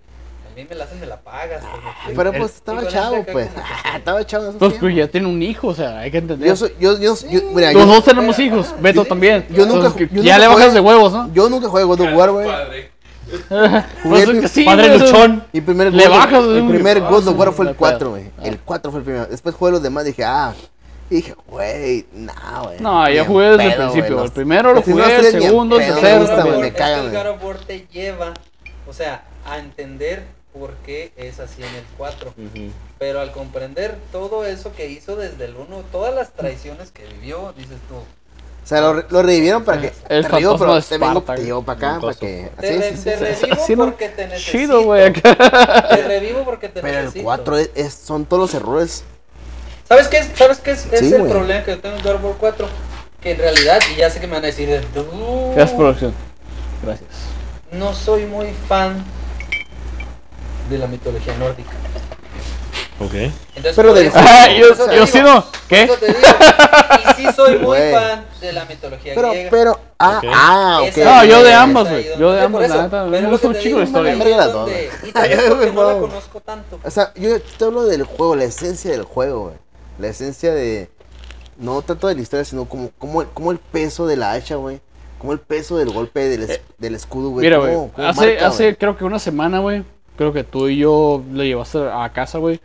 D: A mí me la hacen, me la pagas. pues, ¿me explico?
B: Pero pues
D: Y
B: estaba
D: con ese
B: chavo,
D: acá
B: pues.
D: como que-
B: Estaba chavo en esos
A: Entonces, pues
B: tiempos.
A: ya tiene un hijo, o sea, hay que entender.
B: Yo soy, yo, yo, yo, mira,
A: Los
B: yo,
A: dos tenemos hijos, Beto también.
B: yo nunca
A: Entonces,
B: ju- yo
A: ya
B: nunca
A: le bajas
B: jugué-
A: de huevos, ¿no?
B: yo nunca jugué God of War, güey.
A: No,
B: Jugué
A: eso
B: el-
A: que sí,
E: Padre
A: güey, eso-
E: luchón.
B: Mi primer
A: Le
B: God of-
A: bajas,
B: mi
A: güey.
B: primer
A: Ah,
B: God of War fue
A: no
B: el
A: hay
B: 4,
A: pedo.
B: güey. El 4 fue el primero. Después jugué los demás y dije, ah. Y dije, güey, nah, güey.
A: No,
B: ni
A: yo
B: en
A: jugué desde el
B: pedo, güey,
A: principio.
B: los-
A: El primero lo
B: si no
A: jugué, el
B: haces ni en
A: segundo, el
B: pedo,
D: Pero
A: tercero.
B: me gusta,
D: el God of
B: güey,
D: War-
B: me
D: es que
B: cagan,
D: el
B: güey.
D: God of War te lleva, o sea, a entender por qué es así en el 4. Pero al comprender todo eso que hizo desde el 1, todas las traiciones que vivió, dices tú,
B: O sea, lo, lo revivieron para que.
A: El
B: te revivo,
A: fantasma
B: pero
A: de
B: te vengo,
A: Esparta,
B: te llevo para acá, para
C: Montoso.
B: que.
D: te,
B: así,
D: re-
B: sí, sí, sí.
D: te revivo
A: sí, no.
D: porque te necesito.
A: Chido, güey. acá.
D: Te revivo porque te
B: Pero el
D: necesito.
B: 4 es, es- son todos los errores.
D: ¿Sabes qué es, sabes qué es, es
B: Sí,
D: el
B: güey.
D: problema que yo tengo en God of War 4? Que en realidad, y ya sé que me van a decir, "Uh,
A: Gracias, producción. Gracias.
D: no soy muy fan de la mitología nórdica.
E: Ok.
D: Entonces,
B: Pero
D: por
B: del
D: eso-
B: juego.
D: por
A: Ah, Yo-
D: eso te
A: yo
D: digo,
A: sí no.
D: por
A: ¿Qué?
D: eso te digo, Y sí soy muy
B: Güey.
D: fan de la mitología
B: Pero,
D: griega.
B: pero. Ah,
E: Ok.
B: ah, ok.
D: Esa
A: No, yo de
D: es
A: ambas,
D: ahí
A: güey.
D: donde-
A: Yo de
D: Sí, por
A: ambas,
D: eso,
A: la neta, me
D: pero es
A: gusta
D: lo
A: un
D: que te
A: chingo la
D: digo,
A: historia.
D: ahí
B: Verga las
D: donde-
B: dos,
D: Y también
B: güey.
D: porque no la
B: Wow.
D: conozco tanto.
B: O sea, yo te hablo del juego, la esencia del juego, güey. La esencia de. No tanto de la historia, sino como, como, el, como el peso de la hacha, güey. Como el peso del golpe del, es- del escudo, güey.
A: Mira,
B: Cómo-
A: güey.
B: cómo
A: Hace,
B: marca,
A: hace
B: güey.
A: creo que una semana, güey. Creo que tú y yo lo llevaste a casa, güey.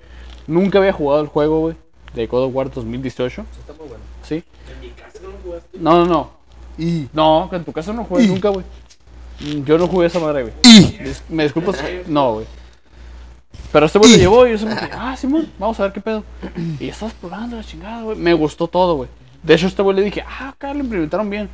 A: Nunca había jugado el juego, güey. De God of War 2018.
D: Está muy bueno.
A: ¿Sí? ¿En mi casa no jugaste? No, no, no.
B: Y.
A: No, que en tu casa no jugué nunca, güey. Mm, Yo no jugué esa madre, güey. Dis- ¿Me disculpas? No, güey. Pero este güey lo llevó y yo se me dije, ah, Simón, vamos a ver qué pedo. Y estaba explorando la chingada, güey. Me gustó todo, güey. De hecho, este güey le dije, ah, acá lo implementaron bien.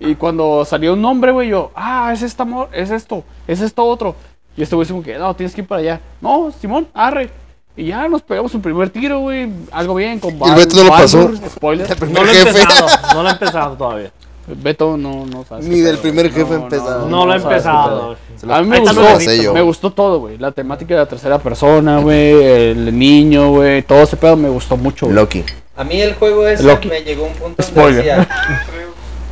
A: Y cuando salió un nombre, güey, yo, ah, es, esta mo- es esto, es esto otro. Y este güey es como que, no, tienes que ir para allá. No, Simón, arre. Y ya nos pegamos un primer tiro, güey. Algo bien con
F: el Beto no lo pasó.
A: Baldur, Spoiler.
C: No lo he empezado, no lo he empezado todavía.
A: Beto no, no sabe.
B: Ni del primer jefe
A: No, no,
B: empezado.
C: No lo he
A: sabes qué
C: empezado.
B: Se lo-
A: A mí me
C: Ahí está
A: gustó,
C: lo
F: que sé yo.
A: me gustó todo, güey. La temática de la tercera persona, güey. El niño, güey. Todo ese pedo me gustó mucho, güey.
B: Loki.
D: A mí el juego ese
A: Loki.
D: me llegó a un punto donde
A: Spoiler.
D: decía,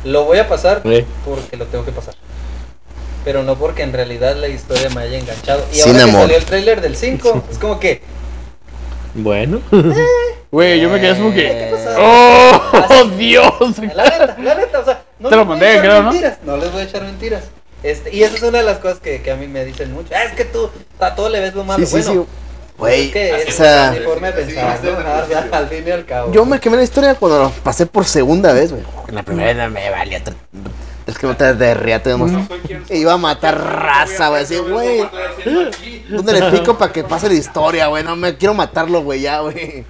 D: lo voy a pasar
C: Sí.
D: porque lo tengo que pasar. Pero no porque en realidad la historia me haya enganchado. Y
F: Sin
D: ahora que
F: amor.
D: salió el tráiler del 5, es como que...
C: Bueno.
A: Güey, yo me quedé como
D: ¿Qué
A: que.
D: pasa?
A: ¡Oh, Dios!
D: La neta, la neta, o sea, no
A: Te lo
D: les voy a
A: mandé,
D: echar
A: creo, ¿no?
D: mentiras, ¿no? les voy a echar mentiras. Este, y esa es una de las cosas que, que a mí me dicen mucho. "Ah, Es que tú a todo le ves lo malo.
B: Sí, sí,
D: bueno,
B: sí. Güey,
D: es que es
B: o sea,
D: mi forma de pensar, ¿no? O sea, al fin y al cabo.
B: yo me quemé la historia cuando lo pasé por segunda vez, güey. La primera vez me valía. tre- Tres kilómetros de riata de monstruo. E iba a matar raza, güey. Así, güey. ¿Dónde le pico para que pase la historia, güey? No me quiero matarlo, güey, ya, güey.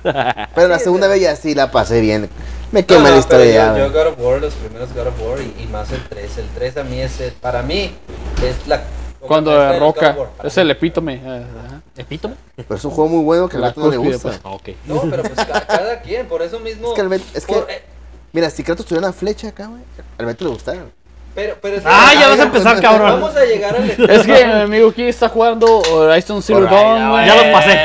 B: Pero la segunda vez ya sí la pasé bien. Me
D: No,
B: quemé la
D: no, pero
B: historia ya,
D: yo, yo
B: güey.
D: God of War, los primeros God of War y, y más el 3. El 3 a mí es, el- para mí, es la...
A: Cuando
D: es el God
A: derroca.
D: of War, para
A: Es
D: mí.
A: el epítome. Ah, ajá.
C: ¿Epítome?
B: Pero es un juego muy bueno que al
A: La
B: Beto no le
A: cúspide,
B: gusta.
A: pues.
C: Ok.
D: No, pero pues ca- cada, quien, por eso mismo...
B: Es que el Bet- es que-
D: por- eh,
B: Mira, si Kratos tuviera una flecha acá, güey, al Beto le gustaba. güey.
D: pero, pero es-
C: Ah, ya vas a empezar, cabrón.
D: Vamos a llegar al...
A: Es que mi amigo aquí está jugando Horizon Zero Dawn, güey.
C: Ya lo pasé.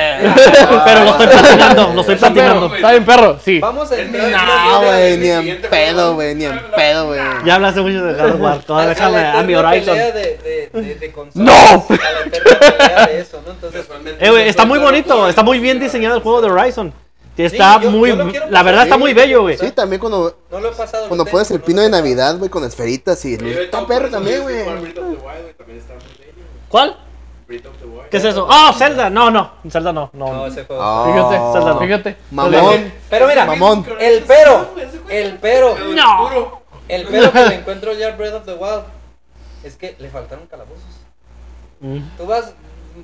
C: Pero lo estoy platinando, lo estoy
A: Está perro,
C: platinando.
A: está bien perro, sí.
D: Vamos a entrar...
B: No, Ah, güey, ni en pedo, güey, ni en pedo, güey.
C: Ya hablaste mucho de God of War. Todavía
D: Hasta
C: déjame
D: la
C: a mi
D: eterna
C: Horizon.
D: pelea de- de- de- de consolas.
A: ¡No!
D: A la eterna pelea de eso, ¿no? Entonces,
C: Eh, güey, está muy bonito, está muy bien diseñado el juego de Horizon. Está
D: Sí, yo- yo
C: muy,
D: lo quiero
C: la verdad
D: pasar.
C: está muy bello, güey.
B: Sí, también cuando,
D: No lo he pasado. lo
B: cuando
D: tengo,
B: pones el
D: no
B: pino
D: lo
B: de
D: he pasado.
B: Navidad, güey, con esferitas y... Está perro también, güey.
C: ¿Cuál? ¿Qué es eso? Ah, Zelda. No, no, Zelda no,
D: No,
C: no.
D: ese juego.
A: Fíjate,
B: Ah,
C: Zelda no.
A: Fíjate.
B: Mamón.
D: Pero mira,
B: Mamón.
D: el pero, el pero,
C: No.
D: el pero que le encuentro ya a Breath of the Wild es que le faltaron calabozos.
A: Mm.
D: Tú vas,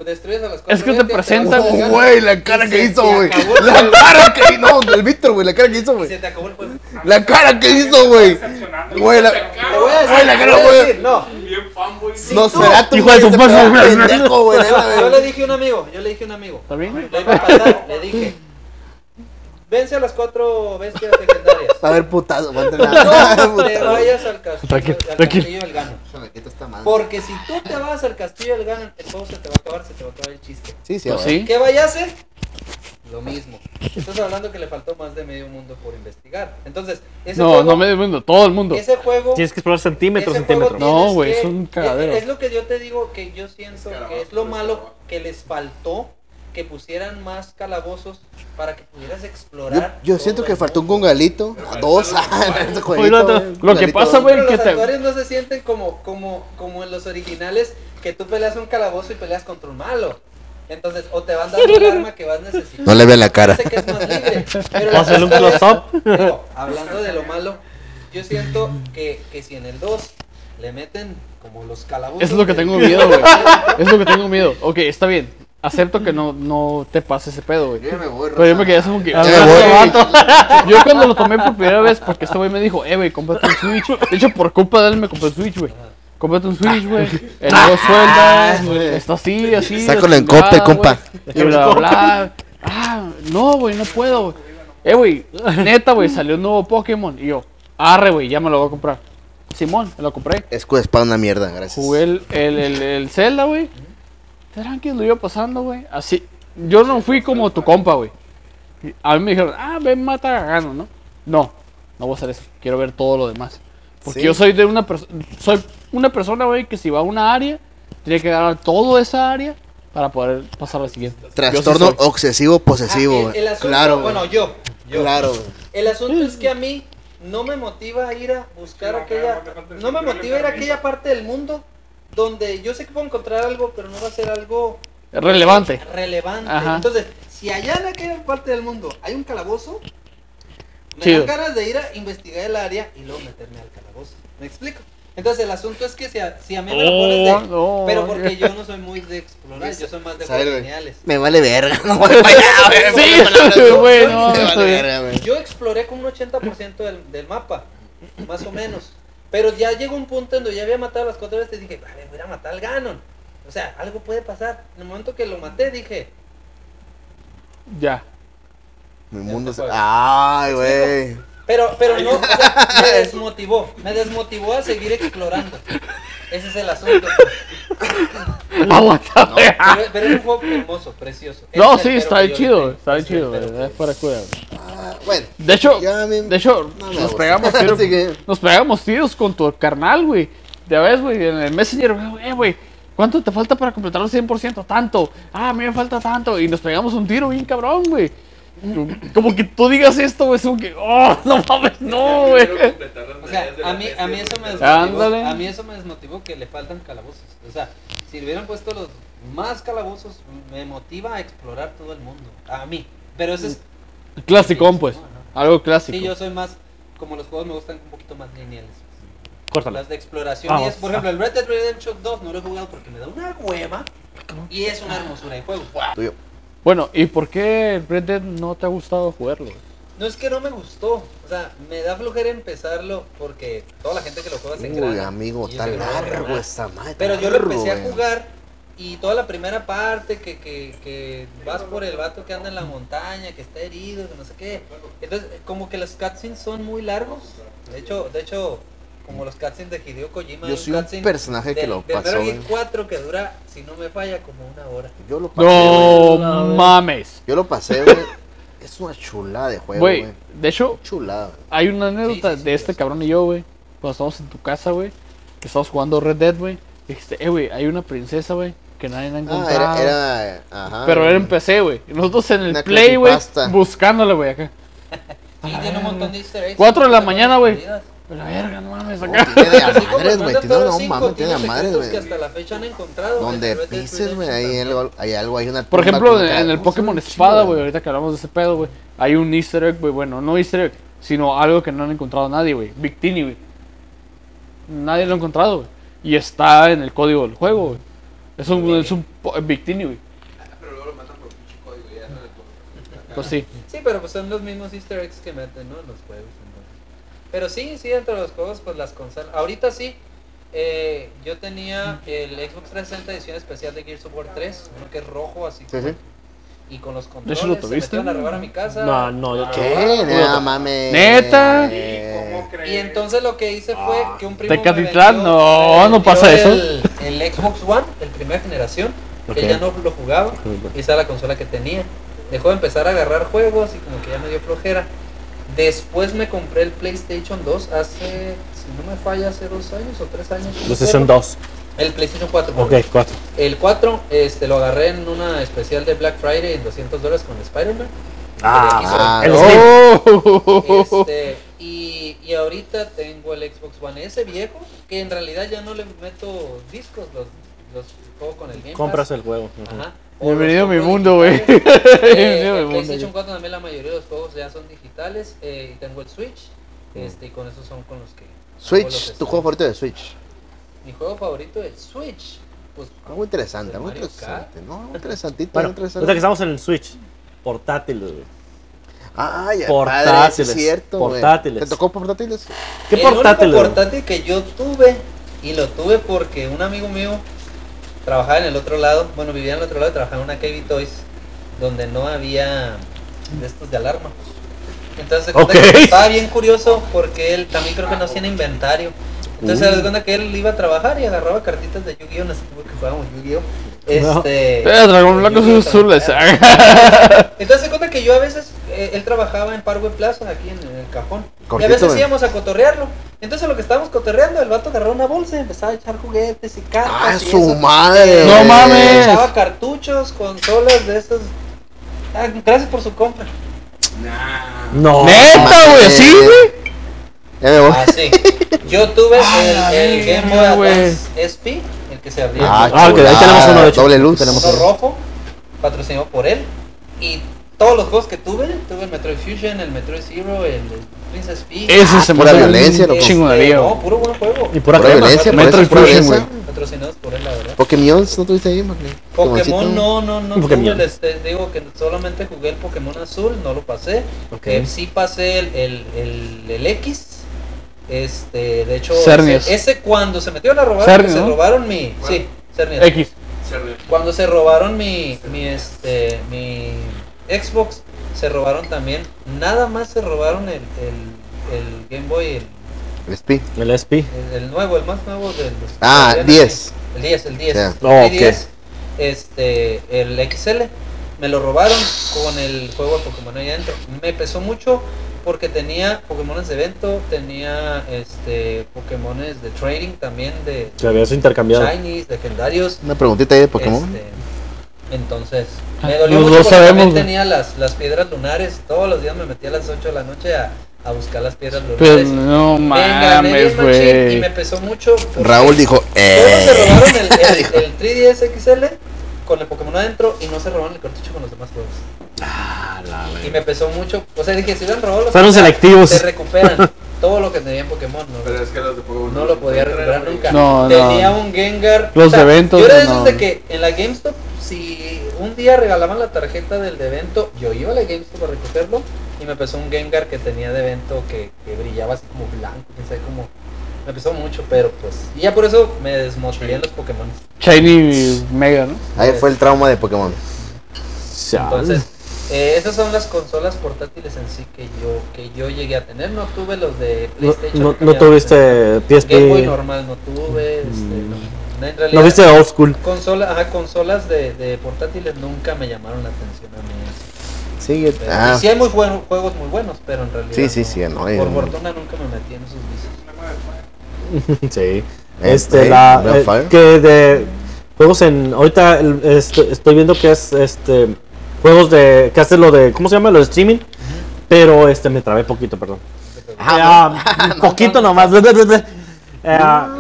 D: destruyes a las cosas.
A: Es que te presentan-
B: Oh, güey, la cara que
D: se
B: hizo,
D: te
B: güey.
D: acabó
B: La cara que hizo. No, el Víctor, güey, la cara que hizo,
D: Se
B: güey.
D: te acabó el juego.
B: La cara que hizo, güey. Güey, la.
D: Te voy a decir,
B: Ay, la
D: te
B: cara,
D: voy a
B: güey.
D: decir, No,
B: No, será tu
E: Hijo de tu perro, güey.
B: Pendejo, güey. neta,
D: yo
B: güey.
D: le dije a un amigo, yo le dije a un amigo.
A: ¿Está bien?
D: Le iba a pasar, le dije. Vence a las cuatro bestias legendarias.
B: Va a haber putazo, va a
D: No te
B: entrenar.
D: vayas al castillo, al castillo del Ganon.
B: Por-
D: Porque si tú te vas al castillo del Ganon, el juego se te va a acabar, se te va a acabar el chiste.
B: Sí, sí,
A: Pues
B: güey.
A: sí.
D: ¿Qué vaya a hacer? Lo mismo. Estás hablando que le faltó más de medio mundo por investigar. Entonces, ese
A: No,
D: juego,
A: no me mundo, todo el mundo.
D: ese juego,
C: Tienes que explorar centímetro,
D: ese
C: centímetro.
D: juego tienes
A: No, güey,
D: que-
A: es un cagadero.
D: Es, es lo que yo te digo que yo siento que es lo malo que les faltó que pusieran más calabozos para que pudieras
B: Yo,
D: explorar.
B: yo siento
D: todo
B: que
D: el
B: faltó un
D: mundo.
B: gongalito, a dos, ah, en este
C: Oye,
B: jueguito,
C: lo-
B: güey,
A: lo que
B: un
A: pasa, güey,
B: gongalito.
D: Pero
A: que
D: los
A: te-
D: actuarios no se sienten como, como, como en los originales, que tú peleas un calabozo y peleas contra un malo. Entonces, o te van dando un arma que vas necesitando.
F: No le ve la cara.
D: Yo sé que es más libre, pero
C: O hacerle un
D: las historias-
C: close-up.
D: Digo, hablando de lo malo, yo siento que, que si en el 2 le meten como los calabozos.
A: Es lo que
D: de-
A: tengo miedo, güey. Es lo que tengo miedo. Ok, está bien. Acepto que no, no te pase ese pedo, güey.
B: Yo ya me voy,
A: Pero yo
B: Rosa.
A: me quedé así como que.
C: Ya me
A: "Ah,
F: voy".
A: vato". Yo cuando lo tomé por primera vez, porque este güey me dijo, eh, güey, cómprate un Switch. De hecho, por culpa de él me compré un Switch, güey. Cómprate un Switch, güey. El nuevo suelda. Está así, así. la
F: Ah, Sácalo en
A: chingada,
F: cope, compa.
A: güey. Y bla, bla, bla. Ah, no, güey, no puedo, güey. Eh, güey, neta, güey, salió un nuevo Pokémon. Y yo, arre, güey, ya me lo voy a comprar. Simón, me lo compré.
B: Escudo de espada, una mierda, gracias.
A: Jugué el, el, el, el Zelda, güey. Tranqui, lo iba pasando, güey. Así. Yo no fui como tu compa, güey. Y A mí me dijeron, ah, ven, mata a Gano, ¿no? No, no voy a hacer eso. Quiero ver todo lo demás. Porque
B: Sí.
A: yo soy de una persona. Soy una persona, güey, que si va a una área, tiene que ganar toda esa área para poder pasar a la siguiente. Yo sí
B: Trastorno
A: soy.
B: obsesivo
D: Ah,
B: posesivo,
D: el,
B: güey.
D: el asunto,
B: claro,
D: bueno,
B: güey.
D: yo, yo.
B: Claro, güey.
D: El asunto es que a mí no me motiva a ir a buscar aquella. No me motiva a ir a aquella parte del mundo donde yo sé que puedo encontrar algo, pero no va a ser algo
A: Relevante.
D: relevante.
A: Ajá.
D: Entonces, si allá en aquella parte del mundo hay un calabozo, me
A: Chido.
D: dan ganas de ir a investigar el área y luego meterme al calabozo. ¿Me explico? Entonces, el asunto es que si a, si a mí me lo
A: Oh,
D: pones de...
A: no.
D: Pero porque yo no soy muy de explorar, yo soy más de
B: ¿Sabes,
D: juegos
B: güey?
D: lineales.
B: Me vale verga, no voy para allá, güey.
A: Sí, güey, no,
B: Me
A: está
B: vale
A: bien.
B: verga, güey.
D: Yo exploré como un 80% del, del mapa, más o menos. Pero ya llegó un punto en donde ya había matado a las cuatro veces y dije, "A ver, voy a ir a matar al Ganon. O sea, algo puede pasar. En el momento que lo maté, dije,
A: Ya.
B: Mi
D: Ya
B: mundo
D: te
B: se...
D: juego.
B: Ay, güey.
D: Pero, pero no, o sea, me desmotivó. Me desmotivó a seguir explorando. Ese es el asunto.
A: Aguanta, güey.
D: Pero, pero es un juego hermoso, precioso. Ese
A: Ah. No,
D: Este es el
A: sí, está
D: pero que
A: bien
D: yo
A: chido,
D: le
A: está bien
D: tengo.
A: chido,
D: Ese es el
A: güey,
D: pero
A: es para cura, güey.
B: Ah, bueno.
A: De hecho,
B: Ya, a mí-
A: de hecho,
B: no me
A: nos
B: gusta.
A: pegamos tiros,
B: Así que-
A: nos pegamos tiros con tu carnal, güey. Ya ves, güey, en el Messenger, güey, eh, güey, ¿cuánto te falta para completar el 100%? Tanto. Ah, a mí me falta tanto. Y nos pegamos un tiro bien cabrón, güey. Como que tú digas esto, güey, es como que, oh, no mames, no, güey.
D: O sea, a mí, a mí eso me desmotivó.
A: Ándale.
D: A mí eso me desmotivó que le faltan calabozos. O sea, si le hubieran puesto los más calabozos, me motiva a explorar todo el mundo. A mí. Pero ese es.
A: Clasicón, pues, algo
D: Sí,
A: clásico.
D: yo soy más. Como los juegos me gustan un poquito más lineales.
C: Córtala.
D: Las de exploración y
C: Vamos.
D: es, por ejemplo, el Red Dead Redemption 2 no lo he jugado porque me da una hueva y es una hermosura de juego.
B: Tuyo.
A: Bueno, ¿y por qué Red Dead no te ha gustado jugarlo?
D: No es que no me gustó, o sea, me da flojera empezarlo porque toda la gente que lo juega se
B: Uy,
D: engrana.
B: amigo,
D: Y yo
B: está
D: se grana.
B: largo esa madre.
D: Pero yo lo
B: largo,
D: empecé a
B: güey.
D: jugar y toda la primera parte que, que, que vas por el vato que anda en la montaña, que está herido, que no sé qué. Entonces, como que los cutscenes son muy largos. De hecho, de hecho como los cutscenes de Hideo Kojima.
B: Yo
D: hay
B: soy un
D: cutscene
B: personaje que
D: del-
B: lo
D: del
B: pasó,
D: Metal Gear
B: güey.
D: 4 que dura, si no me falla, como una hora.
B: Yo lo pasé,
A: No
B: güey.
C: la vez.
A: mames.
B: Yo lo pasé, güey. Es una chulada de juego,
A: Güey,
B: güey.
A: de hecho,
B: Chulada. güey.
A: Hay una anécdota
D: Sí, sí, sí,
A: de este
D: sí.
A: cabrón y yo, güey. Cuando estábamos en tu casa, güey. Que estábamos jugando Red Dead, güey. Dijiste, eh, güey, hay una princesa, güey. Que nadie la ha
B: Ah,
A: encontrado.
B: era, era. Ajá.
A: Pero
B: güey.
A: era en PC, güey. Y Nosotros en el
B: Una
A: Play, güey.
B: creepypasta.
A: Buscándola, güey, acá.
D: Y tiene un montón de easter eggs.
A: Cuatro de la
D: Cosas
A: mañana, güey.
D: escondidas.
A: A La verga, no mames,
B: No,
A: acá.
B: tiene de a
D: Así como
B: madres,
D: Grand
B: güey.
D: Theft
B: Tiene
D: Auto
B: no
D: 5
B: mames, tiene de a
D: secretos
B: madres,
D: que
B: güey.
D: hasta la fecha han encontrado. güey,
B: Donde
D: en Red Dead
B: pises, güey,
D: Redemption
B: ahí
D: también.
B: algo- hay algo, hay una.
A: Por
B: tumba
A: ejemplo,
B: con
A: en,
B: cara-
A: en el
B: Oh,
A: Pokémon
B: está
A: Espada,
B: chido,
A: güey. Ahorita que hablamos de ese pedo, güey. Hay un Easter egg, güey. Bueno, no Easter egg, sino algo que no han encontrado nadie, güey. Victini, güey. Nadie lo ha encontrado, güey. Y está en el código del juego, güey. Es un, es un po- Victini, güey. Pues sí.
D: Sí, pero pues son los mismos easter eggs que meten, ¿no? En los juegos. entonces. Pero sí, sí, entre los juegos, pues las consolas. Ahorita sí, eh, yo tenía el Xbox 360 edición especial de Gears of War 3, uno que es rojo, así
B: Sí, sí.
D: Y con los
A: ¿lo
D: controles se
A: tuviste?
D: metieron a robar a mi casa.
C: No, no, yo
B: ¿Qué? No mames.
A: ¿Neta?
B: Eh.
D: Y entonces lo que hice fue que un primo
A: Tecatitlán,
D: me
A: no,
D: me
A: no
D: vendió
A: pasa eso.
D: El, el Xbox One, el primera generación, que
B: Ok.
D: ya no lo jugaba, y esa era la consola que tenía. Dejó de empezar a agarrar juegos y como que ya me dio flojera. Después me compré el PlayStation 2 hace, si no me falla, hace dos años o tres años.
C: PlayStation 2.
D: El PlayStation 4.
C: Ok, 4.
D: El 4 este, lo agarré en una especial de Black Friday en 200 dólares con Spider-Man.
C: Ah,
D: Pero aquí
B: ah,
C: el
B: no.
C: Slim.
A: Oh.
D: Este, y, y ahorita tengo el Xbox One S viejo, que en realidad ya no le meto discos, los, los juego con el Game Pass.
C: Compras el juego. ujú.
D: Ajá. O los
A: Bienvenido a mi
D: compro
A: mundo, güey.
D: digitales. Eh,
A: Bienvenido a
D: el
A: mi mundo,
D: PlayStation
A: güey.
D: 4 también la mayoría de los juegos ya son digitales. eh, y tengo el Switch. Este, y con esos son con los que. hago los
B: Switch, tu
D: streams.
B: juego favorito de Switch.
D: Mi juego favorito es Switch. Pues
B: Algo interesante,
D: ¿De
B: algo
D: Mario
B: interesante. No, algo interesantito,
C: Bueno,
B: algo
C: ahorita
B: interesante.
C: que estamos en el Switch, portátiles, güey.
B: Ay,
C: Portátiles,
B: padre, sí es cierto, güey.
C: portátiles.
B: ¿Te tocó portátiles?
C: ¿Qué
D: el
C: portátil?
D: único
C: güey?
D: portátil que yo tuve, y lo tuve porque un amigo mío trabajaba en el otro lado, bueno, vivía en el otro lado y trabajaba en una KB Toys, donde no había de estos de alarma. Entonces, se cuenta
C: Ok.
D: que estaba bien curioso porque él también creo que no tiene inventario. Entonces,
C: Uh.
D: se da cuenta que él iba a trabajar y agarraba cartitas de Yu-Gi-Oh! No sé que jugábamos Yu-Gi-Oh! Este.
A: Eh, Dragón Blanco ah.
D: Yu-Gi-Oh!
A: es azul,
D: Dragon Blanco. Entonces se cuenta que yo a veces, eh, él trabajaba en Parkway Plaza, aquí en, en el cajón.
B: Cortito,
D: y a veces
B: güey.
D: íbamos a cotorrearlo. Entonces lo que estábamos cotorreando, el vato agarró una bolsa y empezaba a echar juguetes y cartas.
B: ¡Ah,
D: y
B: su
D: eso. Eh,
B: madre!
A: No
B: güey.
A: mames.
D: Echaba cartuchos, consolas de esos. Ah, gracias por su compra.
C: No.
A: Neta, güey, sí, güey.
B: Ya me voy.
D: Ah, sí. Yo tuve el, el
A: verga,
D: Game Boy Advance
A: güey.
D: SP, el que se abría.
B: Ah,
C: Ah, que ahí
B: chulada.
C: tenemos uno, de hecho.
B: Doble luz.
D: Uno rojo, patrocinado por él. Y todos los juegos que tuve, tuve el Metroid Fusion, el Metroid Zero, el Princess Peach.
A: Ese se me
B: pura
A: hace un
B: violencia, loco.
A: Chingo de
D: Este,
A: lío.
D: No, puro buen juego.
C: Y
B: Pura
C: pura crema.
B: violencia, por
A: Metroid
B: eso, pura
A: Fusion,
B: violencia.
D: Patrocinados por él, la verdad.
B: Pokémon, ¿no tuviste ahí, Magne?
D: Pokémon
B: Pokémoncito.
D: no, no, no.
C: Pokémon.
D: tuve, les, les digo que solamente jugué el Pokémon azul, no lo pasé.
C: Ok.
D: Eh, sí pasé el, el, el, el X. Este, de hecho,
A: Cernius.
D: ese, ese cuando se metió la robada,
A: Cernius,
D: se
A: ¿no?
D: robaron mi. Sí, Cernius.
A: X.
D: Cuando se robaron mi, mi, este, mi Xbox, se robaron también. Nada más se robaron el, el, el Game Boy, el,
B: Spi.
C: El SP.
D: el- el nuevo, el más nuevo del.
B: Ah,
D: del-
B: 10.
D: El 10, el 10.
B: Ya.
C: Oh,
D: El 10, Este, el XL. Me lo robaron con el juego de Pokémon ahí adentro. Me pesó mucho porque tenía Pokémones de evento, tenía este Pokémones de trading también de
C: Se había eso intercambiado.
D: Shinies, legendarios.
B: Una preguntita ahí de Pokémon.
D: Este, entonces, me dolió
A: Ah, Los
D: mucho
A: dos
D: porque
A: sabemos,
D: también
A: güey.
D: tenía las, las piedras lunares. Todos los días me metía a las 8 de la noche a, a buscar las piedras
A: Pero pues,
D: lunares.
A: no
D: Me engrané
A: mames,
D: bien machín Y me
A: güey.
D: pesó mucho. porque
B: Raúl dijo,
D: Todos pues, este. se
B: eh.
D: robaron el, el- el 3DS XL con el Pokémon adentro y no se robaron el cartucho con los demás juegos.
A: Ah,
D: Y me pesó mucho. O sea, dije, si hubieran robado los
C: Fueron selectivos.
D: se recuperan todo lo que tenía en Pokémon. ¿no?
F: Pero es que los de Pokémon
D: No lo podía recuperar nunca.
A: No, no.
D: Tenía un Gengar.
A: Los
D: de
A: de eventos,
D: Yo era de
A: no.
D: esos de que en la GameStop, si un día regalaban la tarjeta del de evento, yo iba a la GameStop a recogerlo y me empezó un Gengar que tenía de evento que, que brillaba así como blanco, quién sabe cómo. Me empezó mucho, pero pues. Y ya por eso me desmotivé en los Pokémon.
A: Shiny Mega, ¿no?
B: Ahí fue el trauma de Pokémon.
D: Entonces, eh, esas son las consolas portátiles en sí que yo que yo llegué a tener. No tuve los de
C: No,
D: PlayStation.
C: no,
D: que
C: no
D: ya-
C: tuviste
D: Game Boy
C: PSP.
D: normal no tuve.
B: Mm.
D: Este, no. En realidad-
C: No viste old school.
D: Consola, ajá, consolas de, de portátiles nunca me llamaron la atención a mí.
B: Sigue.
D: Pero-
B: Ah,
D: y sí hay muy buenos juegos muy buenos, pero en realidad
B: Sí, sí,
D: no.
B: sí, no, eh,
D: por
B: no.
D: fortuna nunca me metí en esos vicios.
C: Sí.
B: Eh,
C: Este,
B: eh,
C: la.
B: Breath of
C: eh,
B: Fire.
C: que de. Juegos en. Ahorita el- este, estoy viendo que es este. Juegos de. Que hace lo de. ¿Cómo se llama? Lo de streaming. Pero este me trabé poquito, perdón. Eh, ah, poquito nomás. Eh, ah,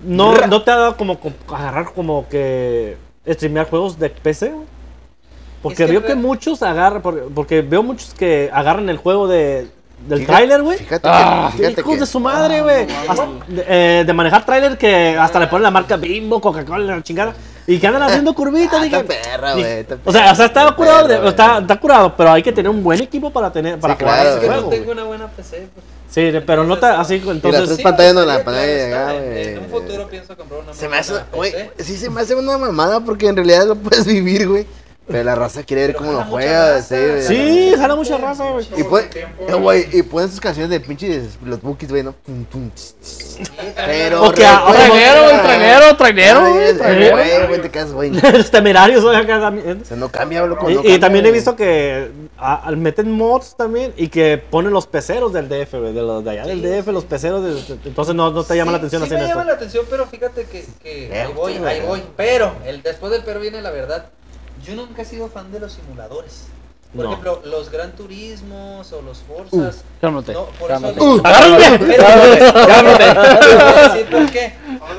C: no, ¿No te ha dado como co- agarrar como que streamear juegos de PC? güey? Porque
D: Es que
C: veo
D: re-
C: que muchos agarran, porque, porque veo muchos que agarran el juego de, del
B: Fíjate-
C: tráiler, güey.
B: Fíjate, que-
A: Ah,
B: fíjate
C: Hijos
B: que. Ah,
C: de su madre, güey. Hasta- de, eh, de manejar tráiler que hasta le ponen la marca Bimbo, Coca-Cola, la chingada. Y que andan haciendo curvitas,
B: Ah,
C: dije.
B: está perra,
C: dije-
B: güey, está
C: o sea, o
B: perra,
C: sea, está curado, de-
B: güey.
C: está, está curado, pero hay que tener un buen equipo para tener para
B: Sí,
C: jugar
B: claro,
D: es
C: ese
D: que
B: güey.
D: no
C: juego.
D: tengo una buena PC. pues.
C: Sí, de- pero no ta- así,
B: tres
C: entonces.
D: Sí,
B: pantallas no, la
D: claro,
B: pantalla
D: está,
B: llegaba,
D: en- En
B: güey.
D: un futuro pienso comprar una
B: Se me hace.
D: buena
B: güey,
D: PC,
B: sí, se me hace una mamada porque en realidad lo puedes vivir, güey. Pero la raza quiere ver
D: pero
B: cómo lo
D: jala mucha
B: juega.
D: raza,
B: Sí, güey.
C: Sí, jala mucha raza, güey.
B: Y, pon- eh, güey, y ponen sus canciones de pinche los bookies, güey, ¿no? Tum, tum, tss, tss. Pero.
C: O que a- o
A: Trainero, güey, trainero, trainero,
B: Ay,
A: güey,
B: es-
A: trainero.
B: Güey, güey, te quedas, güey. O
C: Los temerarios, güey, acá también.
B: sea, no cambia, loco.
C: Y,
B: no
C: y
B: cambia,
C: también he
B: güey.
C: visto que a- al- meten mods también y que ponen los peceros del DF, güey, de, los, de allá del DF, los peceros. de- de- entonces no, no te llama la atención
D: sí
C: así
D: me
C: en esto.
D: llama la atención, pero fíjate que, que
B: Eh,
D: ahí voy,
B: sí,
D: ahí
B: güey.
D: voy. Pero, el, después del pero viene la verdad. Yo nunca he sido fan de los simuladores. Por
C: No.
D: ejemplo, los Gran Turismos o los Forzas.
A: Cálmate.
D: no, por
A: cálmate.
D: eso...
A: ¡Agárrate! ¡Agárrate!
D: Te voy a decir por qué.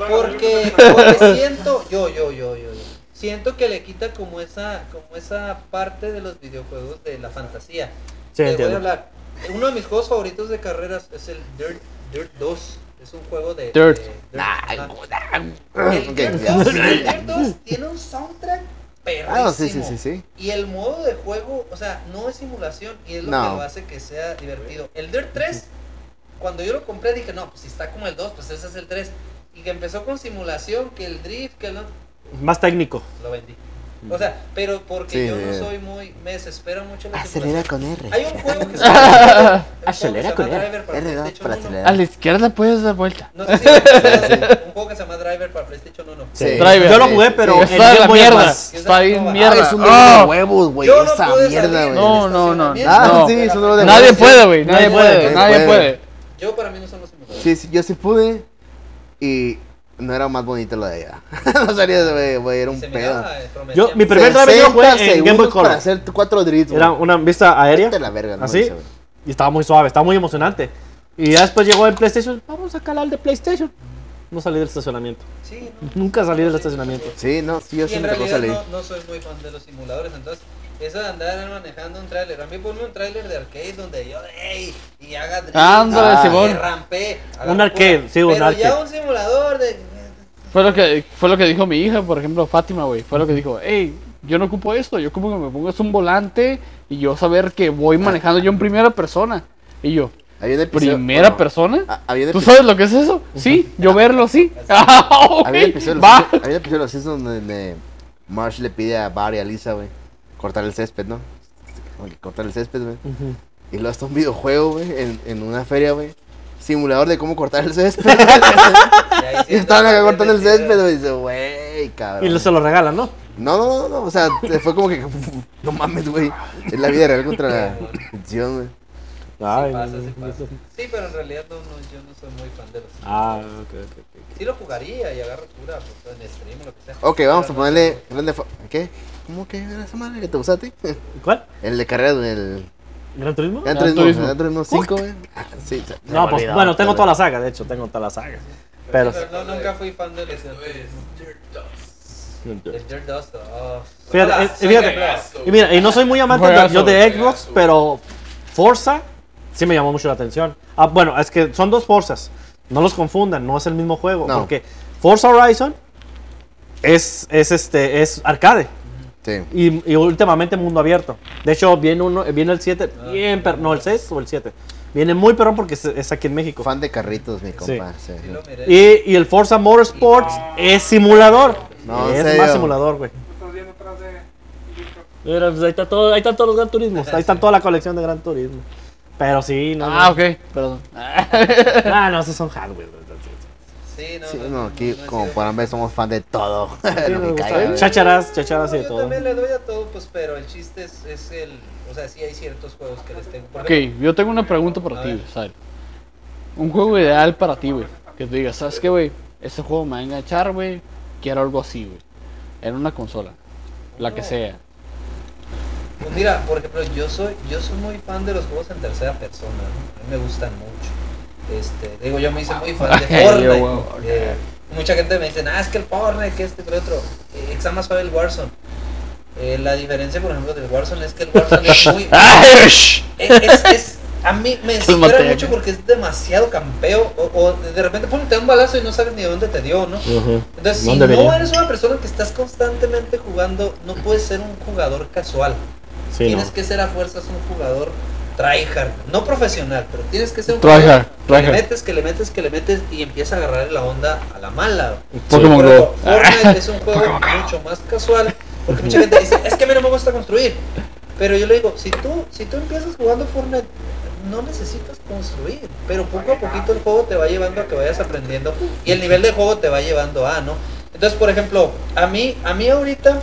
D: Porque, porque siento, yo, yo, yo, yo, yo, siento que le quita como esa, como esa parte de los videojuegos de la fantasía.
C: Sí,
D: Te voy a
C: entiendo.
D: hablar. Uno de mis juegos favoritos de carreras es el Dirt, Dirt 2. Es un juego de.
A: Dirt.
D: de- Dirt.
B: Nah,
D: Ajá. El
B: Ok,
D: Dirt
B: ya.
D: 2, el Dirt 2 tiene un soundtrack perrísimo.
B: Ah, sí, sí, sí, sí.
D: Y el modo de juego, o sea, no es simulación y es lo
B: No.
D: que lo hace que sea divertido. El Dirt 3, cuando yo lo compré dije, no, pues si está como el 2, pues ese es el 3. Y que empezó con simulación, que el drift, que no, pues,
C: Más técnico.
D: lo vendí. O sea, pero porque
B: Sí,
D: yo no
B: sí.
D: soy muy, me desespera mucho la
B: Acelera
D: simulación.
B: con R.
D: Hay un juego que se llama, un juego que se
C: Acelera
D: llama
C: con él.
D: Driver para
B: R2
D: PlayStation
B: para
D: 1.
B: acelerar.
A: A la izquierda puedes dar vuelta.
D: No sé si lo has jugado, un juego que se llama Driver para PlayStation 1.
B: Sí.
A: Driver.
C: Este, Yo lo jugué,
B: Sí,
C: pero
B: sí.
C: el
A: Está de
C: Game
A: la
C: Boy
A: mierda.
C: Advance.
A: Está bien
B: Ah,
A: mierda.
B: es un dolor
A: Ah,
B: de huevos, güey.
D: Oh. Yo no
B: Esa
D: pude
B: mierda,
D: salir
B: güey.
A: No, no, no.
D: del
B: Ah,
A: no.
B: sí, es un dolor de
A: Nadie
B: huevos.
A: puede, güey. Nadie puede. Nadie
B: Nadie
A: puede.
B: puede.
D: Yo para mí no son los simuladores.
B: Sí, sí, yo sí pude. Y no era más bonito lo de allá. no salía de, güey, güey, era un
D: Se me
B: pedo.
D: daba, eh,
C: Yo, mi
D: prometía.
C: primer drive yo jugué
B: 60
C: en Game Boy
B: segundos
C: Color.
B: Para hacer cuatro drifts,
C: Era ¿Ah,
B: güey.
C: una vista aérea
B: Vete a la verga, no
C: ¿Así?
B: Ese, güey.
C: y estaba muy suave, estaba muy emocionante. Y ya después llegó el PlayStation. Vamos a calar el de PlayStation. No salí del estacionamiento.
D: Sí, no.
C: Nunca salí del estacionamiento.
B: Sí, no, sí, yo
D: Y
B: sí
D: en
B: me tocó
D: realidad
B: salir.
D: no, no soy muy fan de los simuladores, entonces eso de andar manejando un tráiler, a mí ponme un tráiler de arcade donde yo, ey, y haga drift,
A: Ándale,
D: y
A: Simón.
D: me rampé, haga
C: Un
D: pura-
C: arcade, sí, un
D: pero ya
C: arcade.
D: un simulador de...
A: Fue lo que fue lo que dijo mi hija, por ejemplo, Fátima, güey. Fue lo que dijo, hey, yo no ocupo esto, yo ocupo que me pongas un volante y yo saber que voy manejando yo en primera persona. Y yo,
B: Había un episodio-
A: ¿primera
B: bueno,
A: persona?
B: a- Había un
A: ¿Tú
B: episodio.
A: sabes lo que es eso? Sí, yo verlo, sí. Ah, ok,
B: Había un episodio de los
A: va.
B: Simpsons- había un episodio de los Simpsons donde Marsh le pide a Barry, a Lisa, güey, cortar el césped, ¿no? Oye, Cortar el césped, güey. Y luego hasta un videojuego, güey, en, en una feria, güey. Simulador de cómo cortar el césped. güey. y estaban acá cortando el césped, güey. Y dice, güey, cabrón.
C: Y lo- se lo regalan, ¿no?
B: No, no, no, no, o sea, fue como que, no mames, güey. Es la vida real contra la ficción, güey.
D: Ay, pasa, sí pasa. Sí, pero en realidad no, no, yo no soy muy fan de los.
C: Ah, ok, ok, ok.
D: Sí lo jugaría y agarro cura pues, en stream o lo que sea.
B: Ok, vamos a
D: Pero no,
B: ponerle grande fa- ¿Qué? ¿Cómo que era esa madre que te usaste?
C: ¿Cuál?
B: El de carreras, güey, el...
C: ¿Gran Turismo?
B: Gran
A: Gran
B: Turismo,
A: Turismo.
B: Gran Turismo 5, güey. Ah, Sí, se- se me
C: No, pues
B: olvidó,
C: bueno, tengo
B: pero-
C: toda la saga, de hecho, tengo toda la saga. Pero
D: Pero no, nunca fui fan de los. Dirt Dust. El Dirt Dust. Oh.
C: fíjate, eh, fíjate, y mira, y no soy muy amante de,
A: Juegazo,
C: yo de Xbox, pero Forza sí me llamó mucho la atención. Ah, bueno, es que son dos Forzas. No los confundan, no es el mismo juego,
B: No.
C: porque Forza Horizon es es este es arcade.
B: Sí.
C: Y, y últimamente mundo abierto. De hecho, viene uno, eh, viene el 7, bien, per- no, el 6 o el 7. Viene muy perrón porque es, es aquí en México.
B: Fan de carritos, mi compa. Sí.
D: Sí lo miré.
C: Y, y el Forza Motorsports es simulador.
B: No, en
C: es
B: serio.
C: más simulador, güey. Mira, pues ahí, está todo, ahí están todos los Gran Turismos. Ahí está toda la colección de Gran Turismo. Pero sí, no.
A: Ah,
C: no.
A: ok, perdón.
C: Ah, no, esos son hardware. güey.
D: Sí, no,
B: Sí,
D: no,
B: no, aquí,
D: no he
B: como
D: sido-
B: podrán ver, somos fan de todo. Lo que
C: nos gusta.
B: caiga, güey.
C: Chacharas, chacharas y de
D: yo
C: todo.
D: también le doy a todo, pues, pero el chiste es, es el. O sea, sí hay ciertos juegos que les tengo. Por
A: Ok,
D: ejemplo,
A: yo tengo una pregunta para ti, güey, ¿sabes? Un juego ideal para ti, güey. Que te digas, ¿sabes qué, güey? Este juego me va a enganchar, güey. Quiero algo así, güey. En una consola. La que sea.
D: pues mira, por ejemplo, yo soy, yo soy muy fan de los juegos en tercera persona. ¿no? A mí me gustan mucho. Este, digo, yo me hice muy fan de
A: Yo,
D: Fortnite.
A: wow,
D: eh, mucha gente me dice, ah, es que el Fortnite, que este, que el otro. Eh, está más suave el Warzone. Eh, la diferencia, por ejemplo, del Warzone es que el Warzone es muy. es, es- es- a mí me desespera
A: Cálmate.
D: mucho porque es demasiado campeo. O, o de repente pum, te da un balazo y no sabes ni de dónde te dio, ¿no? Entonces, si
C: ¿Dónde
D: no
C: venía?
D: eres una persona que estás constantemente jugando, no puedes ser un jugador casual.
C: Sí, no.
D: tienes que ser a fuerzas un jugador tryhard. No profesional, pero tienes que ser un
A: Tryhard,
D: que le
A: tryhard.
D: metes, que le metes, que le metes y empieza a agarrar la onda a la mala.
A: Pokémon
D: Por
A: Go.
D: ejemplo, Fortnite es un juego mucho más casual. Porque mucha gente dice, es que a mí no me gusta construir. Pero yo le digo, si tú, si tú empiezas jugando Fortnite, no necesitas construir. Pero poco a poquito el juego te va llevando a que vayas aprendiendo. Y el nivel de juego te va llevando a, ¿no? Entonces, por ejemplo, a mí, a mí ahorita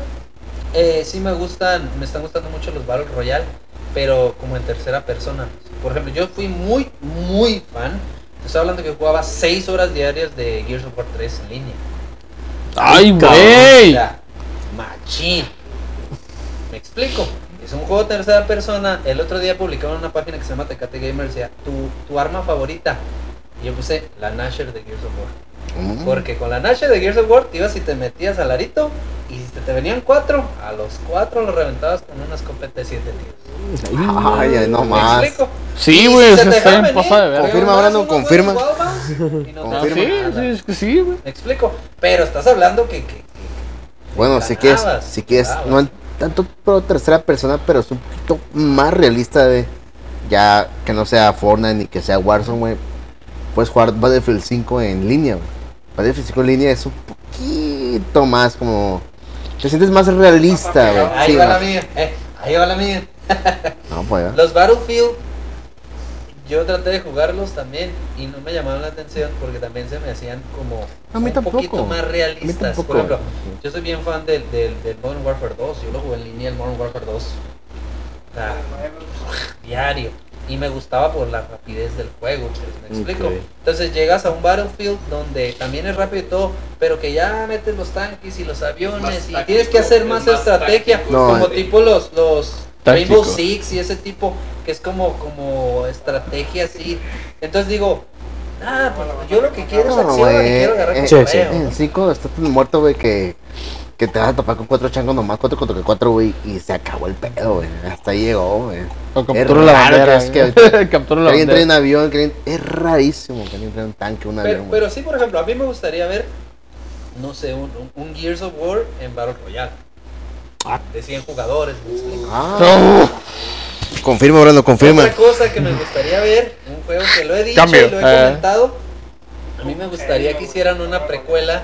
D: eh, sí me gustan, me están gustando mucho los Battle Royale, pero como en tercera persona. Por ejemplo, yo fui muy, muy fan. Te estaba hablando que jugaba 6 horas diarias de Gears of War 3 en línea.
A: ¡Ay,
D: O
A: güey!
D: sea, machín. Me explico. Es un juego de tercera persona. El otro día publicaron una página que se llama Tecate Gamer. Decía, tu, tu arma favorita. Y yo puse la Nasher de Gears of War.
B: Mm.
D: Porque con la Nasher de Gears of War te ibas y te metías al arito. Y si te, te venían cuatro, a los cuatro los reventabas con una escopeta de siete tiros.
B: Ay, ay, no
D: ¿Me
B: más.
D: explico?
A: Sí,
D: Y
A: güey, se
D: se te
A: está
D: dejaban
A: en pasa de
D: venir,
A: verga.
B: Confirma,
D: pegabas
B: Brandon,
D: unos buenos
B: confirma.
D: guapas y no te
A: Ah,
B: Confirma.
A: Sí,
D: daban
A: sí,
D: nada.
A: es que sí, güey.
D: Me explico. Pero estás hablando que- que- que
B: Bueno, si quieres,
D: Ganabas,
B: si quieres,
D: ganabas.
B: no en tanto pro tercera persona, pero es un poquito más realista de ya que no sea Fortnite ni que sea Warzone, güey. Puedes jugar Battlefield 5 en línea, güey. Battlefield 5 en línea es un poquito más como te sientes más realista, güey.
D: Ahí
B: Sí,
D: va
B: no,
D: la mía, eh, ahí va la mía.
B: no, pues,
D: Los Battlefield, yo traté de jugarlos también y no me llamaban la atención porque también se me hacían como
B: A mí
D: un
B: tampoco.
D: poquito más realistas.
B: tampoco.
D: Por ejemplo, yo soy bien fan del, del, del Modern Warfare 2, yo lo jugué en línea el Modern Warfare 2 ah, diario y me gustaba por la rapidez del juego, pues, me explico.
C: Ok.
D: Entonces llegas a un Battlefield donde también es rápido y todo, pero que ya metes los tanques y los aviones y tienes que hacer más, estrategia,
B: No,
D: como
B: eh,
D: tipo los, los
A: Táctico.
D: Rainbow Six y ese tipo, que es como, como estrategia así. Entonces digo, ah, pues yo lo que quiero es
B: No,
D: acción, lo que
B: Ah, güey.
D: quiero agarrar
B: eh,
D: con
C: Sí, sí.
D: correo,
B: En 5 está tan muerto, güey, que, que te vas a topar con cuatro changos nomás, cuatro contra cuatro, güey, y se acabó el pedo, güey. Hasta ahí llegó, güey.
A: O
B: Es
A: captura la
B: raro
A: bandera.
B: que es
A: güey.
B: que-
A: Captura
B: Que
A: la
B: alguien entre en
A: bandera.
B: avión, que alguien- es rarísimo que alguien entre en un tanque, un avión.
D: Pero,
B: güey.
D: pero sí, por ejemplo, a mí me gustaría ver, no sé, un, un- un Gears of War en Battle Royale.
C: Ah.
D: De 100 jugadores, me explico.
B: Ah. Confirma, Brando, confirma.
D: Otra cosa que me gustaría ver, un juego que lo he dicho
E: Cambio.
D: y lo he
A: Eh.
D: comentado, a mí me gustaría que hicieran una precuela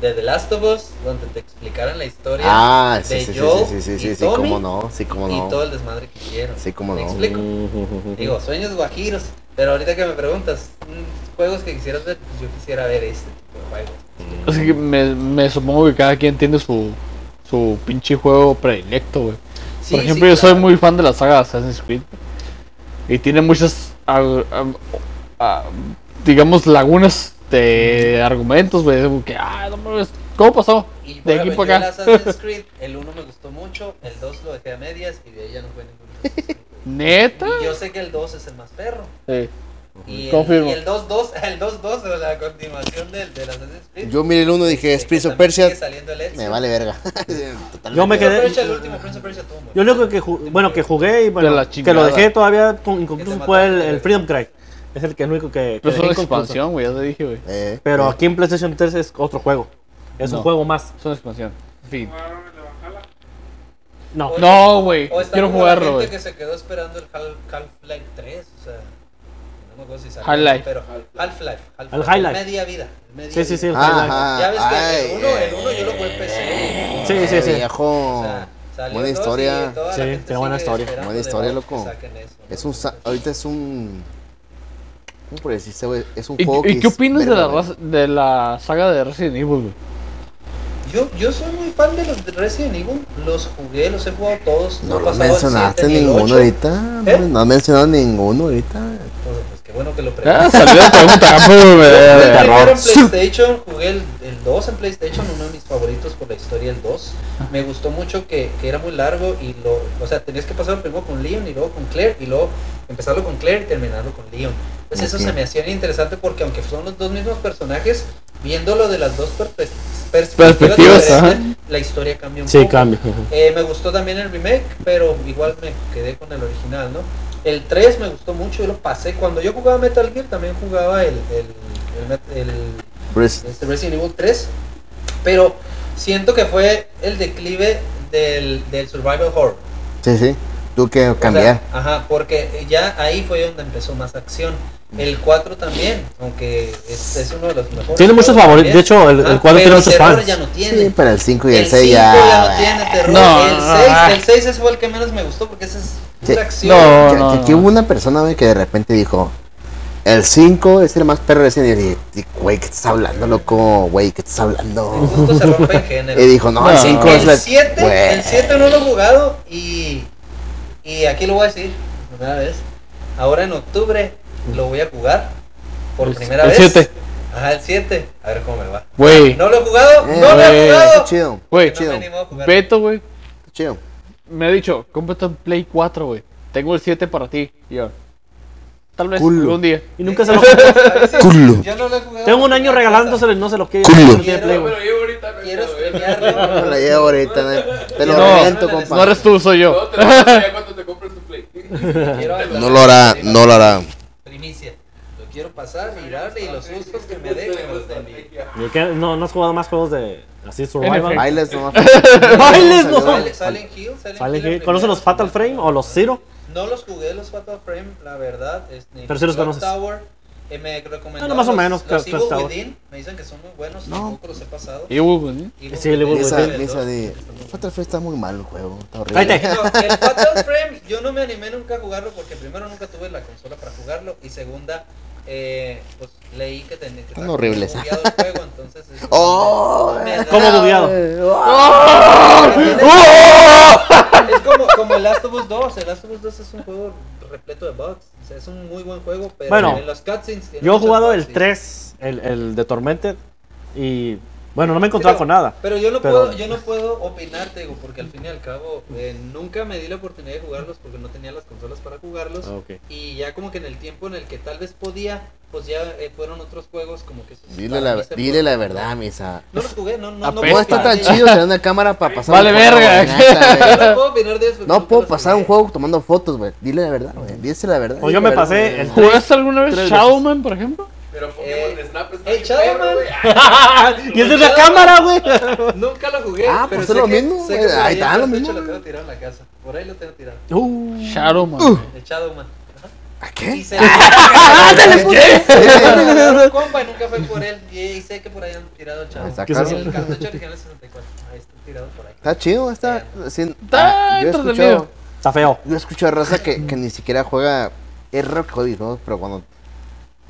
D: de The Last of Us, donde te explicaran la historia
B: Ah, sí,
D: de
B: sí, sí,
D: Joel
B: sí, sí, sí,
D: y
B: sí, sí,
D: Tommy
B: cómo no, sí, cómo
D: y todo
B: no.
D: el desmadre que hicieron.
B: Sí, cómo
D: ¿Me
B: no.
D: explico? Digo, sueños guajiros, pero ahorita que me preguntas, mm, juegos que quisieras ver, pues yo quisiera ver este tipo de juegos.
A: Así que me, me supongo que cada quien tiene su, su pinche juego predilecto, güey.
D: Sí,
A: Por
D: sí,
A: ejemplo, yo soy
D: claro.
A: muy fan de la saga Assassin's Creed. Y tiene muchas, ar- am- a- digamos, lagunas de argumentos, güey. como que, ah, no mames, ¿cómo pasó?
D: Y
A: De
D: bueno,
A: aquí
D: yo
A: para
D: el
A: acá.
D: Assassin's Creed, el 1 me gustó mucho, el 2 lo dejé a medias y de ahí ya no fue ninguno.
A: ¿Neta?
D: Y yo sé que el 2 es el más perro.
A: Sí.
D: Y el-
A: Confirmo.
D: y el 2-2, el 2-2, o la continuación del, del Assassin's Creed. Eh,
B: Yo miré el uno y dije,
D: que
B: es Prince of
D: también
B: Persia,
D: sigue saliendo el Ezio.
B: me vale verga.
C: Yo me
D: Prince of
C: quedé-
D: Persia, el último Prince of Persia tuvo muy
C: Yo lo único
D: bueno.
C: que jugué, bueno, que jugué y bueno,
A: De la
C: que lo
A: chingada.
C: dejé todavía con-
D: Que
C: inconcluso
D: te
C: fue el,
D: mataste,
C: el Freedom Cry. Es el que el único que, que
A: Pero es
C: dejé
A: una
C: inconcluso.
A: expansión, güey, ya te dije, güey.
B: Eh,
C: Pero
B: eh.
C: aquí en PlayStation 3 es otro juego. Es
A: No.
C: un juego más.
A: Es una expansión. Fin.
C: No.
D: Oye,
A: No, güey.
D: O está
A: Quiero
D: como la
A: jugarlo,
D: gente
A: güey.
D: que se quedó esperando el Hal- Half-Life 3, o sea, no me acuerdo si salió,
A: Half-Life.
D: pero Half-Life, Half-Life,
C: El Half-Life.
D: media vida, el media
C: Sí, sí, sí.
D: vida.
C: el Half-Life.
B: Ajá.
D: Ya ves que
B: Ah, ay,
D: el 1, el
B: eh,
D: 1 yo lo jugué en PC.
C: Sí, sí, sí.
B: Viejo.
D: O sea, salió
B: Buena
D: el dos y
B: historia.
D: toda la
C: Sí,
D: gente
C: tiene buena
D: sigue
C: historia.
D: esperando
B: Buena
D: de
B: historia,
D: nuevo que
B: loco.
D: saquen eso, ¿no?
B: Es un. sa- Ahorita es un. ¿Cómo por decirse, güey? Es un
A: ¿Y,
B: juego.
A: y
B: que
A: qué
B: es
A: opinas de
B: verga,
A: la,
B: güey.
A: raza- de la saga de Resident Evil, güey?
D: Yo, yo soy muy fan de los de Resident Evil, los jugué, los he jugado todos.
B: No
D: he
B: lo
D: pasado el
B: mencionaste
D: 7 ni el
B: ninguno
D: 8.
B: ahorita.
D: ¿Eh?
B: No has mencionado ninguno ahorita.
D: Pues, pues qué bueno que lo preguntas.
A: Ah, salió la pregunta, güey, me-
D: Yo
A: de
D: primero
A: terror.
D: en PlayStation, jugué el, el 2 en PlayStation, uno de mis favoritos por la historia, el 2. Me gustó mucho que, que era muy largo y lo, o sea, tenías que pasarlo primero con Leon y luego con Claire y luego empezarlo con Claire y terminarlo con Leon. Entonces
B: Ok.
D: eso se me hacía interesante porque aunque son los dos mismos personajes, viéndolo de las dos perpe- perspectivas,
A: Perspectivas,
D: diferentes, la historia cambia un
C: Sí,
D: poco.
C: cambio.
D: Eh, me gustó también el remake, pero igual me quedé con el original, ¿no? El 3 me gustó mucho, yo lo pasé. Cuando yo jugaba Metal Gear también jugaba el, el- el Met- el-
B: Bruce.
D: este Resident Evil 3, pero siento que fue el declive del, del Survival Horror.
B: Sí, sí. Tú que
D: O sea,
B: cambiar.
D: ajá, porque ya ahí fue donde empezó más acción. El 4 también, aunque es, es uno de los mejores.
C: Tiene muchos
D: juegos
C: favoritos,
D: también.
C: de hecho, el- el 4 tiene
D: pero
C: muchos
D: terror
C: fans.
D: Ya no tiene.
B: Sí, para el 5 y
D: El
B: el
D: 5
B: 6 ya. eh,
D: ya no tiene terror.
A: No,
D: el
A: no,
D: 6,
A: no.
D: el 6 es el que menos me gustó porque ese es
B: Sí.
D: pura acción.
A: No.
B: Que- que aquí hubo una persona güey, que de repente dijo: El 5 es el más perro de cine. Y dije, "Sí, güey, ¿qué estás hablando, loco? Güey, ¿qué estás
D: El
B: hablando?
D: gusto se rompe en
B: Y
D: género.
B: dijo: No, el
A: No.
B: 5 es la.
D: El 7,
B: Güey.
D: el 7 no lo he jugado y, y aquí lo voy a decir una vez. Ahora en octubre lo voy a jugar por
A: El-
D: primera
A: el
D: vez.
A: 7.
D: Ajá, el 7. A ver cómo me va.
A: Güey,
D: No lo he jugado,
B: Eh,
D: no lo he
A: güey,
B: Está
D: jugado.
B: chido,
A: güey,
D: No me
B: chido.
D: animo a jugar.
A: Beto, güey,
B: está chido.
A: me ha dicho, cómprate un Play 4, güey. Tengo el 7 para ti. Y yo, tal vez
B: Culo.
A: algún día.
C: Y nunca se lo.
B: Culo.
D: Yo no lo he jugado.
C: Tengo un año
D: porque-
C: regalándoselo y no se lo quiere.
B: Culo.
C: No tiene Play, güey.
E: yo ahorita eh. no
D: Quiero
E: quiero
B: No la
D: streamearlo.
B: llevo ahorita, no, te lo
A: No,
B: revento,
D: no
A: No
B: compa.
A: eres tú, soy yo.
E: No te lo vas a ya cuando te compres tu play.
D: Quiero hablar.
B: lo hará.
D: Primicia. Lo quiero pasar, mirarle y los sustos que me den, que me los den.
C: ¿Y qué? No, no has jugado más juegos de. Así,
A: En
C: Survival.
A: efecto.
B: Bailes nomás.
C: Bailes, no.
D: Sale- Silent Hill, Silent
C: Silent
D: Hill,
C: Hill.
D: la
C: ¿Conocen
D: primera.
C: los Fatal Frame o los Zero?
D: No los jugué, los Fatal Frame, la verdad. es ni
C: Pero sí los
D: Clock
C: conoces.
D: Tower. eh, me recomendaron
C: Bueno, más o
D: los-
C: menos,
D: los
C: Clock-
D: Evil
C: Clock Tower.
D: Within, Me dicen que son muy buenos.
B: No.
D: Tampoco los he pasado.
A: Y hubo, güey.
D: Evil
C: Sí, el Evil
D: Within,
B: Esa,
C: Within.
D: el
B: esa
D: dos.
B: de. Fatal Free está muy mal el juego. Está
C: Ahí
B: horrible.
C: te.
D: No, el Fatal Frame yo no me animé nunca a jugarlo porque primero nunca tuve la consola para jugarlo y segunda eh, pues leí que tenía que
B: Están horribles.
D: estaba bugueado el juego, entonces este,
B: Oh,
D: me da-
C: ¿Cómo bugueado?
D: ¡Ah!
C: ¡Ah!
D: Es como, como el Last of Us 2, el Last of Us 2 es un juego repleto de bugs, o sea, es un muy buen juego, pero
C: Bueno,
D: en los cutscenes tiene
C: Yo he
D: muchos
C: jugado
D: bugs,
C: el
D: sí.
C: 3, el, el de Tormented. Y. Bueno, no me he
D: Pero-
C: encontrado con nada.
D: Pero yo no
C: Pero-
D: puedo, yo no puedo opinar, te digo, porque al fin y al cabo eh, nunca me di la oportunidad de jugarlos porque no tenía las consolas para jugarlos.
C: Ah, ok.
D: Y ya como que en el tiempo en el que tal vez podía, pues ya eh, fueron otros juegos como que...
B: Dile
D: para
B: la,
D: mí se
B: dile
D: fueron-
B: la verdad, misa.
D: No los jugué, no, no, no
A: Apesta.
B: No
D: puedo
B: está tan
D: opinar.
B: chido tener una cámara para pasar.
A: Vale
B: un juego,
A: verga.
B: güey, neta,
D: Yo
B: güey.
D: no puedo opinar de eso. porque
B: No
D: nunca
B: puedo
D: los
B: pasar
D: jugué.
B: un juego tomando fotos, güey. Dile la verdad, güey. Dice la verdad.
C: Pues yo me pasé el
A: ¿Jugaste alguna vez
C: Tres
A: Shadowman, por ejemplo?
E: Pero
D: Eh,
E: Pokémon Snap está
D: el
E: bien
D: Shadowman.
E: perro, güey.
C: y es de la cámara, güey.
D: Nunca lo jugué.
B: Ah,
D: pero
B: pues
D: sé
B: es lo
D: que-
B: mismo,
D: sé que
B: güey.
D: por
B: Ahí
D: ahí
B: está,
D: en
B: lo
D: el techo
B: mismo,
D: Lo
B: güey.
D: tengo tirado en la casa. Por ahí lo tengo tirado.
C: Uh,
A: Shadowman.
D: Echado, man. Ajá.
B: ¿A
D: Y
B: qué? Ah,
D: se le compa y nunca fue por él. Y, y sé que por ahí han tirado el chavo.
B: Me
D: El
B: sacaron.
D: cartucho original es 64. Ahí está tirado por ahí.
B: Está chido, está. sí,
A: Está
B: yo he
A: entretenido.
B: escuchado,
C: Está feo.
B: yo he escuchado raza que, que ni siquiera juega R Cody, ¿no? Pero cuando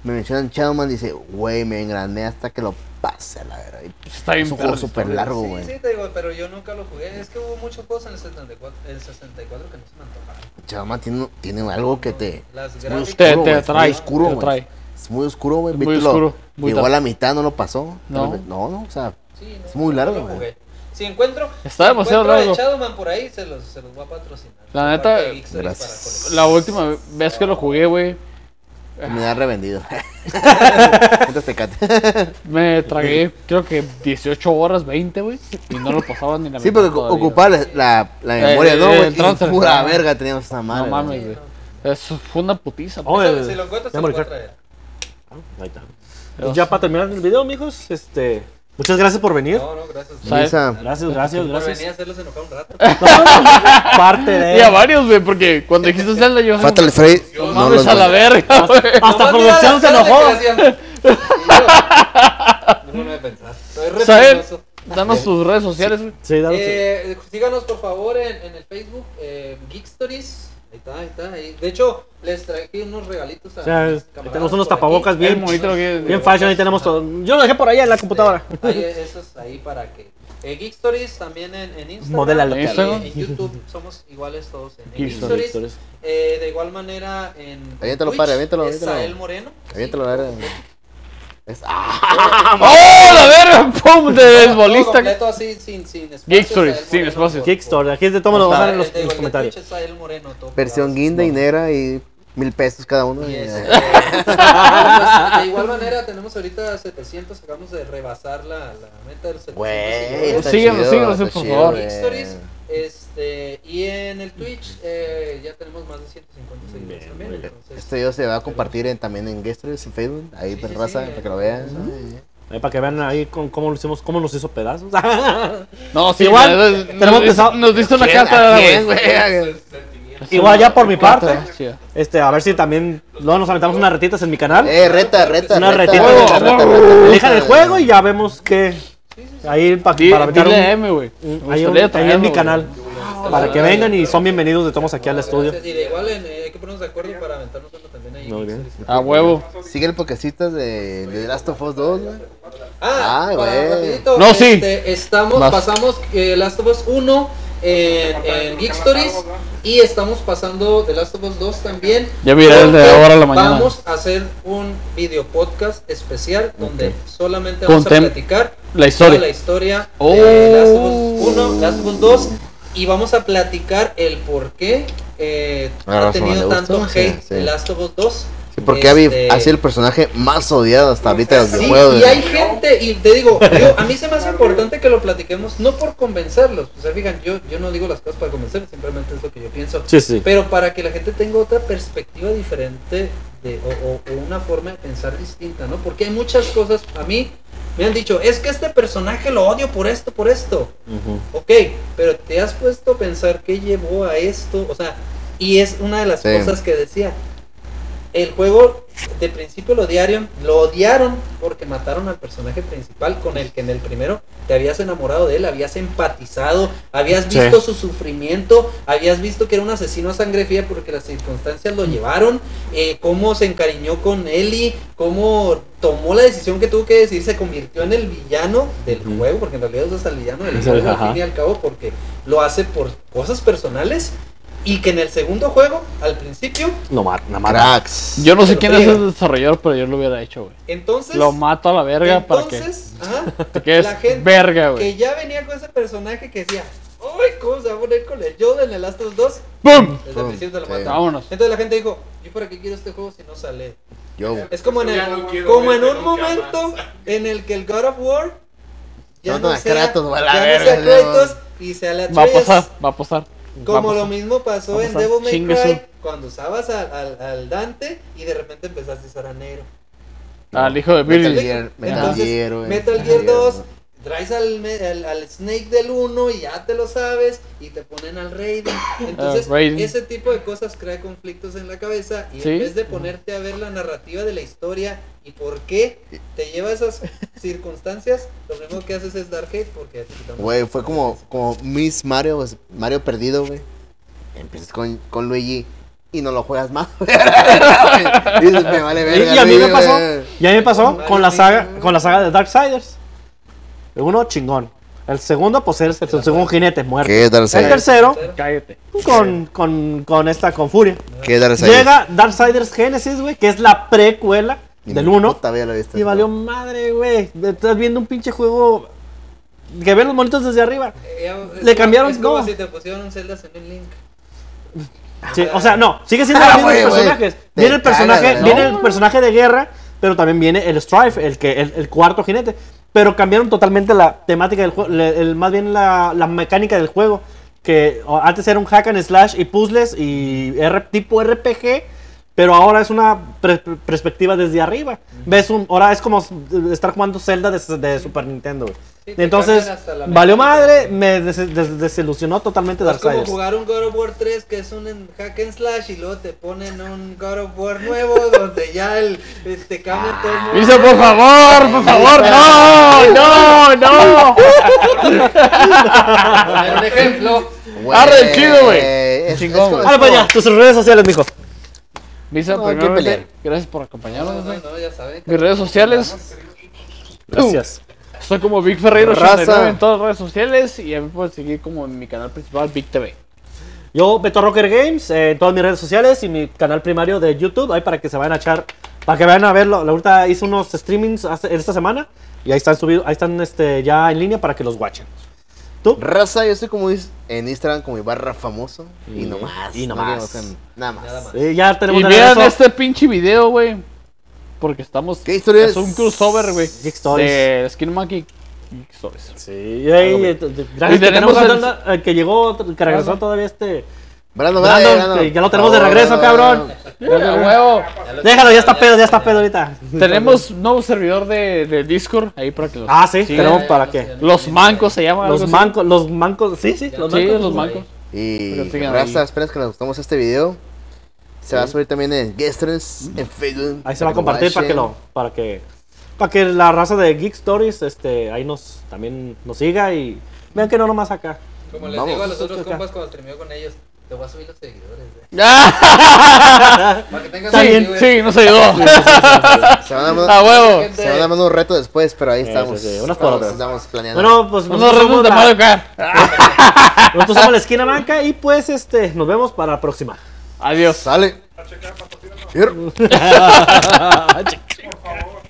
B: me mencionan Shadowman, dice, güey, me engrané hasta que lo pase, la verdad. Y
A: Está bien
B: Es un
A: perro
B: juego
A: esa
B: súper
A: historia.
B: largo,
D: Sí,
B: güey.
D: sí, te digo, pero yo nunca lo jugué. Es que hubo muchos juegos en el 64, el 64 que no se me antojaron.
B: Shadowman tiene, tiene algo que te.
D: Las
B: Este, Es muy
D: gráficas.
B: oscuro,
A: Te-
B: güey,
A: te
B: es muy
A: atrae,
B: oscuro,
A: te
B: güey.
A: atrae.
B: Es muy oscuro, güey.
A: Es muy
B: Vete lo-
A: oscuro, muy
B: Llegó a
A: tar-
B: la mitad, no lo pasó.
A: No.
B: Tal vez- No, no, o sea,
D: Sí,
B: Es muy largo,
D: lo
B: güey.
D: jugué. Si encuentro,
A: Está
D: si
A: demasiado
D: encuentro
A: largo.
D: de Shadowman por ahí, se los, se los voy a patrocinar.
A: La
D: Por
A: neta,
D: parte de Geekstory
B: gracias.
D: para coleccionar.
A: La última vez que lo jugué, güey, Ah.
B: me da revendido. este Entonces te
A: me tragué creo que 18 horas, 20, güey, y no lo pasaba ni la
B: Sí,
A: mitad
B: porque
A: todavía.
B: ocupaba la, la, la
A: Eh,
B: memoria, ¿no?
A: eh,
B: güey?
A: el
B: Y
A: transfer,
B: pura
A: ¿no?
B: verga teníamos esa
A: No
B: madre.
A: mames, güey. Eso fue una putiza.
C: Oh,
D: Eso,
C: el-
D: si lo encuentro, se
C: Memory
D: lo voy a
C: card.
D: traer.
C: Ahí está. Pues ya para terminar el video, amigos, este, muchas gracias por venir.
D: No, no, gracias.
A: O sea,
B: Misa,
C: Gracias, gracias,
D: Por venir a
C: gracias.
D: hacerlos enojar un rato.
C: Parte de.
A: Y a varios, güey, porque cuando dijiste Zelda yo...
B: Eh, Fatal Freddy.
A: No
B: No los
A: mames a la verga, güey.
C: Hasta
D: Nomás mira
C: producción
D: las
C: se
D: caras de
C: enojó.
D: creación. Sí, yo- No me voy a pensar. Soy re
A: ¿Saben?
D: penoso.
A: Danos tus redes sociales, güey.
C: Sí, dale.
D: Eh, síganos por favor en, en el Facebook, eh, Geek Stories. Ahí está, ahí está. ahí. De hecho, les traje unos regalitos a
C: O sea,
D: mis
C: ahí
D: camaradas
C: tenemos unos
D: por aquí.
C: tapabocas bien-
A: El monito lo que-
C: Bien fashion, ahí tenemos todo. Yo lo dejé por allá en la computadora.
D: Eh, ahí, esos ahí para que. Eh, Geek Stories también en, en Instagram.
C: Modélalo,
D: y, eh,
A: Instagram.
D: en YouTube somos iguales todos en en
A: Geek
D: Geek
A: Stories.
D: Stories. Eh, de igual manera en.
B: Aviéntalo,
D: Twitch,
B: padre, aviéntalo,
D: es
B: aviéntalo.
D: Sael Moreno.
B: Aviéntalo la verga. Es- ¡Ah!
A: ¡Oh, la verga! ¡Pum! De
D: Todo
A: beisbolista.
D: completo así, sin, sin espacios,
A: Geek Stories,
D: Sael
A: sin
D: Moreno,
A: espacios.
D: por-
C: Kickstarter, aquí de todo lo vamos
D: por-
C: a dejar en
D: Eh,
C: los,
D: de
C: en los
D: igual de
C: comentarios.
D: Twitch es Sael Moreno, todo
B: Versión
D: pegado.
B: guinda y negra y mil pesos cada uno.
D: Y este,
B: Eh,
D: de igual manera tenemos ahorita 700, acabamos de rebasar la, la meta de los 700
B: Güey.
D: seguidores.
B: está
A: Síguenos,
B: chido,
A: síguenos,
B: está
A: por
B: chido,
A: favor.
B: güey.
D: Geek Stories, este, y en el Twitch eh, ya tenemos más de 150 seguidores también. Entonces,
B: Este video se va a compartir en- también en Gestures, en Facebook. Ahí,
D: Sí,
B: pues,
D: sí,
B: raza,
D: sí.
B: para que lo vean.
C: Ahí para que vean ahí con- cómo, lo hicimos, cómo nos hizo pedazos.
A: No, sí,
C: Igual,
A: güey,
C: tenemos
A: nos,
C: que
A: diste-
C: sa-
A: nos diste una
B: ¿Quién?
A: carta,
B: ¿A
A: güey.
B: quién, güey?
C: Igual ya por mi parte,
A: Chida.
C: este, a ver si también luego nos aventamos unas retitas en mi canal.
B: Eh, reta, reta.
C: Una
B: reta,
C: retita.
B: reta, reta, reta, reta.
C: Elijan el juego y ya vemos que ahí pa-
A: eh. Di-
C: para aventar un,
A: Dile a M, güey.
C: un-
A: Me
C: ahí un-
A: gustaría
C: ahí en mi
A: traerlo,
C: canal. Para que vengan y son bienvenidos de todos aquí al estudio.
D: gracias, y de igual en, eh, hay que ponernos de acuerdo para aventarnos uno también ahí. en
C: Muy
D: Geek
C: bien.
D: Stories.
A: güey. A huevo.
B: Sigue el pokecitas de, de Last of Us 2, güey.
D: Ah,
B: Ah,
D: para
B: güey.
D: rapidito,
A: No, sí.
D: este, estamos,
B: Vas.
D: pasamos eh, Last of Us 1 en, en Geek Stories y estamos pasando de Last of Us 2 también.
A: Ya miré el de
D: Porque
A: ahora a la mañana.
D: Vamos a hacer un video podcast especial donde solamente
A: Con
D: vamos
A: tem-
D: a platicar
A: La historia.
D: toda la historia
A: Oh.
D: de Last of Us 1, Last of Us 2 y vamos a platicar el por qué eh,
B: Ah,
D: ha tenido
B: me
D: tanto
B: gustó,
D: hate
B: sí, sí.
D: de Last of Us 2.
B: Sí, porque Abby
D: Este-
B: ha sido el personaje más odiado hasta ahorita de los
D: Sí,
B: videojuegos.
D: y
B: güey.
D: hay gente, y te digo, yo- a mí se me hace importante que lo platiquemos, no por convencerlos, o sea, fijan, yo, yo no digo las cosas para convencerlos, simplemente es lo que yo pienso,
C: Sí, sí.
D: pero para que la gente tenga otra perspectiva diferente de, o, o- o una forma de pensar distinta, ¿no? Porque hay muchas cosas, a mí me han dicho, es que este personaje lo odio por esto, por esto, ok, pero te has puesto a pensar qué llevó a esto, o sea, y es una de las
B: Sí.
D: cosas que decía, el juego de principio lo odiaron, lo odiaron porque mataron al personaje principal con el que en el primero te habías enamorado de él, habías empatizado, habías
C: Sí.
D: visto su sufrimiento, habías visto que era un asesino a sangre fría porque las circunstancias lo llevaron, eh, cómo se encariñó con Ellie, cómo tomó la decisión que tuvo que decidir, se convirtió en el villano del
C: Ujú.
D: juego, porque en realidad es el villano del
C: Es
D: juego
C: el-
D: al
C: ajá.
D: fin y al cabo porque lo hace por cosas personales y que en el segundo juego, al principio,
C: No, ma- nada más.
B: Cracks.
A: Yo no sé
D: Pero
A: quién es
D: friega.
A: el desarrollador, pero yo lo hubiera hecho, güey.
D: entonces...
A: Lo mato a la verga
D: Entonces, ajá,
A: para que te quedes
D: la gente
A: verga,
D: que
A: güey.
D: ya venía con ese personaje que decía, uy, ¿cómo se va a poner con el Yoda en el Last of Us 2?
A: ¡Bum!
D: Desde el principio te
B: Oh,
D: lo
B: Sí.
D: matan.
A: Vámonos.
D: Entonces la gente dijo, ¿yo para qué quiero este juego si no sale?
B: Yo, güey.
D: Es como en,
F: Ya
D: el,
F: no quiero
D: como en
F: verte
D: un
F: nunca
D: momento en el que el God of War ya
B: Matan
D: no
B: a
D: sea,
B: Kratos, güey, a la
D: ya no
B: verga,
D: sea
B: no.
D: Kratos y sea la
A: Va a pasar, va a pasar. va a
D: Como
A: pasar.
D: lo mismo pasó
A: Va a
D: en
A: pasar.
D: Devil May
A: Chingue
D: Cry
A: su-
D: cuando usabas al, al- al Dante y de repente empezaste a usar a Nero.
A: Al hijo de
B: Metal
A: Billy.
B: Gear, Metal
D: Entonces,
B: Gear, güey.
D: Metal Gear 2 traes al, me- al, al Snake del 1 y ya te lo sabes y te ponen al Raiden. Entonces,
A: Ah, Raiden.
D: ese tipo de cosas crea conflictos en la cabeza y
A: Sí.
D: en vez de ponerte a ver la narrativa de la historia y por qué te lleva a esas circunstancias, lo primero que haces es dar hate porque ya te quitamos.
B: Güey, fue como, como Miss Mario, pues, Mario perdido, güey. Empiezas con, con Luigi y no lo juegas más. güey. Y dices, me vale verga.
C: Y, y a mí
B: Luigi,
C: me pasó,
B: güey.
C: y a mí me pasó con la saga, con la saga de Darksiders. El uno chingón. El segundo, pues eres el segundo jinete muerto.
B: ¿Qué darse?
C: El tercero,
E: Cállate.
C: con, con, con esta, con Furia.
B: ¿Qué darse?
C: Llega Darksiders Genesis, güey, que es la precuela del 1.
B: Todavía lo viste.
C: Y valió madre, güey. Estás viendo un pinche juego que ve los monitos desde arriba.
D: Eh, ya- es
C: Le
D: como-
C: cambiaron-
D: es como
C: no.
D: si te pusieron un Zelda en el Link.
C: Sí, o sea, no, sigue siendo
B: Ah,
C: los mismos
B: güey, güey.
C: personajes.
B: Te
C: Viene el
B: cagas,
C: personaje,
B: ¿no?
C: viene el personaje de guerra, pero también viene el Strife, el que el, el cuarto jinete. Pero cambiaron totalmente la temática del juego, le- el- más bien la, la mecánica del juego. Que o, antes era un hack and slash y puzzles y R- tipo RPG, pero ahora es una pre- pre- perspectiva desde arriba. Ves un, ahora es como s- estar jugando Zelda de, de Super Nintendo. güey.
D: Sí, te
C: Entonces,
D: cambian hasta la
C: valió
D: mecánica.
C: madre, me des- des- desilusionó totalmente
D: Es como
C: Darksiders.
D: jugar un God of War 3 que es un en- hack and slash y luego te ponen un God of War nuevo donde ya el este cambia
B: Ah,
D: todo el mundo.
A: Dice, por favor, por favor, no, no, no.
D: Poner un ejemplo.
B: Güey,
A: Arre, chido, güey.
B: es- es
A: Chingón,
B: como-
A: güey.
C: Ahora pues ya, tus redes sociales, mijo.
A: Misa,
B: No, hay que pelear.
A: primeramente, gracias por
D: No,
A: acompañarnos.
D: no,
A: güey.
D: no, ya saben.
A: Mis redes sociales, Uh,
C: Gracias.
A: soy como Big Ferreiro
B: Raza.
A: 89 en todas las redes sociales y a mí pueden seguir como en mi canal principal, Big TV.
C: Yo, Beto Rocker Games, eh, en todas mis redes sociales y mi canal primario de YouTube, ahí para que se vayan a echar, para que vayan a verlo. La ahorita hice unos streamings hace- esta semana y ahí están subidos, ahí están este, ya en línea para que los watchen. ¿Tú?
B: Raza, yo soy como is- en Instagram como mi barra famoso. Y
C: Y-
B: nomás.
C: y
B: no
C: nomás.
B: quiero hacer Nada más.
D: Nada más.
C: Eh, ya tenemos
A: Y
C: de
A: vean
C: regreso-
A: este pinche video, güey. Porque estamos.
B: ¿Qué historia
A: es? un crossover, güey.
C: Geek Stories.
A: De Skin Monkey Geek Stories.
C: Sí, y ahí, eh, t- t- gracias.
A: Y
C: que
A: tenemos
C: tenemos a
A: el-
C: Danda, eh, que llegó, que regresó todavía este.
B: Brandon,
C: Brandon,
B: dale, Brandon.
C: que ya lo tenemos de
B: Por favor,
C: regreso,
B: Brandon,
C: cabrón.
B: Brandon.
A: ¡A huevo!
C: Déjalo, ya está pedo, ya está pedo ahorita.
A: Tenemos nuevo servidor de, de Discord ahí para que los.
C: Ah, sí,
A: sigan.
C: tenemos
D: ya,
C: para
D: ya,
C: qué.
D: ya.
A: Los mancos se llama.
C: Los
A: algo así.
C: mancos, los mancos, sí, sí, los
A: Sí,
C: mancos.
A: los mancos.
B: Y
A: Pero sigan
B: raza,
A: ahí.
B: esperas que les gustamos este video. Se va a subir también en Gestrens, en Facebook.
C: Ahí se va a
B: que lo
C: compartir para que
B: watchen.
C: lo, para que, para que la raza de Geek Stories, este, ahí nos, también nos siga y vean que no nomás acá.
D: Como les
B: Vamos.
D: digo a los otros
C: Acá.
D: compas cuando termino con ellos, te voy a subir los seguidores. eh. Para que tengas
A: Sí,
D: seguidores.
A: sí, nos ayudó.
B: Se van a dar,
A: ¡A huevo!
B: se van a dar un reto después, pero ahí
C: Ah, sí,
B: estamos.
C: sí, unas por
B: estamos-
C: otras.
B: estamos planeando.
C: Bueno, pues
A: Unos
C: nosotros
A: retos
C: somos,
A: de
C: la,
A: Mario Kart.
C: nosotros somos la esquina banca y pues este, nos vemos para la próxima.
A: Adiós.
B: Sale. Fierro.
C: Chica.